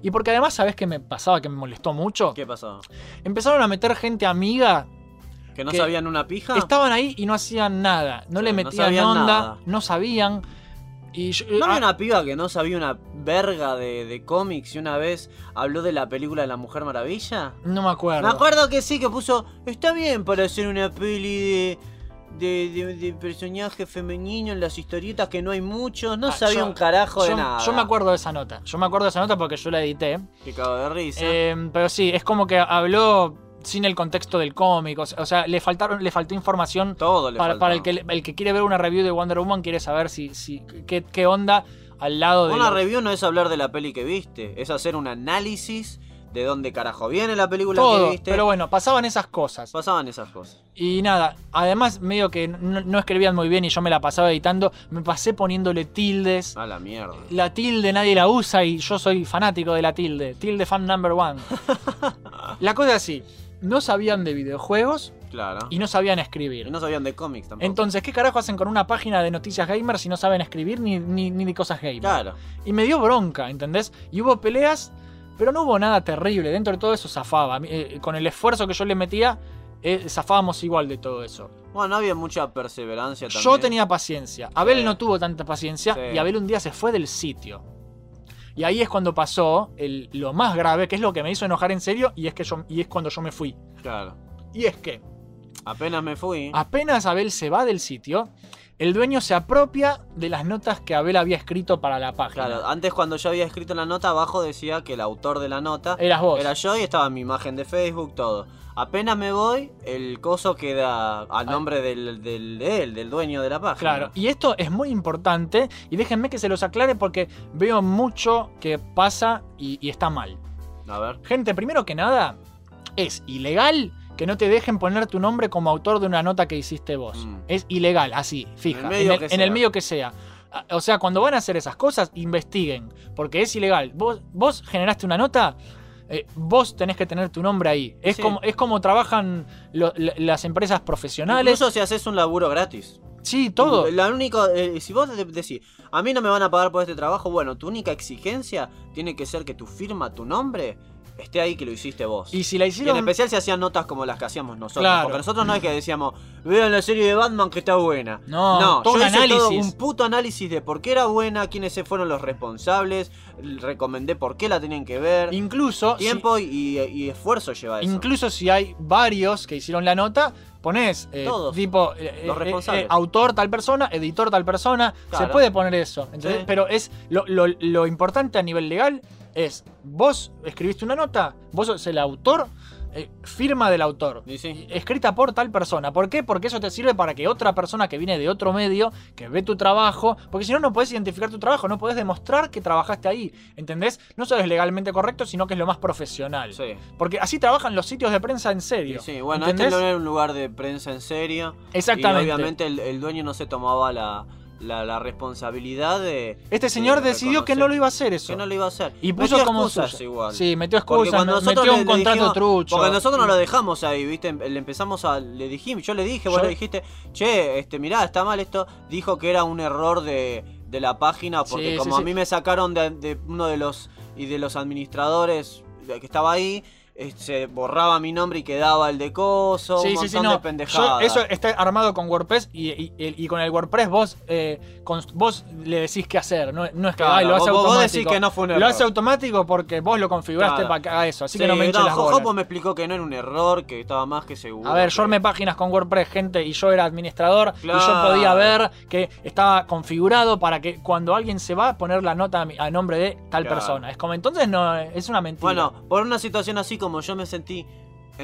Y porque además, ¿sabés qué me pasaba que me molestó mucho? ¿Qué pasó? Empezaron a meter gente amiga, ¿Que no Que- sabían una pija? estaban ahí y no hacían nada, no Ah. Sí, le no metían sabían onda, nada. no sabían. Y yo- ¿No ah, había una piba que no sabía una verga de, de cómics y una vez habló de la película de la Mujer Maravilla? no me acuerdo. Me acuerdo que sí, que puso, está bien para hacer una peli de, de, de- de personaje femenino en las historietas que no hay muchos, no Ah, sabía yo- un carajo de yo- nada. Yo me acuerdo de esa nota, yo me acuerdo de esa nota porque yo la edité. Que cago de risa. Eh, pero sí, es como que habló sin el contexto del cómic. O sea, o sea, le faltaron, le faltó información Todo le para, faltó. para el, que, el que quiere ver una review de Wonder Woman quiere saber si, si qué, qué onda al lado de. Una lo- review no es hablar de la peli que viste, es hacer un análisis de dónde carajo viene la película todo. que viste. Pero bueno, pasaban esas cosas. Pasaban esas cosas. Y nada, además, medio que no, no escribían muy bien y yo me la pasaba editando, me pasé poniéndole tildes. A la mierda. La tilde nadie la usa y yo soy fanático de la tilde. Tilde fan number one. la cosa es así: no sabían de videojuegos Claro. y no sabían Y escribir. no sabían de cómics tampoco. Entonces, ¿qué carajo hacen con una página de noticias gamer si no saben escribir ni, ni, ni de cosas gamer? Claro. Y me dio bronca, ¿entendés? Y hubo peleas, pero no hubo nada terrible. Dentro de todo eso zafaba. Eh, con el esfuerzo que yo le metía, eh, zafábamos igual de todo eso. Bueno, no había mucha perseverancia también. Yo tenía paciencia. Abel no tuvo tanta paciencia Sí. y Abel un día se fue del sitio. Y ahí es cuando pasó el- lo más grave, que es lo que me hizo enojar en serio, y es, que yo, y es cuando yo me fui. Claro. Y es que Apenas me fui. Apenas Abel se va del sitio, el dueño se apropia de las notas que Abel había escrito para la página. Claro, antes cuando yo había escrito la nota, abajo decía que el autor de la nota Eras vos. era yo y estaba mi imagen de Facebook, todo. Apenas me voy, el coso queda al nombre del, del- de él, del dueño de la página. Ah. Claro, y esto es muy importante y déjenme que se los aclare porque veo mucho que pasa y, y está mal. A ver. Gente, primero que nada, es ilegal que no te dejen poner tu nombre como autor de una nota que hiciste vos. Mm. Es ilegal, así, fija, en el, medio que en el sea. medio que sea. Ah, O sea, cuando van a hacer esas cosas, investiguen, porque es ilegal. Vos, vos generaste una nota, eh, vos tenés que tener tu nombre ahí. Es, Sí. como, es como trabajan lo- la- las empresas profesionales. Incluso si haces un laburo gratis. sí, todo. La única, eh, si vos de- decís, a mí no me van a pagar por este trabajo, bueno, tu única exigencia tiene que ser que tu firma, tu nombre, esté ahí que lo hiciste vos. Y si la Y en hicieron. especial se hacían notas como las que hacíamos nosotros. Claro. Porque nosotros no es que decíamos, vean la serie de Batman que está buena. No, todo yo un hice todo análisis. un puto análisis de por qué era buena, quiénes se fueron los responsables, recomendé por qué la tenían que ver. Incluso. si- Tiempo y, y esfuerzo lleva eso. Incluso si hay varios que hicieron la nota, pones eh, Todos. tipo eh, Los eh, responsables. eh, autor tal persona, editor tal persona, se Claro. puede poner eso. ¿entendés? Sí. Pero es lo, lo- lo importante a nivel legal es vos escribiste una nota, vos sos el autor, eh, firma del autor. Y sí. Escrita por tal persona. ¿Por qué? Porque eso te sirve para que otra persona que viene de otro medio, que ve tu trabajo, porque si no, no puedes identificar tu trabajo, no puedes demostrar que trabajaste ahí. ¿Entendés? No solo es legalmente correcto, sino que es lo más profesional. Sí. Porque así trabajan los sitios de prensa en Y serio. sí, bueno, ¿entendés? este no era un lugar de prensa en serio. Exactamente. Y obviamente el, el dueño no se tomaba la, la- la responsabilidad de. Este de señor decidió que reconocer no lo iba a hacer eso. que no lo iba a hacer. Y Metió puso como excusas suya. igual. Sí, metió Porque excusas, cuando me- nosotros metió le- un le contrato dijimos- trucho. Porque nosotros no lo dejamos ahí, ¿viste? Em, Le empezamos a. Le dijimos, yo le dije, vos Yo- le dijiste, che, este, mirá, está mal esto. Dijo que era un error de, de la página, porque Sí, como sí, a sí. mí me sacaron de, de uno de los. y de los administradores que estaba ahí. eh, Se borraba mi nombre y quedaba el de coso, un Sí, sí, montón sí, de no. Yo- pendejadas. eso está armado con WordPress y, y- y- y con el WordPress vos, eh, cons- vos le decís qué hacer. No, no es que Claro, "Ay, lo hace vos- vos automático. decís que no fue un Lo error. hace automático porque vos lo configuraste Claro. para que haga eso. Así que Sí, no me hinches las Jo- bolas. Jopo me explicó que no era un error, que estaba más que seguro. A ver, yo que- armé páginas con WordPress, gente, y yo era administrador, y yo Claro. podía ver que estaba configurado para que cuando alguien se va, poner la nota a, mi- a nombre de tal Claro. persona. Es como, entonces no, es una mentira. Bueno, por una situación así como yo me sentí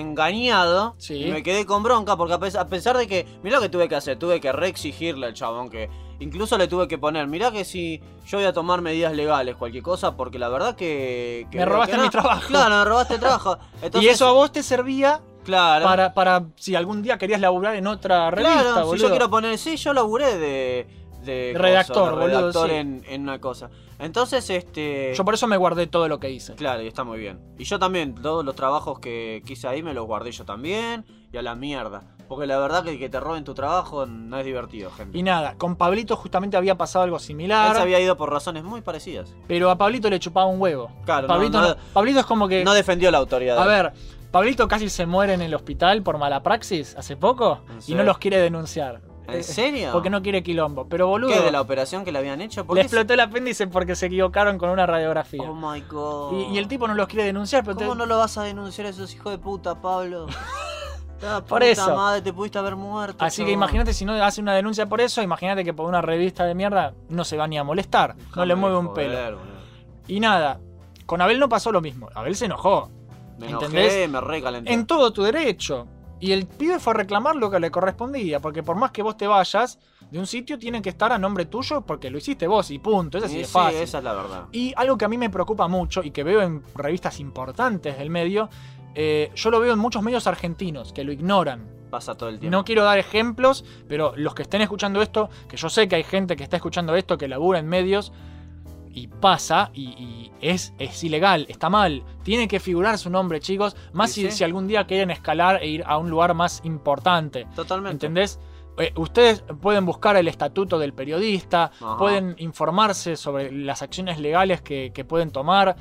engañado Sí. y me quedé con bronca porque a pes- a pesar de que mirá lo que tuve que hacer, tuve que reexigirle al chabón que incluso le tuve que poner, mirá que si yo voy a tomar medidas legales cualquier cosa porque la verdad que, que Me veo robaste que no. mi trabajo. Claro, me robaste el trabajo. Entonces, y eso a vos te servía claro. para, para si algún día querías laburar en otra revista, Claro, si boludo. yo quiero poner, sí, yo laburé de, de Redactor, coso, de boludo, redactor sí. en, en una cosa. Entonces, este Yo por eso me guardé todo lo que hice. Claro, y está muy bien. Y yo también, todos los trabajos que quise ahí me los guardé yo también. Y a la mierda. Porque la verdad que que te roben tu trabajo no es divertido, gente. Y Él nada, con Pablito justamente había pasado algo similar, se había ido por razones muy parecidas. pero a Pablito le chupaba un huevo. Claro, no, Pablito, no- no- Pablito es como que... No defendió la autoridad. A ver, Pablito casi se muere en el hospital por mala praxis hace poco ¿En y serio? no los quiere denunciar. ¿En Eh, serio? Porque no quiere quilombo. Pero boludo, ¿Qué? ¿De la operación que le habían hecho? ¿Por le qué se- explotó el apéndice porque se equivocaron con una radiografía. Oh my god. y, y el tipo no los quiere denunciar, pero ¿Cómo te- no lo vas a denunciar a esos hijos de puta, Pablo? La Por puta eso. madre, te pudiste haber muerto. Así que chabón. imagínate si no hace una denuncia por eso, imagínate que por una revista de mierda no se va ni a molestar, no le Déjame mueve un joder, pelo. boludo. Y nada, con Abel no pasó lo mismo, Abel se enojó, Me enojé, ¿Entendés? me recalenté. en todo tu derecho. Y el pibe fue a reclamar lo que le correspondía, porque por más que vos te vayas de un sitio, tiene que estar a nombre tuyo porque lo hiciste vos y punto. Es así Y de sí, fácil. esa es la verdad. Y algo que a mí me preocupa mucho y que veo en revistas importantes del medio, eh, yo lo veo en muchos medios argentinos que lo ignoran. Pasa todo el tiempo. No quiero dar ejemplos, pero los que estén escuchando esto, que yo sé que hay gente que está escuchando esto, que labura en medios, y pasa, y, y es, es ilegal, está mal. Tiene que figurar su nombre, chicos, más Sí, si, sí. si algún día quieren escalar e ir a un lugar más importante. Totalmente. ¿Entendés? Eh, ustedes pueden buscar el estatuto del periodista, Ajá. pueden informarse sobre las acciones legales que, que pueden tomar.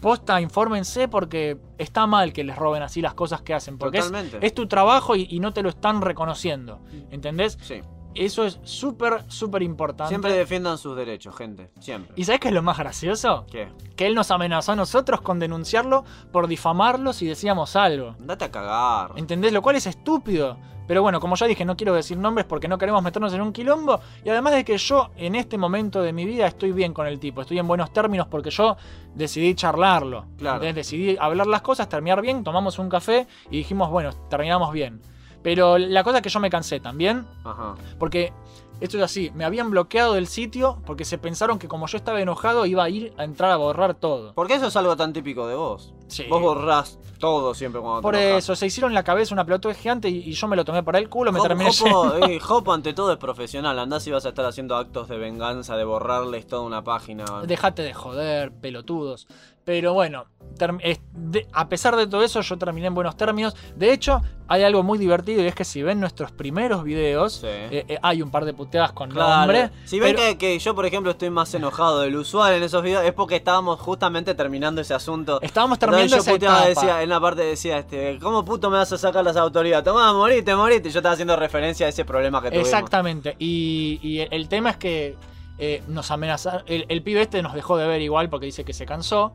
Posta, infórmense porque está mal que les roben así las cosas que hacen. Porque es, Totalmente. Mm. es tu trabajo y, y no te lo están reconociendo. ¿Entendés? Sí. Eso es súper, súper importante. Siempre defiendan sus derechos, gente. Siempre. ¿Y sabes qué es lo más gracioso? ¿Qué? Que él nos amenazó a nosotros con denunciarlo por difamarlo si decíamos algo. Andate a cagar. ¿Entendés? Lo cual es estúpido. Pero bueno, como ya dije, no quiero decir nombres porque no queremos meternos en un quilombo. Y además de que yo en este momento de mi vida estoy bien con el tipo, estoy en buenos términos porque yo decidí charlarlo. Claro. ¿entendés? Decidí hablar las cosas, terminar bien, tomamos un café y dijimos, bueno, terminamos bien. Pero la cosa es que yo me cansé también, Ajá. porque esto es así, me habían bloqueado del sitio porque se pensaron que como yo estaba enojado iba a ir a entrar a borrar todo. Porque eso es algo tan típico de vos. Sí. Vos borrás todo siempre cuando Por te enojas. eso, se hicieron la cabeza una pelota gigante y, y yo me lo tomé por el culo, me Hop- terminé Hopo, eh, Hopo, ante todo es profesional, andás y vas a estar haciendo actos de venganza, de borrarles toda una página. Dejate de joder, pelotudos. Pero bueno, term- es- de- a pesar de todo eso, yo terminé en buenos términos. De hecho, hay algo muy divertido y es que si ven nuestros primeros videos, Sí. eh, eh, hay un par de puteadas con Claro. nombre. si ven pero- que, que yo, por ejemplo, estoy más enojado del usual en esos videos, es porque estábamos justamente terminando ese asunto. Estábamos terminando Entonces esa yo puteaba, etapa. decía- en una parte decía, este, ¿cómo puto me vas a sacar las autoridades? Tomá, morite, morite. Yo estaba haciendo referencia a ese problema que tuvimos. Exactamente. Y, y el- el tema es que eh, nos amenazaron. El, el pibe este nos dejó de ver igual porque dice que se cansó.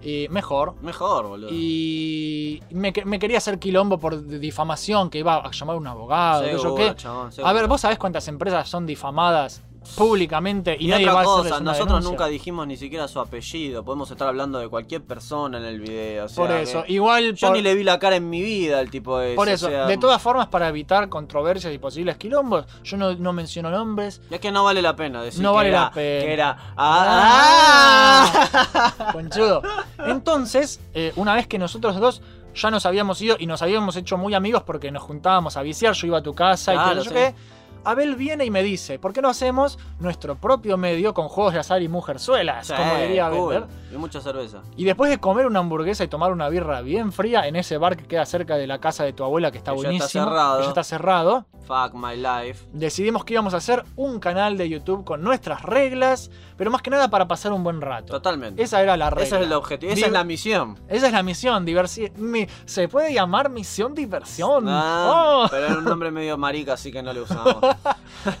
Y mejor. Mejor, boludo. Y me, que- me quería hacer quilombo por difamación, que iba a llamar a un abogado, qué Seguro, ah, yo qué. chabón, seguro. A ver, vos sabés cuántas empresas son difamadas públicamente y, Y, nadie va otra a hacer cosa, nosotros nunca dijimos ni siquiera su apellido. Podemos estar hablando de cualquier persona en el video. o sea Por eso, que- igual eh. Yo por, ni le vi la cara en mi vida al tipo de. por eso, de todas formas, para evitar controversias y posibles quilombos, yo no, no menciono nombres. Es que no vale la pena decir No que vale era- la pena. Que era. ¡Ah! ¡Ah! Conchudo. Entonces, eh, una vez que nosotros dos ya nos habíamos ido y nos habíamos hecho muy amigos porque nos juntábamos a viciar, yo iba a tu casa y Claro, qué sé yo sí. qué, Abel viene y me dice, ¿por qué no hacemos nuestro propio medio con juegos de azar y mujerzuelas? Sí, como diría Abel. cool. ¿ver? Y mucha cerveza. Y después de comer una hamburguesa y tomar una birra bien fría en ese bar que queda cerca de la casa de tu abuela, que está Que ya está buenísimo, cerrado. que ya está cerrado, Fuck my life. decidimos que íbamos a hacer un canal de YouTube con nuestras reglas, pero más que nada para pasar un buen rato. Totalmente. Esa era la regla. Ese es el objetivo. Esa Div- es la misión. Esa es la misión, diversión. Se puede llamar misión diversión. Ah, Oh. Pero era un nombre medio marica, así que no lo usamos.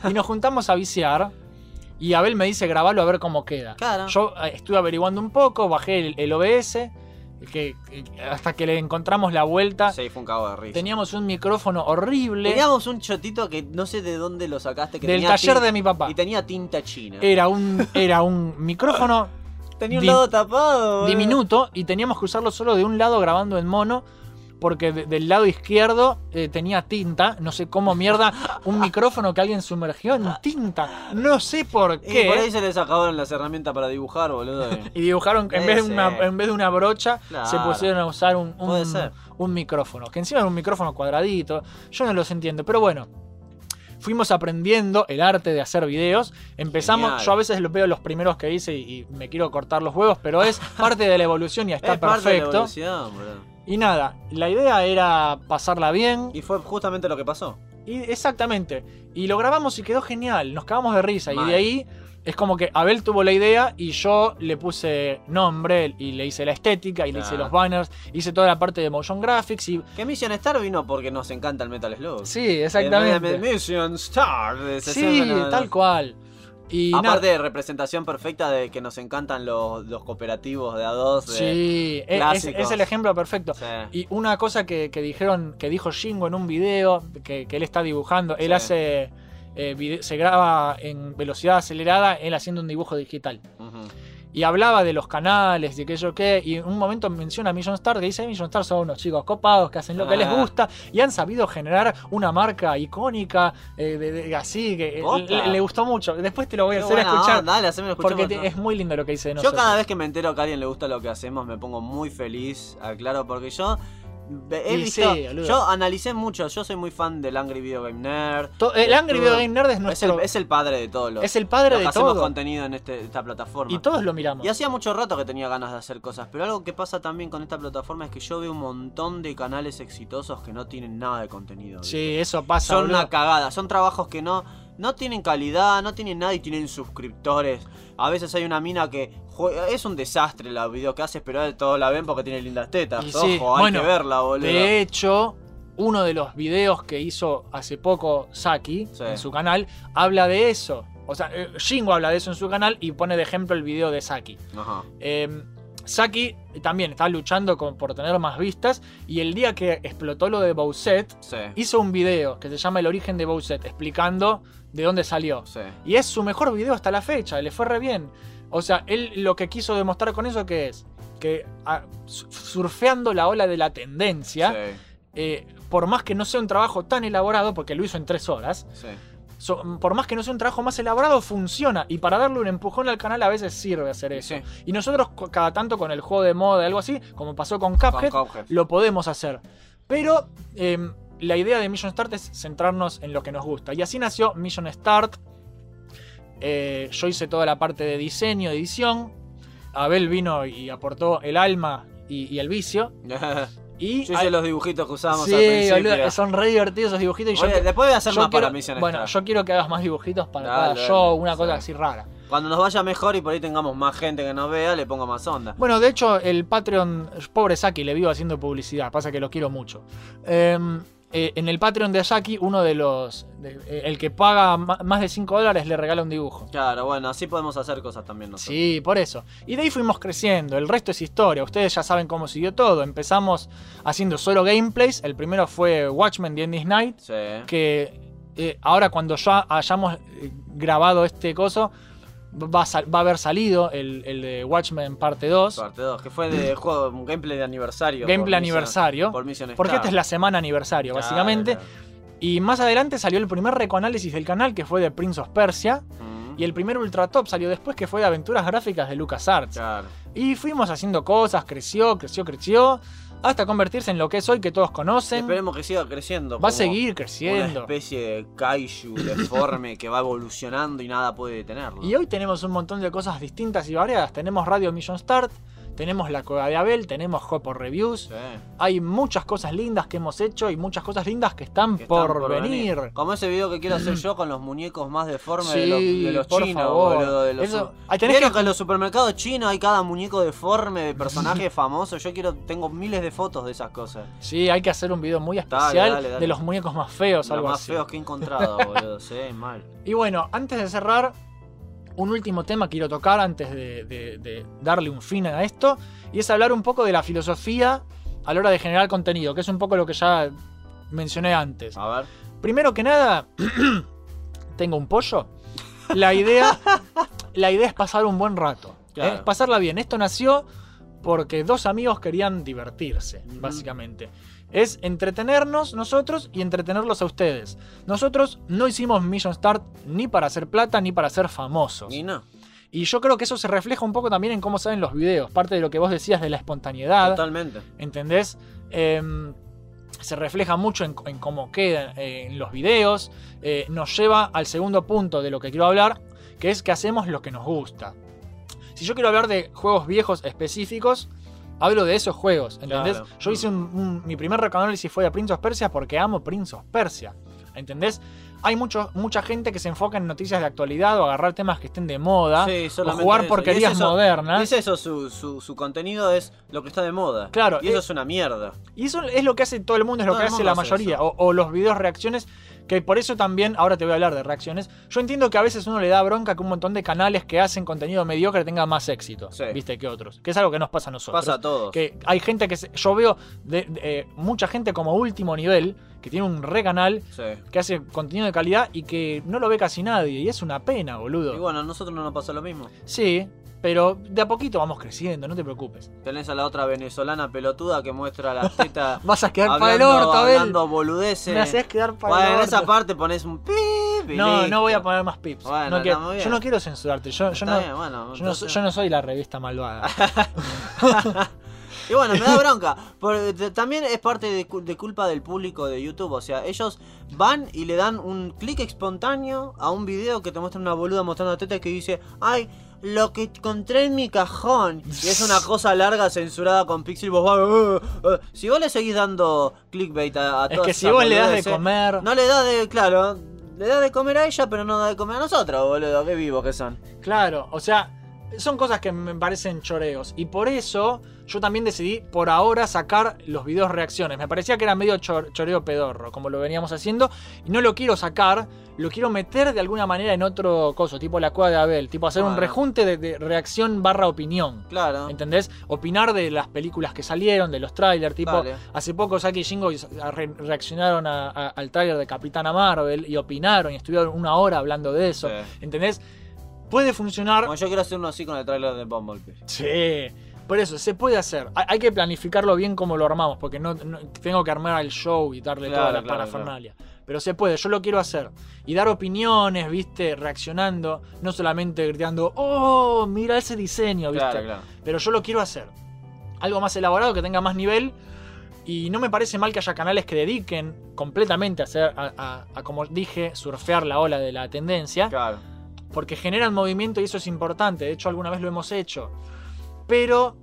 Y nos juntamos a viciar. Y Abel me dice, grabalo a ver cómo queda. Claro. Yo eh, estuve averiguando un poco, bajé el, el OBS, que, que- hasta que le encontramos la vuelta. sí, fue un cago de risa. Teníamos un micrófono horrible Teníamos un chotito que no sé de dónde lo sacaste. Que del tenía taller tin- de mi papá. Eh, Y tenía tinta china. Era un, era un micrófono tenía un dim- lado tapado. boludo. diminuto y teníamos que usarlo solo de un lado grabando en mono. Porque de- del lado izquierdo eh, tenía tinta, no sé cómo mierda, un micrófono que alguien sumergió en tinta, no sé por Y por ahí qué. se les acabaron las herramientas para dibujar, boludo. Y dibujaron, en vez, de Ese. una, en vez de una brocha, se Claro. pusieron a usar un, un- Puede ser. un micrófono, que encima era un micrófono cuadradito, yo no los entiendo, pero bueno. Fuimos aprendiendo el arte de hacer videos. Empezamos, Genial. yo a veces los veo los primeros que hice y, y me quiero cortar los huevos, pero es parte de la evolución y está es parte de la perfecto. evolución, boludo. Y nada, la idea era pasarla bien. Y fue justamente lo que pasó. Y exactamente. Y lo grabamos y quedó genial. Nos cagamos de risa. Y Mal. de ahí es como que Abel tuvo la idea y yo le puse nombre y le hice la estética y le hice Claro. los banners. Hice toda la parte de motion graphics y... Que Mission Star vino porque nos encanta el Metal Slug. Sí, En vez exactamente. de Mission Star. de ese Sí, ser, no, no. tal cual. Y nada. Aparte de representación perfecta de que nos encantan los, los cooperativos de A2. de- Sí, es- es, clásicos. es el ejemplo perfecto. Sí. Y una cosa que, que dijeron, que dijo Shingo en un video, que, que él está dibujando, él Sí. hace, eh, vide- se graba en velocidad acelerada, él haciendo un dibujo digital. Ujú. Y hablaba de los canales, de qué yo qué, y en un momento menciona a Million Star, que dice, Million Star son unos chicos copados que hacen lo que les Ah. gusta y han sabido generar una marca icónica, eh, de- de- así, que eh, Posta. le, le gustó mucho. Después te lo voy a Qué hacer buena escuchar, onda, Dale, haceme escuchar. porque te- es muy lindo lo que dice de Yo nosotros. cada vez que me entero que a alguien le gusta lo que hacemos me pongo muy feliz, aclaro, porque yo he Y visto, sí, boludo. yo analicé mucho, yo soy muy fan del Angry Video Game Nerd. To- eh, el Angry Video Game Nerd es Es el, nuestro... es el padre de todos los, es el padre los que de hacemos todo. contenido en este- esta plataforma. Y todos lo miramos. Y hacía mucho rato que tenía ganas de hacer cosas, pero algo que pasa también con esta plataforma es que yo veo un montón de canales exitosos que no tienen nada de contenido. ¿viste? Sí, eso pasa. son boludo. una cagada, son trabajos que no, no tienen calidad, no tienen nada y tienen suscriptores. A veces hay una mina que jue- es un desastre la video que haces, pero todos la ven porque tiene lindas tetas. Y Ojo, sí, hay bueno, que verla, boludo. De hecho, uno de los videos que hizo hace poco Saki Sí. en su canal habla de eso. O sea, eh, Shingo habla de eso en su canal y pone de ejemplo el video de Saki. Ajá. Eh, Saki también está luchando con- por tener más vistas y el día que explotó lo de Bowset, Sí. hizo un video que se llama El origen de Bowset, explicando de dónde salió. sí. Y es su mejor video hasta la fecha, le fue re bien. O sea, él lo que quiso demostrar con eso que es que ah, su- surfeando la ola de la tendencia, Sí. eh, por más que no sea un trabajo tan elaborado, porque lo hizo en tres horas, sí. so- por más que no sea un trabajo más elaborado, funciona. Y para darle un empujón al canal a veces sirve hacer eso. Sí. Y nosotros co- cada tanto con el juego de moda, algo así, como pasó con Cuphead, Cuphead. lo podemos hacer. Pero eh, la idea de Mission Start es centrarnos en lo que nos gusta. Y así nació Mission Start. Eh, yo hice toda la parte de diseño, edición. Abel vino y aportó el alma y, y el vicio. Y Yo hice los dibujitos que usábamos Sí, al principio. boludo, son re divertidos esos dibujitos. Y yo Oye, que- después voy a hacer yo más quiero- para Mission Bueno, Start. yo quiero que hagas más dibujitos para Dale, cada dale, show, una cosa sí. así rara. Cuando nos vaya mejor y por ahí tengamos más gente que nos vea, le pongo más onda. Bueno, de hecho, el Patreon, pobre Saki, le vivo haciendo publicidad, pasa que lo quiero mucho. Eh, eh, en el Patreon de Saki, uno de los. de- eh, el que paga ma- más de 5 dólares le regala un dibujo. Claro, bueno, así podemos hacer cosas también nosotros. Sí, por eso. Y de ahí fuimos creciendo, el resto es historia, ustedes ya saben cómo siguió todo. Empezamos haciendo solo gameplays, el primero fue Watchmen The Endless Night, Sí. que eh, ahora cuando ya hayamos eh, grabado este coso, va a, sal- va a haber salido el, el de Watchmen parte 2, Parte 2, que fue de juego, un gameplay de aniversario. por Mm. gameplay Mission- aniversario, Por Mission porque Star. esta es la semana aniversario, Claro, básicamente. claro. Y más adelante salió el primer recoanálisis del canal, que fue de Prince of Persia, Mm, y el primer Ultra Top salió después, que fue de aventuras gráficas de LucasArts. Claro. Y fuimos haciendo cosas, creció, creció, creció, hasta convertirse en lo que es hoy, que todos conocen. Va Esperemos que siga creciendo. a como seguir Una creciendo. especie de kaiju deforme que va evolucionando y nada puede detenerlo. Y hoy tenemos un montón de cosas distintas y variadas. Tenemos Radio Mission Start, tenemos La Cueva de Abel, tenemos Hopo Reviews. Sí, Hay muchas cosas lindas que hemos hecho y muchas cosas lindas que están, que están por, venir. Mm. Como ese video que quiero hacer yo con los muñecos más deformes de Sí, los, de los por chinos, favor. boludo, de los- Eso- ahí tenés Vieron que- que en los supermercados chinos hay cada muñeco deforme de personajes famosos. Yo quiero, tengo miles de fotos de esas cosas. Sí, hay que hacer un video muy especial dale, dale. de los muñecos más feos, Los algo más así. feos que he encontrado, boludo. Sí, mal. Y bueno, antes de cerrar, un último tema quiero tocar antes de, de- de darle un fin a esto, y es hablar un poco de la filosofía a la hora de generar contenido, que es un poco lo que ya mencioné antes. A ver. Primero que nada, tengo un pollo. La idea, la idea es pasar un buen rato. ¿eh? Claro. Pasarla bien. Esto nació porque dos amigos querían divertirse, básicamente. Es entretenernos nosotros y entretenerlos a ustedes. Nosotros no hicimos Mission Start ni para hacer plata ni para ser famosos. Y no. Y yo creo que eso se refleja un poco también en cómo salen los videos. Parte de lo que vos decías de la espontaneidad. Totalmente. ¿entendés? Em, se refleja mucho en, en cómo quedan eh, en los videos, Eh, nos lleva al segundo punto de lo que quiero hablar, que es que hacemos lo que nos gusta. Si yo quiero hablar de juegos viejos específicos, hablo de esos juegos, ¿entendés? Claro. Yo hice un- un- mi primer recoanálisis fue de Prince of Persia porque amo Prince of Persia, ¿entendés? Hay mucho, mucha gente que se enfoca en noticias de actualidad o agarrar temas que estén de moda Sí, ah, o solamente jugar eso. porquerías Y es eso- modernas. y Es eso, su, su, su contenido es lo que está de moda. Claro, Y eso eh, es una mierda. Y eso es lo que hace todo el mundo, es lo Todo que el hace mundo la hace mayoría. eso. O, o los videos reacciones, que por eso también, ahora te voy a hablar de reacciones. Yo entiendo que a veces uno le da bronca que un montón de canales que hacen contenido mediocre tengan más éxito, Sí. viste, que otros. Que es algo que nos pasa a nosotros. Pasa a todos. Que hay gente que. se- yo veo de- de- eh, mucha gente como último nivel, que tiene un re canal, Sí. que hace contenido de calidad y que no lo ve casi nadie. Y es una pena, boludo. Y bueno, a nosotros no nos pasó lo mismo. Sí, pero de a poquito vamos creciendo, no te preocupes. Tenés a la otra venezolana pelotuda que muestra la teta Vas a quedar para el hablando, orto, Abel. hablando boludeces. Me haces quedar para el bueno, en orto. esa parte pones un pi. y No, listo. no voy a poner más pips. Bueno, No quiero- está muy bien. yo no quiero censurarte. Yo, yo Está no, bien, bueno, yo, no, so- entonces- yo no soy la revista malvada. Y bueno, me da bronca. Por- de- también es parte de, cul- de culpa del público de YouTube. O sea, ellos van y le dan un clic espontáneo a un video que te muestra una boluda mostrando tetas que dice, ay, lo que encontré en mi cajón. Y es una cosa larga censurada con pixel. Vos vas, "Uh, uh". Si vos le seguís dando clickbait a, a Es todas que si esas vos le das de boludeces, comer- No le das de, claro, le das de comer a ella, pero no da de comer a nosotros, boludo. Qué vivos que son. Claro, o sea, son cosas que me parecen choreos. Y por eso yo también decidí por ahora sacar los videos reacciones. Me parecía que era medio chor- choreo pedorro, como lo veníamos haciendo. Y no lo quiero sacar, lo quiero meter de alguna manera en otro coso, tipo la cueva de Abel. Tipo hacer un Bueno. rejunte de, de reacción barra opinión. Claro. ¿Entendés? Opinar de las películas que salieron, de los trailers, tipo, Dale. hace poco Saki y Shingo is- a- re- reaccionaron a- a- al trailer de Capitana Marvel y opinaron y estuvieron una hora hablando de eso. Sí. ¿Entendés? Puede funcionar. Bueno, yo quiero hacer uno así con el trailer de Bumblebee. Sí. Por eso, se puede hacer. Hay, hay que planificarlo bien como lo armamos, porque no, no- tengo que armar el show y darle Claro, toda la claro, parafernalia. pero se puede, yo lo quiero hacer. Y dar opiniones, ¿viste? Reaccionando, no solamente gritando, oh, mira ese diseño, ¿viste? Claro, claro. Pero yo lo quiero hacer. Algo más elaborado, que tenga más nivel. Y no me parece mal que haya canales que dediquen completamente a hacer, a, a- a, como dije, surfear la ola de la tendencia Claro. porque generan movimiento y eso es importante. De hecho, alguna vez lo hemos hecho. Pero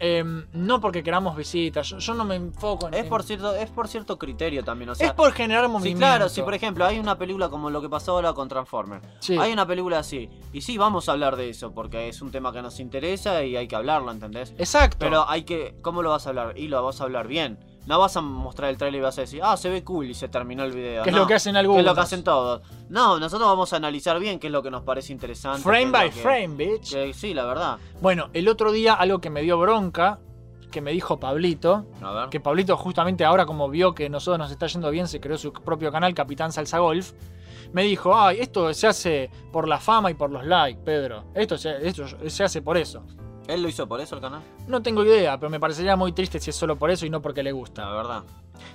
em, no porque queramos visitas. Yo, yo no me enfoco en. Es por en- cierto, es por cierto criterio también, o sea. es por generar Sí, movimiento. claro, si por ejemplo hay una película como lo que pasó ahora con Transformers. Sí. Hay una película así. Y sí, vamos a hablar de eso, porque es un tema que nos interesa y hay que hablarlo, ¿entendés? Exacto. Pero hay que. ¿Cómo lo vas a hablar? Y lo vas a hablar bien. No vas a mostrar el trailer y vas a decir, ah, se ve cool y se terminó el video. Que es No, lo que hacen que es lo algunos. que hacen todos. No, nosotros vamos a analizar bien qué es lo que nos parece interesante. qué frame es by lo que- frame, bitch. que- sí, la verdad. Bueno, el otro día algo que me dio bronca, que me dijo Pablito, A ver. que Pablito justamente ahora como vio que nosotros nos está yendo bien, se creó su propio canal, Capitán Salsa Golf, me dijo, ay, esto se hace por la fama y por los likes, Pedro. Esto se- esto se hace por eso. Él lo hizo por eso el canal. No tengo idea, pero me parecería muy triste si es solo por eso y no porque le La gusta. verdad.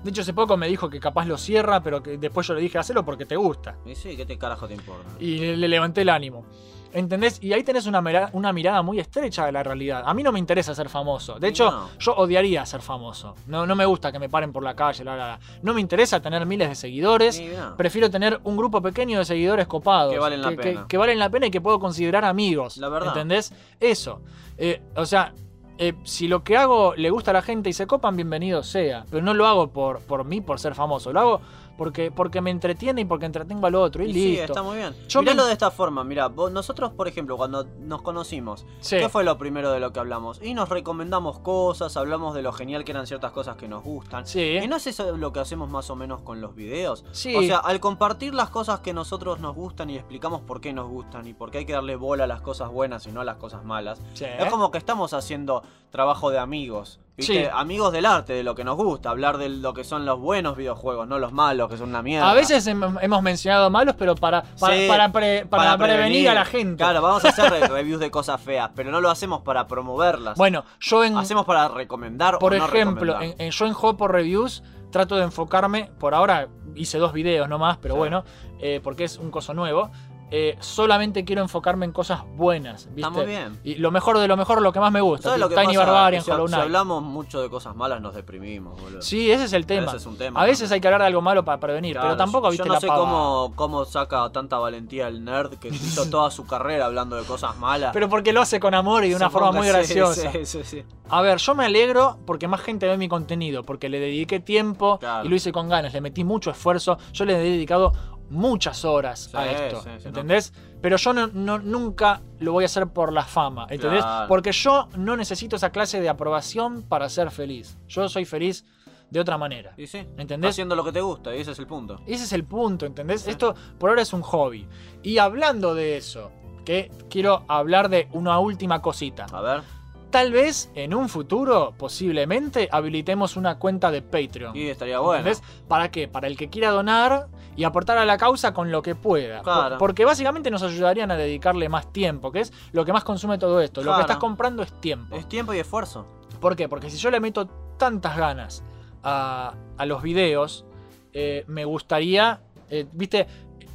De hecho, hace poco me dijo que capaz lo cierra, pero que después yo le dije, hacelo porque te gusta. Y sí, ¿qué te carajo te importa? Y le le levanté el ánimo. ¿Entendés? Y ahí tenés una, mira- una mirada muy estrecha de la realidad. A mí no me interesa ser famoso. De Y hecho, no. yo odiaría ser famoso. No, no me gusta que me paren por la calle, la, la, la. No me interesa tener miles de seguidores. Ni idea. Prefiero tener un grupo pequeño de seguidores copados. Que valen la pena. Que, valen la pena y que puedo considerar amigos. La verdad. ¿Entendés? Eso. Eh, o sea, eh, si lo que hago le gusta a la gente y se copan, bienvenido sea. Pero no lo hago por, por mí, por ser famoso. Lo hago porque, porque me entretiene y porque entretengo al otro. Y, Y sí, listo. está muy bien. Yo Míralo me- de esta forma, mira, nosotros, por ejemplo, cuando nos conocimos, Sí. ¿qué fue lo primero de lo que hablamos? Y nos recomendamos cosas, hablamos de lo genial que eran ciertas cosas que nos gustan. Sí. Y no es eso lo que hacemos más o menos con los videos. Sí. O sea, al compartir las cosas que nosotros nos gustan y explicamos por qué nos gustan y por qué hay que darle bola a las cosas buenas y no a las cosas malas, Sí. es como que estamos haciendo trabajo de amigos. ¿viste? Sí. Amigos del arte, de lo que nos gusta, hablar de lo que son los buenos videojuegos, no los malos, que son una mierda. A veces hem- hemos mencionado malos, pero para, para, Sí, para pre- para prevenir, a la gente. Claro, vamos a hacer re- reviews de cosas feas, pero no lo hacemos para promoverlas. Bueno, yo en, hacemos para recomendar Por o no ejemplo, recomendar. en, en- yo en Hopo Reviews trato de enfocarme, por ahora hice dos videos nomás, pero Sí. bueno, eh, porque es un coso nuevo. eh, solamente quiero enfocarme en cosas buenas, ¿viste? muy bien. Y lo mejor de lo mejor, lo que más me gusta. ¿Sabes lo que Tiny pasa? Barbarian, si, Hollow si Knight. hablamos mucho de cosas malas nos deprimimos, boludo. Sí, ese es el tema. Ese es un tema a veces también. hay que hablar de algo malo para prevenir, Claro, pero tampoco yo- viste Yo no la sé pavada. cómo, cómo saca tanta valentía el nerd que hizo toda su carrera hablando de cosas malas. Pero porque lo hace con amor y de una Supongo forma muy que sí, graciosa. sí, sí, sí. A ver, yo me alegro porque más gente ve mi contenido, porque le dediqué tiempo Claro. y lo hice con ganas, le metí mucho esfuerzo, yo le he dedicado muchas horas Sí, a esto, sí, sí, ¿entendés? Pero yo no, no- nunca lo voy a hacer por la fama, ¿entendés? Claro. Porque yo no necesito esa clase de aprobación para ser feliz. Yo soy feliz de otra manera. Y sí, ¿Entendés? Haciendo lo que te gusta, y ese es el punto. Ese es el punto, ¿entendés? Esto por ahora es un hobby. Y hablando de eso, que quiero hablar de una última cosita. A ver. Tal vez en un futuro, posiblemente, habilitemos una cuenta de Patreon. Y estaría bueno. ¿Entendés? ¿Para qué? Para el que quiera donar y aportar a la causa con lo que pueda. Por- Claro. Porque básicamente nos ayudarían a dedicarle más tiempo, que es lo que más consume todo esto. Lo Claro. que estás comprando es tiempo. Es tiempo y esfuerzo. ¿Por qué? Porque si yo le meto tantas ganas a, a los videos, eh, me gustaría, eh, viste,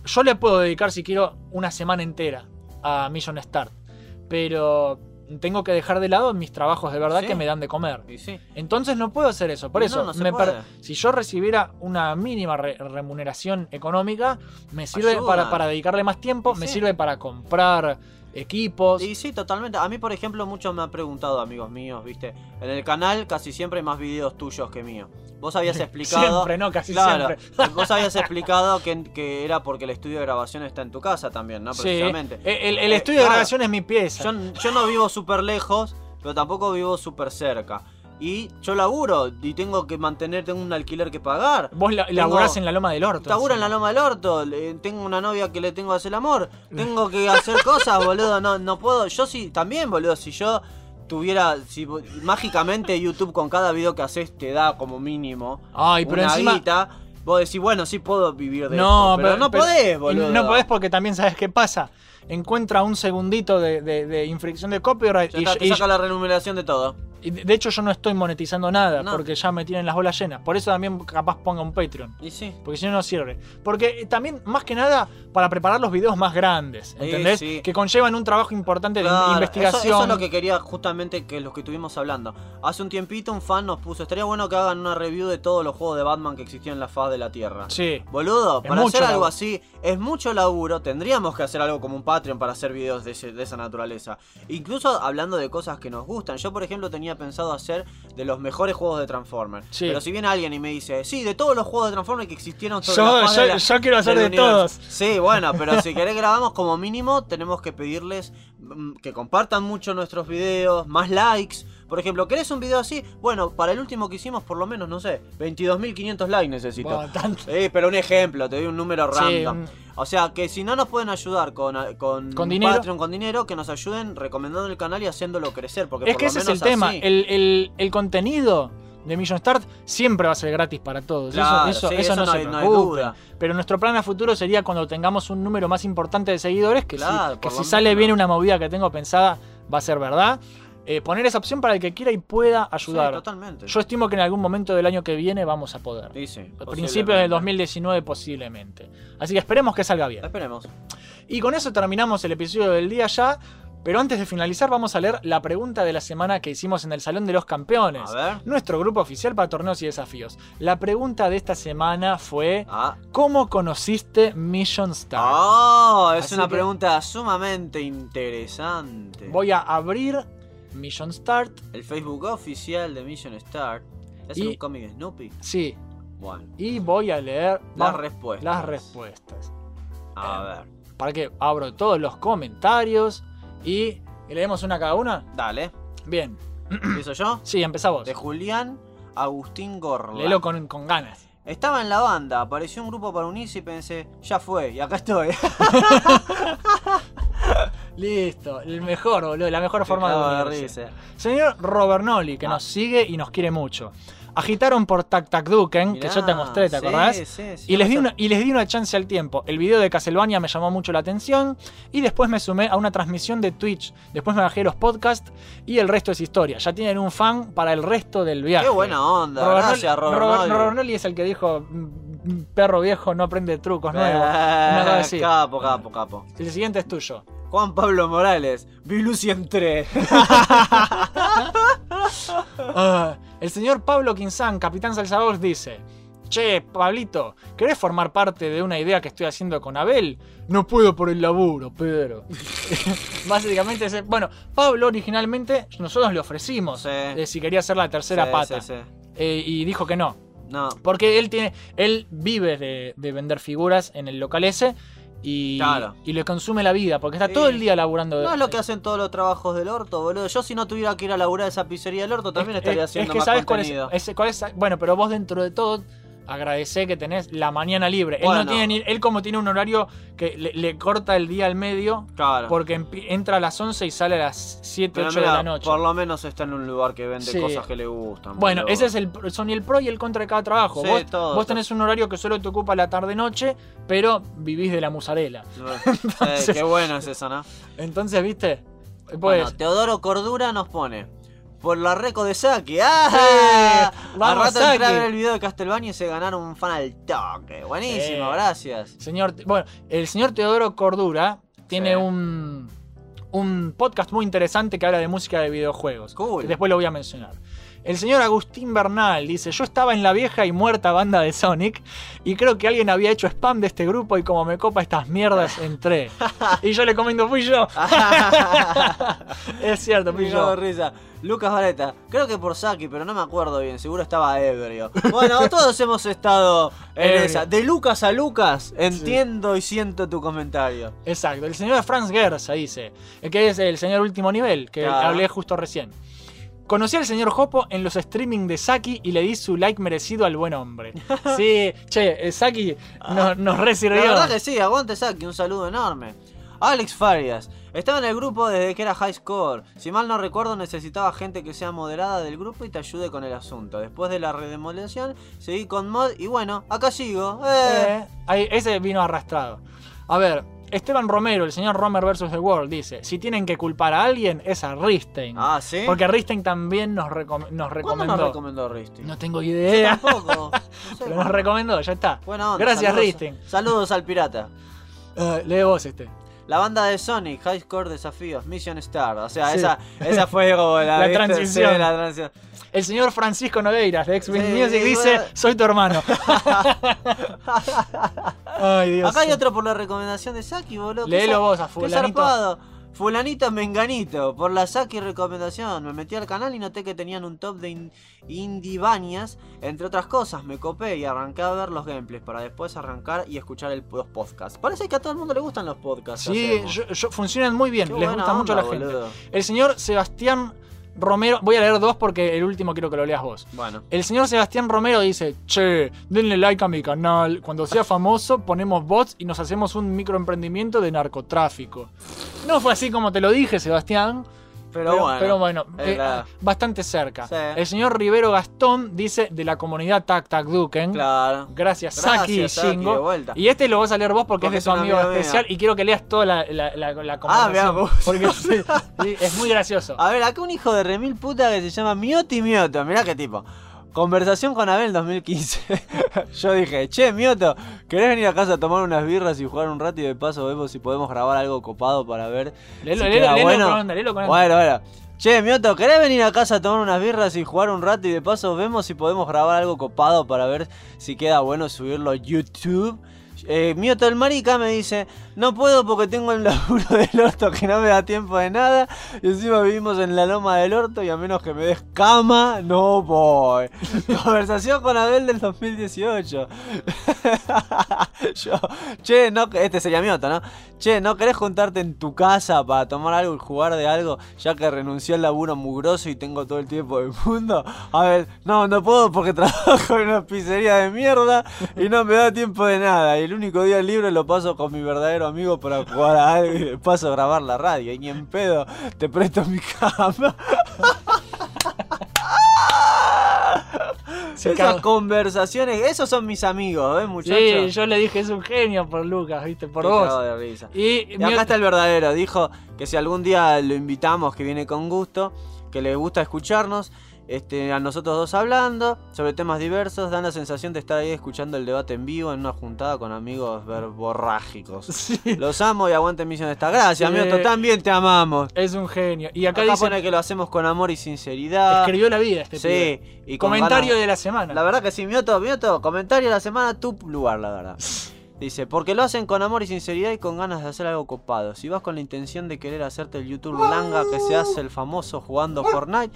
yo le puedo dedicar si quiero una semana entera a Mission Start, pero tengo que dejar de lado mis trabajos de verdad Sí. que me dan de comer. Y sí. Entonces no puedo hacer eso. Por No, eso, no se me puede. par- si yo recibiera una mínima re- remuneración económica, me sirve Ayuda. para, para dedicarle más tiempo, Y me sí. sirve para comprar equipos. Y sí, totalmente. A mí, por ejemplo, muchos me han preguntado, amigos míos, ¿viste? En el canal casi siempre hay más videos tuyos que míos. Vos habías explicado... Siempre, no, casi Claro, siempre. vos habías explicado que, que era porque el estudio de grabación está en tu casa también, ¿no? Sí. Ah, E, Precisamente. El, el Eh, estudio de claro. grabación es mi pieza. Yo, yo no vivo súper lejos, pero tampoco vivo súper cerca. Y yo laburo y tengo que mantener, tengo un alquiler que pagar. Vos la, Tengo- laburás en la Loma del Orto. Laburo en la encima. loma del orto, le- tengo una novia que le tengo que hacer el amor, tengo que hacer cosas, boludo, no, no puedo, yo sí, también, boludo, si yo tuviera, si vo- mágicamente YouTube con cada video que haces te da como mínimo Ay, pero una encima- guita, vos decís, bueno, sí puedo vivir de No, esto, pero, no podés, boludo. No podés porque también sabes qué pasa. Encuentra un segundito de, de- de infracción de copyright Ya y, está, te y- saca la remuneración de todo. Y de de hecho, yo no estoy monetizando nada No. porque ya me tienen las bolas llenas. Por eso también capaz ponga un Patreon. Y sí. Porque si no, no sirve. Porque eh, también, más que nada, para preparar los videos más grandes, Sí, ¿entendés? sí. Que conllevan un trabajo importante de Claro, investigación. Eso, eso es lo que quería justamente que los que estuvimos hablando. Hace un tiempito un fan nos puso, estaría bueno que hagan una review de todos los juegos de Batman que existían en la faz de la Tierra. Sí. Boludo, Es para mucho hacer algo laburo. así es mucho laburo, tendríamos que hacer algo como un Patreon para hacer videos de, ese- de esa naturaleza. Incluso hablando de cosas que nos gustan, yo por ejemplo tenía pensado hacer de los mejores juegos de Transformers. Sí. Pero si viene alguien y me dice, sí, de todos los juegos de Transformers que existieron sobre Yo- la faz yo- de la- yo quiero hacer del de todos. Sí, bueno, pero si querés grabamos como mínimo, tenemos que pedirles mm, que compartan mucho nuestros videos, más likes. Por ejemplo, ¿querés un video así? Bueno, para el último que hicimos, por lo menos, no sé, 22.500 likes necesito. Bueno, tanto. Sí, pero un ejemplo, te doy un número Sí, random. un- O sea, que si no nos pueden ayudar con, con, Con dinero. Patreon, con dinero, que nos ayuden recomendando el canal y haciéndolo crecer. Porque Es por que lo ese es el menos tema. así- El, el- el contenido de Million Start siempre va a ser gratis para todos. Eso- Claro, eso, sí, eso eso no, no se hay- no hay preocupen. duda. Pero nuestro plan a futuro sería cuando tengamos un número más importante de seguidores, que Claro, si, que por si lo sale menos. bien una movida que tengo pensada, va a ser verdad. Eh, poner esa opción para el que quiera y pueda Sí, ayudar. totalmente. Yo estimo que en algún momento del año que viene vamos a poder. Sí, sí, A principios posiblemente. del 2019 posiblemente. Así que esperemos que salga bien. Esperemos. Y con eso terminamos el episodio del día ya. Pero antes de finalizar vamos a leer la pregunta de la semana que hicimos en el Salón de los Campeones. A ver. Nuestro grupo oficial para torneos y desafíos. La pregunta de esta semana fue... Ah, ¿Cómo conociste Mission Star? Oh, es Así una que- pregunta sumamente interesante. Voy a abrir Mission Start. El Facebook oficial de Mission Star. ¿Es Y- un cómic de Snoopy? Sí. Bueno, Y voy a leer las va- respuestas. las respuestas. A ver, Para que abro todos los comentarios y, y leemos una cada una. dale. Bien. ¿Empiezo yo? Sí, empezá vos. De Julián Agustín Gorla. Léelo con, con ganas. Estaba en la banda, apareció un grupo para unirse y pensé, ya fue, y acá estoy. Listo. El mejor, boludo. La mejor forma Me cago de unirse. Señor Robert Nolli, que Ah. nos sigue y nos quiere mucho. Agitaron por Tac Tac Duken, que Mirá, yo te mostré, ¿te sí, acordás? sí, sí, Y les, di me una, y les di una chance al tiempo. El video de Castlevania me llamó mucho la atención. Y después me sumé a una transmisión de Twitch. Después me bajé los podcasts. Y el resto es historia. Ya tienen un fan para el resto del viaje. Qué buena onda, Robert gracias Nol- Robert, Nolli. Robert Nolli es el que dijo: "Mm, Perro viejo no aprende trucos nuevos. Una cosa Eh, así. capo, capo, capo. El siguiente es tuyo. Juan Pablo Morales, vi Lucy en tres. Ah, el señor Pablo Quinzán, capitán Salsador, dice: Che, Pablito, ¿querés formar parte de una idea que estoy haciendo con Abel? No puedo por el laburo, Pedro. Básicamente, ese- bueno, Pablo originalmente nosotros le ofrecimos Sí. de si quería hacer la tercera Sí, pata sí, sí. Eh, y dijo que no. No, Porque él tiene. Él vive de, de vender figuras en el local ese y, Claro. y le consume la vida. Porque está Sí. todo el día laburando de- No es lo que hacen todos los trabajos del orto, boludo. Yo si no tuviera que ir a laburar esa pizzería del orto también estaría es- haciendo es que más sabes cuál es, contenido. ese- cuál es- Bueno, pero vos dentro de todo agradecé que tenés la mañana libre. Él no Bueno. tiene ni- él como tiene un horario que le, le corta el día al medio Claro. porque empi- entra a las 11 y sale a las 7, Pero 8 de la mira, noche. por lo menos está en un lugar que vende Sí. cosas que le gustan. Bueno, boludo. ese es el pro- son el pro y el contra de cada trabajo. Sí, vos, todo, vos todo. tenés un horario que solo te ocupa la tarde noche, pero vivís de la musarela. Sí, Eh, qué bueno es eso, ¿no? Entonces, ¿viste? Pues Bueno, Teodoro Cordura nos pone. Por la reco de Saki. ¡Ah! Sí, Al vamos, rato entré a Saki. ver el video de Castlevania y se ganaron un fan al toque. Buenísimo, Sí. gracias. Señor, Te- bueno, el señor Teodoro Cordura tiene Sí. un, un podcast muy interesante que habla de música de videojuegos. Cool. que Después lo voy a mencionar. El señor Agustín Bernal dice, yo estaba en la vieja y muerta banda de Sonic y creo que alguien había hecho spam de este grupo y como me copa estas mierdas entré. y yo le comento, fui yo. es cierto, Me fui cago yo. de risa. Lucas Vareta, creo que por Saki, pero no me acuerdo bien, seguro estaba ebrio. Bueno, todos hemos estado en Ebrio. esa. De Lucas a Lucas, entiendo y siento tu comentario. Exacto. El señor Franz Gerza dice, el que es el señor último nivel, que Claro. hablé justo recién. Conocí al señor Jopo en los streaming de Saki y le di su like merecido al buen hombre. Sí, che, eh, Saki nos, nos re Ah. La sirvió. verdad que sí, aguante Saki, un saludo enorme. Alex Farias, estaba en el grupo desde que era high score. Si mal no recuerdo, necesitaba gente que sea moderada del grupo y te ayude con el asunto. Después de la redemolición, seguí con mod y bueno, acá sigo. ¡Eh! Eh, ahí- ese vino arrastrado. A ver, Esteban Romero, el señor Romer vs. The World, dice: Si tienen que culpar a alguien, es a Ristein. Ah, ¿sí? Porque Ristein también nos, recom- nos ¿Cuándo recomendó. nos recomendó Risti? no tengo Yo idea. tampoco. No sé. Pero nos recomendó, ya está. Buena onda, Gracias, saludos- Ristein. Saludos al pirata. Eh, lee vos este. La banda de Sonic, High Score Desafíos, Mission Star. O sea, Sí. esa, esa fue como la, La ¿viste? transición. Sí, la transición. El señor Francisco Nogueiras de x Sí, Music bueno. dice: Soy tu hermano. Ay, Dios. Acá hay otro por la recomendación de Saki, boludo. Qué Léelo zar- vos a qué fulanito. zarpado. Fulanito Menganito, por la Saki recomendación. Me metí al canal y noté que tenían un top de in- indie bañas. Entre otras cosas, me copé y arranqué a ver los gameplays para después arrancar y escuchar el- los podcasts. Parece que a todo el mundo le gustan los podcasts. Sí, hacemos. yo- yo- funcionan muy bien. Qué Les buena gusta mucho a la onda, gente. boludo. El señor Sebastián Romero. Voy a leer dos porque el último quiero que lo leas vos. Bueno. El señor Sebastián Romero dice, che, denle like a mi canal. Cuando sea famoso ponemos bots y nos hacemos un microemprendimiento de narcotráfico. No fue así como te lo dije, Sebastián. Pero, bueno. pero bueno, es eh, la- bastante cerca. Sí. El señor Rivero Gastón dice, de la comunidad Tac Tac Duken. Claro. Gracias, Gracias, Saki y Saki, de Shingo. vuelta. Y este lo vas a leer vos porque, Porque es es de tu un amigo amigo mío. especial y quiero que leas toda la, la, la- la conversación, vea vos. Ah, Porque sí, sí, es muy gracioso. A ver, acá un hijo de remil puta que se llama Mioti Mioto. Mirá qué tipo. Conversación con Abel 2015. Yo dije, che, Mioto, ¿querés venir a casa a tomar unas birras y jugar un rato y de paso vemos si podemos grabar algo copado para ver? Léelo, si léelo, queda léelo bueno? con onda, léelo con onda. Bueno, bueno. Che, Mioto, ¿querés venir a casa a tomar unas birras y jugar un rato y de paso vemos si podemos grabar algo copado para ver si queda bueno subirlo a YouTube? Eh, Mioto el marica me dice, no puedo porque tengo el laburo del orto que no me da tiempo de nada y encima vivimos en la loma del orto y a menos que me des cama, no voy. Conversación con Abel del 2018. Yo, che, no, este sería Mioto, ¿no? Che, ¿no querés juntarte en tu casa para tomar algo y jugar de algo? Ya que renuncié al laburo mugroso y tengo todo el tiempo del mundo. A ver, no, no puedo porque trabajo en una pizzería de mierda y no me da tiempo de nada. Y el único día libre lo paso con mi verdadero amigo para jugar a algo y de paso grabar la radio. Y ni en pedo, te presto mi cama. Se Esas cagó. conversaciones, esos son mis amigos, ¿eh, muchachos? Sí, yo le dije, es un genio por Lucas, viste, por Qué cagado vos. de risa. Y, Y mi- acá está el verdadero. Dijo que si algún día lo invitamos, que viene con gusto, que le gusta escucharnos, este, a nosotros dos hablando sobre temas diversos, dan la sensación de estar ahí escuchando el debate en vivo en una juntada con amigos verborrágicos. Sí, Los amo y aguanten Misión Esta. Gracias, Sí. Mioto, también te amamos. es un genio. Y acá, Acá, dice, pone que lo hacemos con amor y sinceridad. escribió la vida este pibe. Sí, y con Comentario ganas- de la semana. la verdad que sí, Mioto, Mioto, comentario de la semana, tu lugar, la verdad. Dice, porque lo hacen con amor y sinceridad y con ganas de hacer algo copado. Si vas con la intención de querer hacerte el YouTube langa que se hace el famoso jugando Fortnite,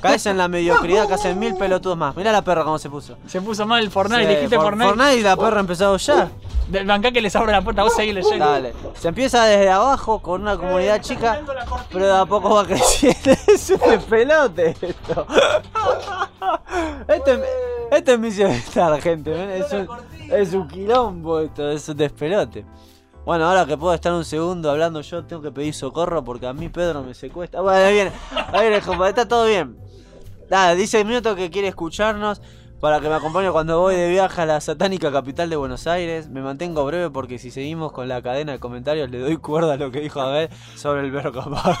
caes en la mediocridad que hacen mil pelotudos más. Mirá la perra cómo se puso. Se puso mal Fortnite, Sí, le dijiste por- Fortnite. y la perra ha empezado ya. De- Bancá que les abro la puerta, vos seguí leyendo. Dale. Se empieza desde abajo con una comunidad chica, pero de a poco va creciendo. es un despelote esto. esto, es, esto es misión de estar, gente. ¿ven? Es un, es un quilombo esto, es un despelote. Bueno, ahora que puedo estar un segundo hablando yo, tengo que pedir socorro porque a mí Pedro me secuestra. Bueno, ahí viene, ahí viene, compa, está todo bien. Nada, dice el minuto que quiere escucharnos para que me acompañe cuando voy de viaje a la satánica capital de Buenos Aires. Me mantengo breve porque si seguimos con la cadena de comentarios le doy cuerda a lo que dijo Abel sobre el vergopap.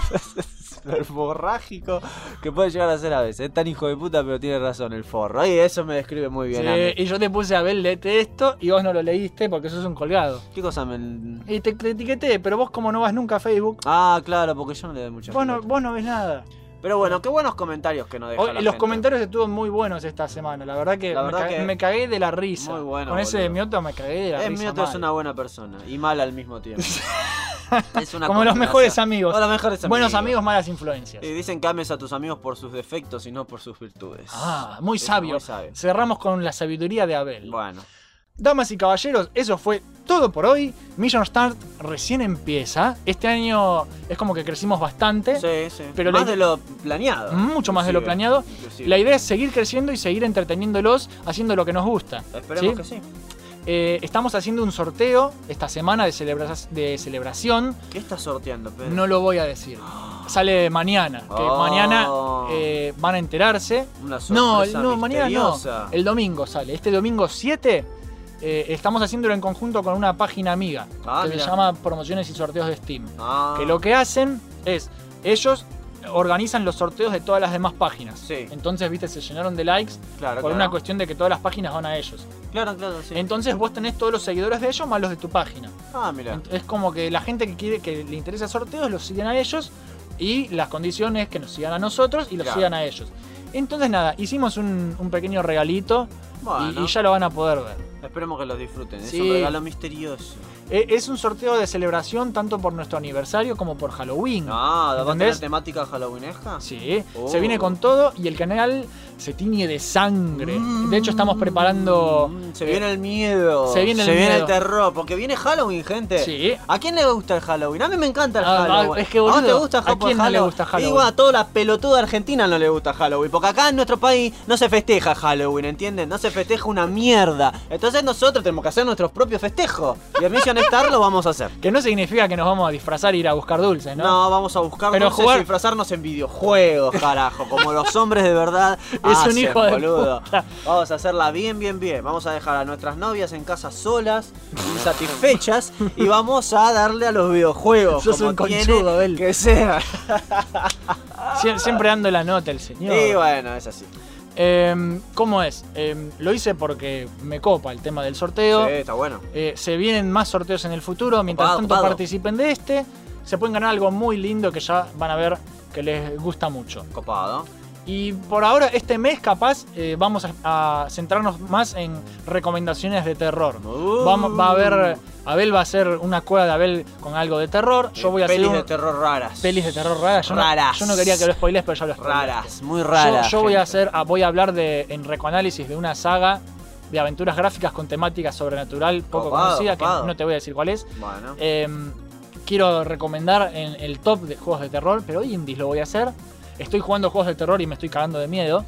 Es verborrágico que puede llegar a ser a veces. Es tan hijo de puta, pero tiene razón el forro. Y eso me describe muy bien. Sí, a mí. y yo te puse a ver, leete esto y vos no lo leíste porque sos un colgado. ¿Qué cosa me... Y te, te etiqueté, pero vos como no vas nunca a Facebook, Ah, claro, porque yo no le doy mucha vos no, pelota. vos no ves nada. Pero bueno, qué buenos comentarios que nos dejan. Hoy- los comentarios estuvieron muy buenos esta semana, la verdad que, La me, verdad ca- que- me cagué de la risa. Muy bueno, Con ese de boludo. Mioto me cagué de la Es risa. Mioto es mal. una buena persona y mala al mismo tiempo. Es una Como los combinación. mejores amigos. Como los mejores amigos. Buenos amigos, malas influencias. Y dicen que ames a tus amigos por sus defectos y no por sus virtudes. Ah, muy Es sabio. muy sabio. Cerramos con la sabiduría de Abel. Bueno, Damas y caballeros, eso fue todo por hoy. Mission Start recién empieza. Este año es como que crecimos bastante. sí, sí. Pero más la- de lo planeado. Mucho más de lo inclusive. planeado. Inclusive. La idea es seguir creciendo y seguir entreteniéndolos haciendo lo que nos gusta. Esperemos ¿sí? que sí. Eh, estamos haciendo un sorteo esta semana de, celebra- de celebración. ¿Qué estás sorteando, Pedro? No lo voy a decir. Sale mañana. Que Oh. mañana eh, van a enterarse. Una No, sorpresa no, mañana no. misteriosa. El domingo sale. Este domingo 7 eh, estamos haciéndolo en conjunto con una página amiga Ah, que mira. se llama Promociones y Sorteos de Steam. Ah. Que lo que hacen es, ellos organizan los sorteos de todas las demás páginas. Sí. Entonces, viste, se llenaron de likes Claro, por claro. una cuestión de que todas las páginas van a ellos. Claro, claro, sí. Entonces vos tenés todos los seguidores de ellos más los de tu página. ah, mira. Ent- Es como que la gente que quiere que le interesa sorteos los siguen a ellos y las condiciones que nos sigan a nosotros y los Claro. sigan a ellos. Entonces nada, hicimos un, un pequeño regalito y- Bueno. y, ya lo van a poder ver. Esperemos que lo disfruten. Es Sí. un regalo misterioso. E- Es un sorteo de celebración tanto por nuestro aniversario como por Halloween. Ah, ¿va a tener ¿Entendés? temática halloweenesca? Sí, Oh. se viene con todo y el canal se tiñe de sangre. De hecho estamos preparando... Mm, eh, Se viene el miedo. se viene el miedo. terror. Porque viene Halloween, gente. eh, Sí. ¿A quién le gusta el Halloween? A mí me encanta el Ah, ah, Halloween. es que, boludo, ¿A vos te gusta ¿a Japo quién no le Halloween? gusta Halloween? Digo, a toda la pelotuda argentina no le gusta Halloween. Porque acá en nuestro país no se festeja Halloween, ¿entienden? No se festeja una mierda. Entonces nosotros tenemos que hacer nuestros propios festejos. Y en Mission Star lo vamos a hacer. Que no significa que nos vamos a disfrazar e ir a buscar dulces, ¿no? No, vamos a buscar Pero dulces jugar- y disfrazarnos en videojuegos, carajo, como los hombres de verdad. Es un hijo de puta. Vamos a hacerla bien, bien, bien. Vamos a dejar a nuestras novias en casa solas, insatisfechas, y vamos a darle a los videojuegos. Sos como un tiene conchudo, eh. Bel. Que sea. Sie- siempre dando la nota el señor. Y bueno, es así. Em, ¿Cómo es? Em, lo hice porque me copa el tema del sorteo. Sí, está bueno. Eh, se vienen más sorteos en el futuro. Mientras Copado, tanto, copado. participen de este. Se pueden ganar algo muy lindo que ya van a ver que les gusta mucho. Copado. Y por ahora, este mes capaz, eh, vamos a, a centrarnos más en recomendaciones de terror. Uh. Vamos- va a haber... Abel va a hacer una cueva de Abel con algo de terror. Yo voy a hacer Eh, Pelis un- de terror raras. pelis de terror raras. Yo, no- Raras. yo No, quería que lo spoilees, pero ya lo spoileaste. Raras, muy Yo- raras. Yo, voy gente. a hacer, ah, voy a hablar de, en recoanálisis de una saga de aventuras gráficas con temática sobrenatural poco Copado, conocida, copado. que no te voy a decir cuál es. Bueno. Eh, quiero recomendar en el top de juegos de terror, pero indies lo voy a hacer. Estoy jugando juegos de terror y me estoy cagando de miedo.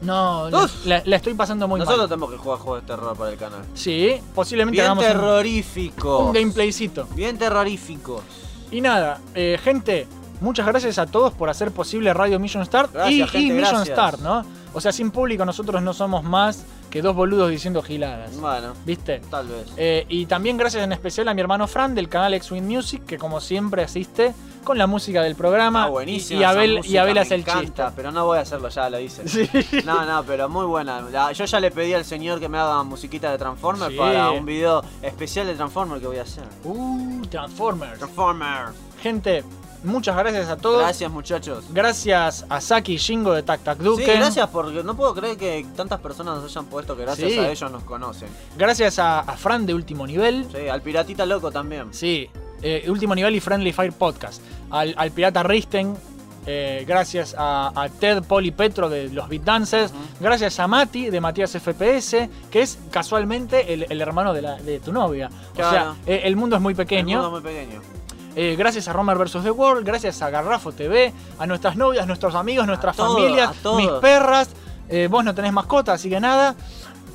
No, la- Uf. la, la estoy pasando muy Nosotros mal. tenemos que jugar juegos de terror para el canal. Sí, posiblemente Bien hagamos un- terrorífico. un, gameplaycito. Bien terroríficos. Y nada, eh, gente, muchas gracias a todos por hacer posible Radio Mission Start Gracias, y, gente, y Mission gracias. Start, ¿no? O sea, sin público nosotros no somos más que dos boludos diciendo giladas. Bueno, ¿Viste? tal vez. Eh, y también gracias en especial a mi hermano Fran del canal X-Wing Music, que como siempre asiste con la música del programa. Está buenísimo. Y, y Abel, Ah, esa y Abel música, hace me el encanta, Pero no voy a hacerlo, ya lo hice. chiste. Sí. No, no, pero muy buena. La- yo ya le pedí al señor que me haga musiquita de Transformers Sí. para un video especial de Transformers que voy a hacer. Uh, Transformers. Transformers. Gente, muchas gracias a todos. Gracias, Gracias, muchachos. a Saki y Jingo de Tac Tac Duque. Sí, gracias porque no puedo creer que tantas personas nos hayan puesto que gracias Sí. a ellos nos conocen. Gracias a, a Fran de Último Nivel. Sí, al piratita loco también. Sí, eh, Último Nivel y Friendly Fire Podcast. Al, al pirata Risten, eh, gracias a, a Ted, Poli, Petro de los Beat Dancers. Gracias a Mati de Matías FPS, que es casualmente el, el hermano de, la- de tu novia. Claro. O sea, eh, el mundo es muy El pequeño. mundo es muy pequeño. Eh, gracias a Romer vs. The World, gracias a Garrafo TV, a nuestras novias, nuestros amigos, nuestras todo, familias, a todo. mis perras. Eh, vos no tenés mascota, así que nada.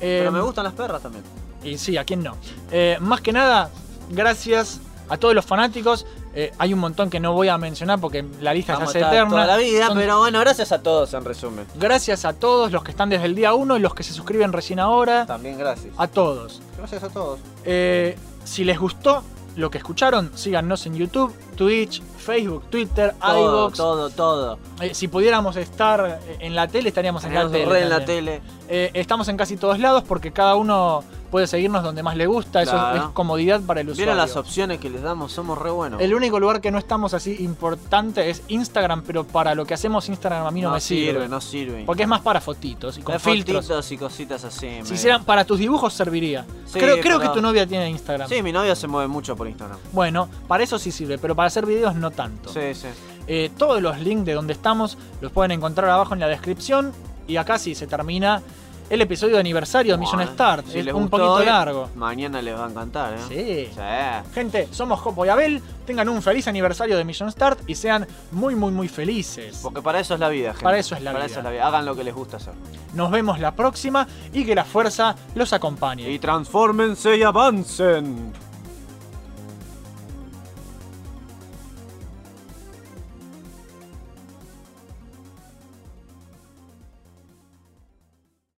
Eh, Pero me gustan las perras también. y sí, ¿a quién no? Eh, más que nada, gracias a todos los fanáticos. Eh, hay un montón que no voy a mencionar porque la lista Vamos se hace a estar eterna. toda la vida, Son- pero bueno, gracias a todos en resumen. Gracias a todos los que están desde el día 1 y los que se suscriben recién ahora. También gracias. A todos. Gracias a todos. Eh, si les gustó lo que escucharon, síganos en YouTube, Twitch, Facebook, Twitter, Todo, iVoox. todo, todo. Eh, si pudiéramos estar en la tele, estaríamos en la Tenemos tele. re en la también. tele. Eh, estamos en casi todos lados porque cada uno puede seguirnos donde más le gusta. Eso es- Claro. es, comodidad para el usuario. Vieron las opciones que les damos, somos re buenos. El único lugar que no estamos así importante es Instagram, pero para lo que hacemos Instagram a mí no, me sirve. no sirve. Porque es más para fotitos y con Hay filtros. fotitos y cositas así. Si medio. hicieran para tus dibujos serviría. Sí, creo creo que pero- tu novia tiene Instagram. Sí, mi novia se mueve mucho por Instagram. Bueno, para eso sí sirve, pero para hacer videos no tanto. Sí, sí. Eh, todos los links de donde estamos los pueden encontrar abajo en la descripción. Y acá sí se termina el episodio de aniversario de Mission Bueno, Start. si es les un gustó poquito hoy, largo. Mañana les va a encantar, ¿eh? Sí. Sí. Gente, somos Copo y Abel. Tengan un feliz aniversario de Mission Start y sean muy, muy, muy felices. Porque para eso es la vida, gente. Para eso es la Para vida. eso es la vida. Hagan lo que les gusta hacer. Nos vemos la próxima y que la fuerza los acompañe. Y transfórmense y avancen.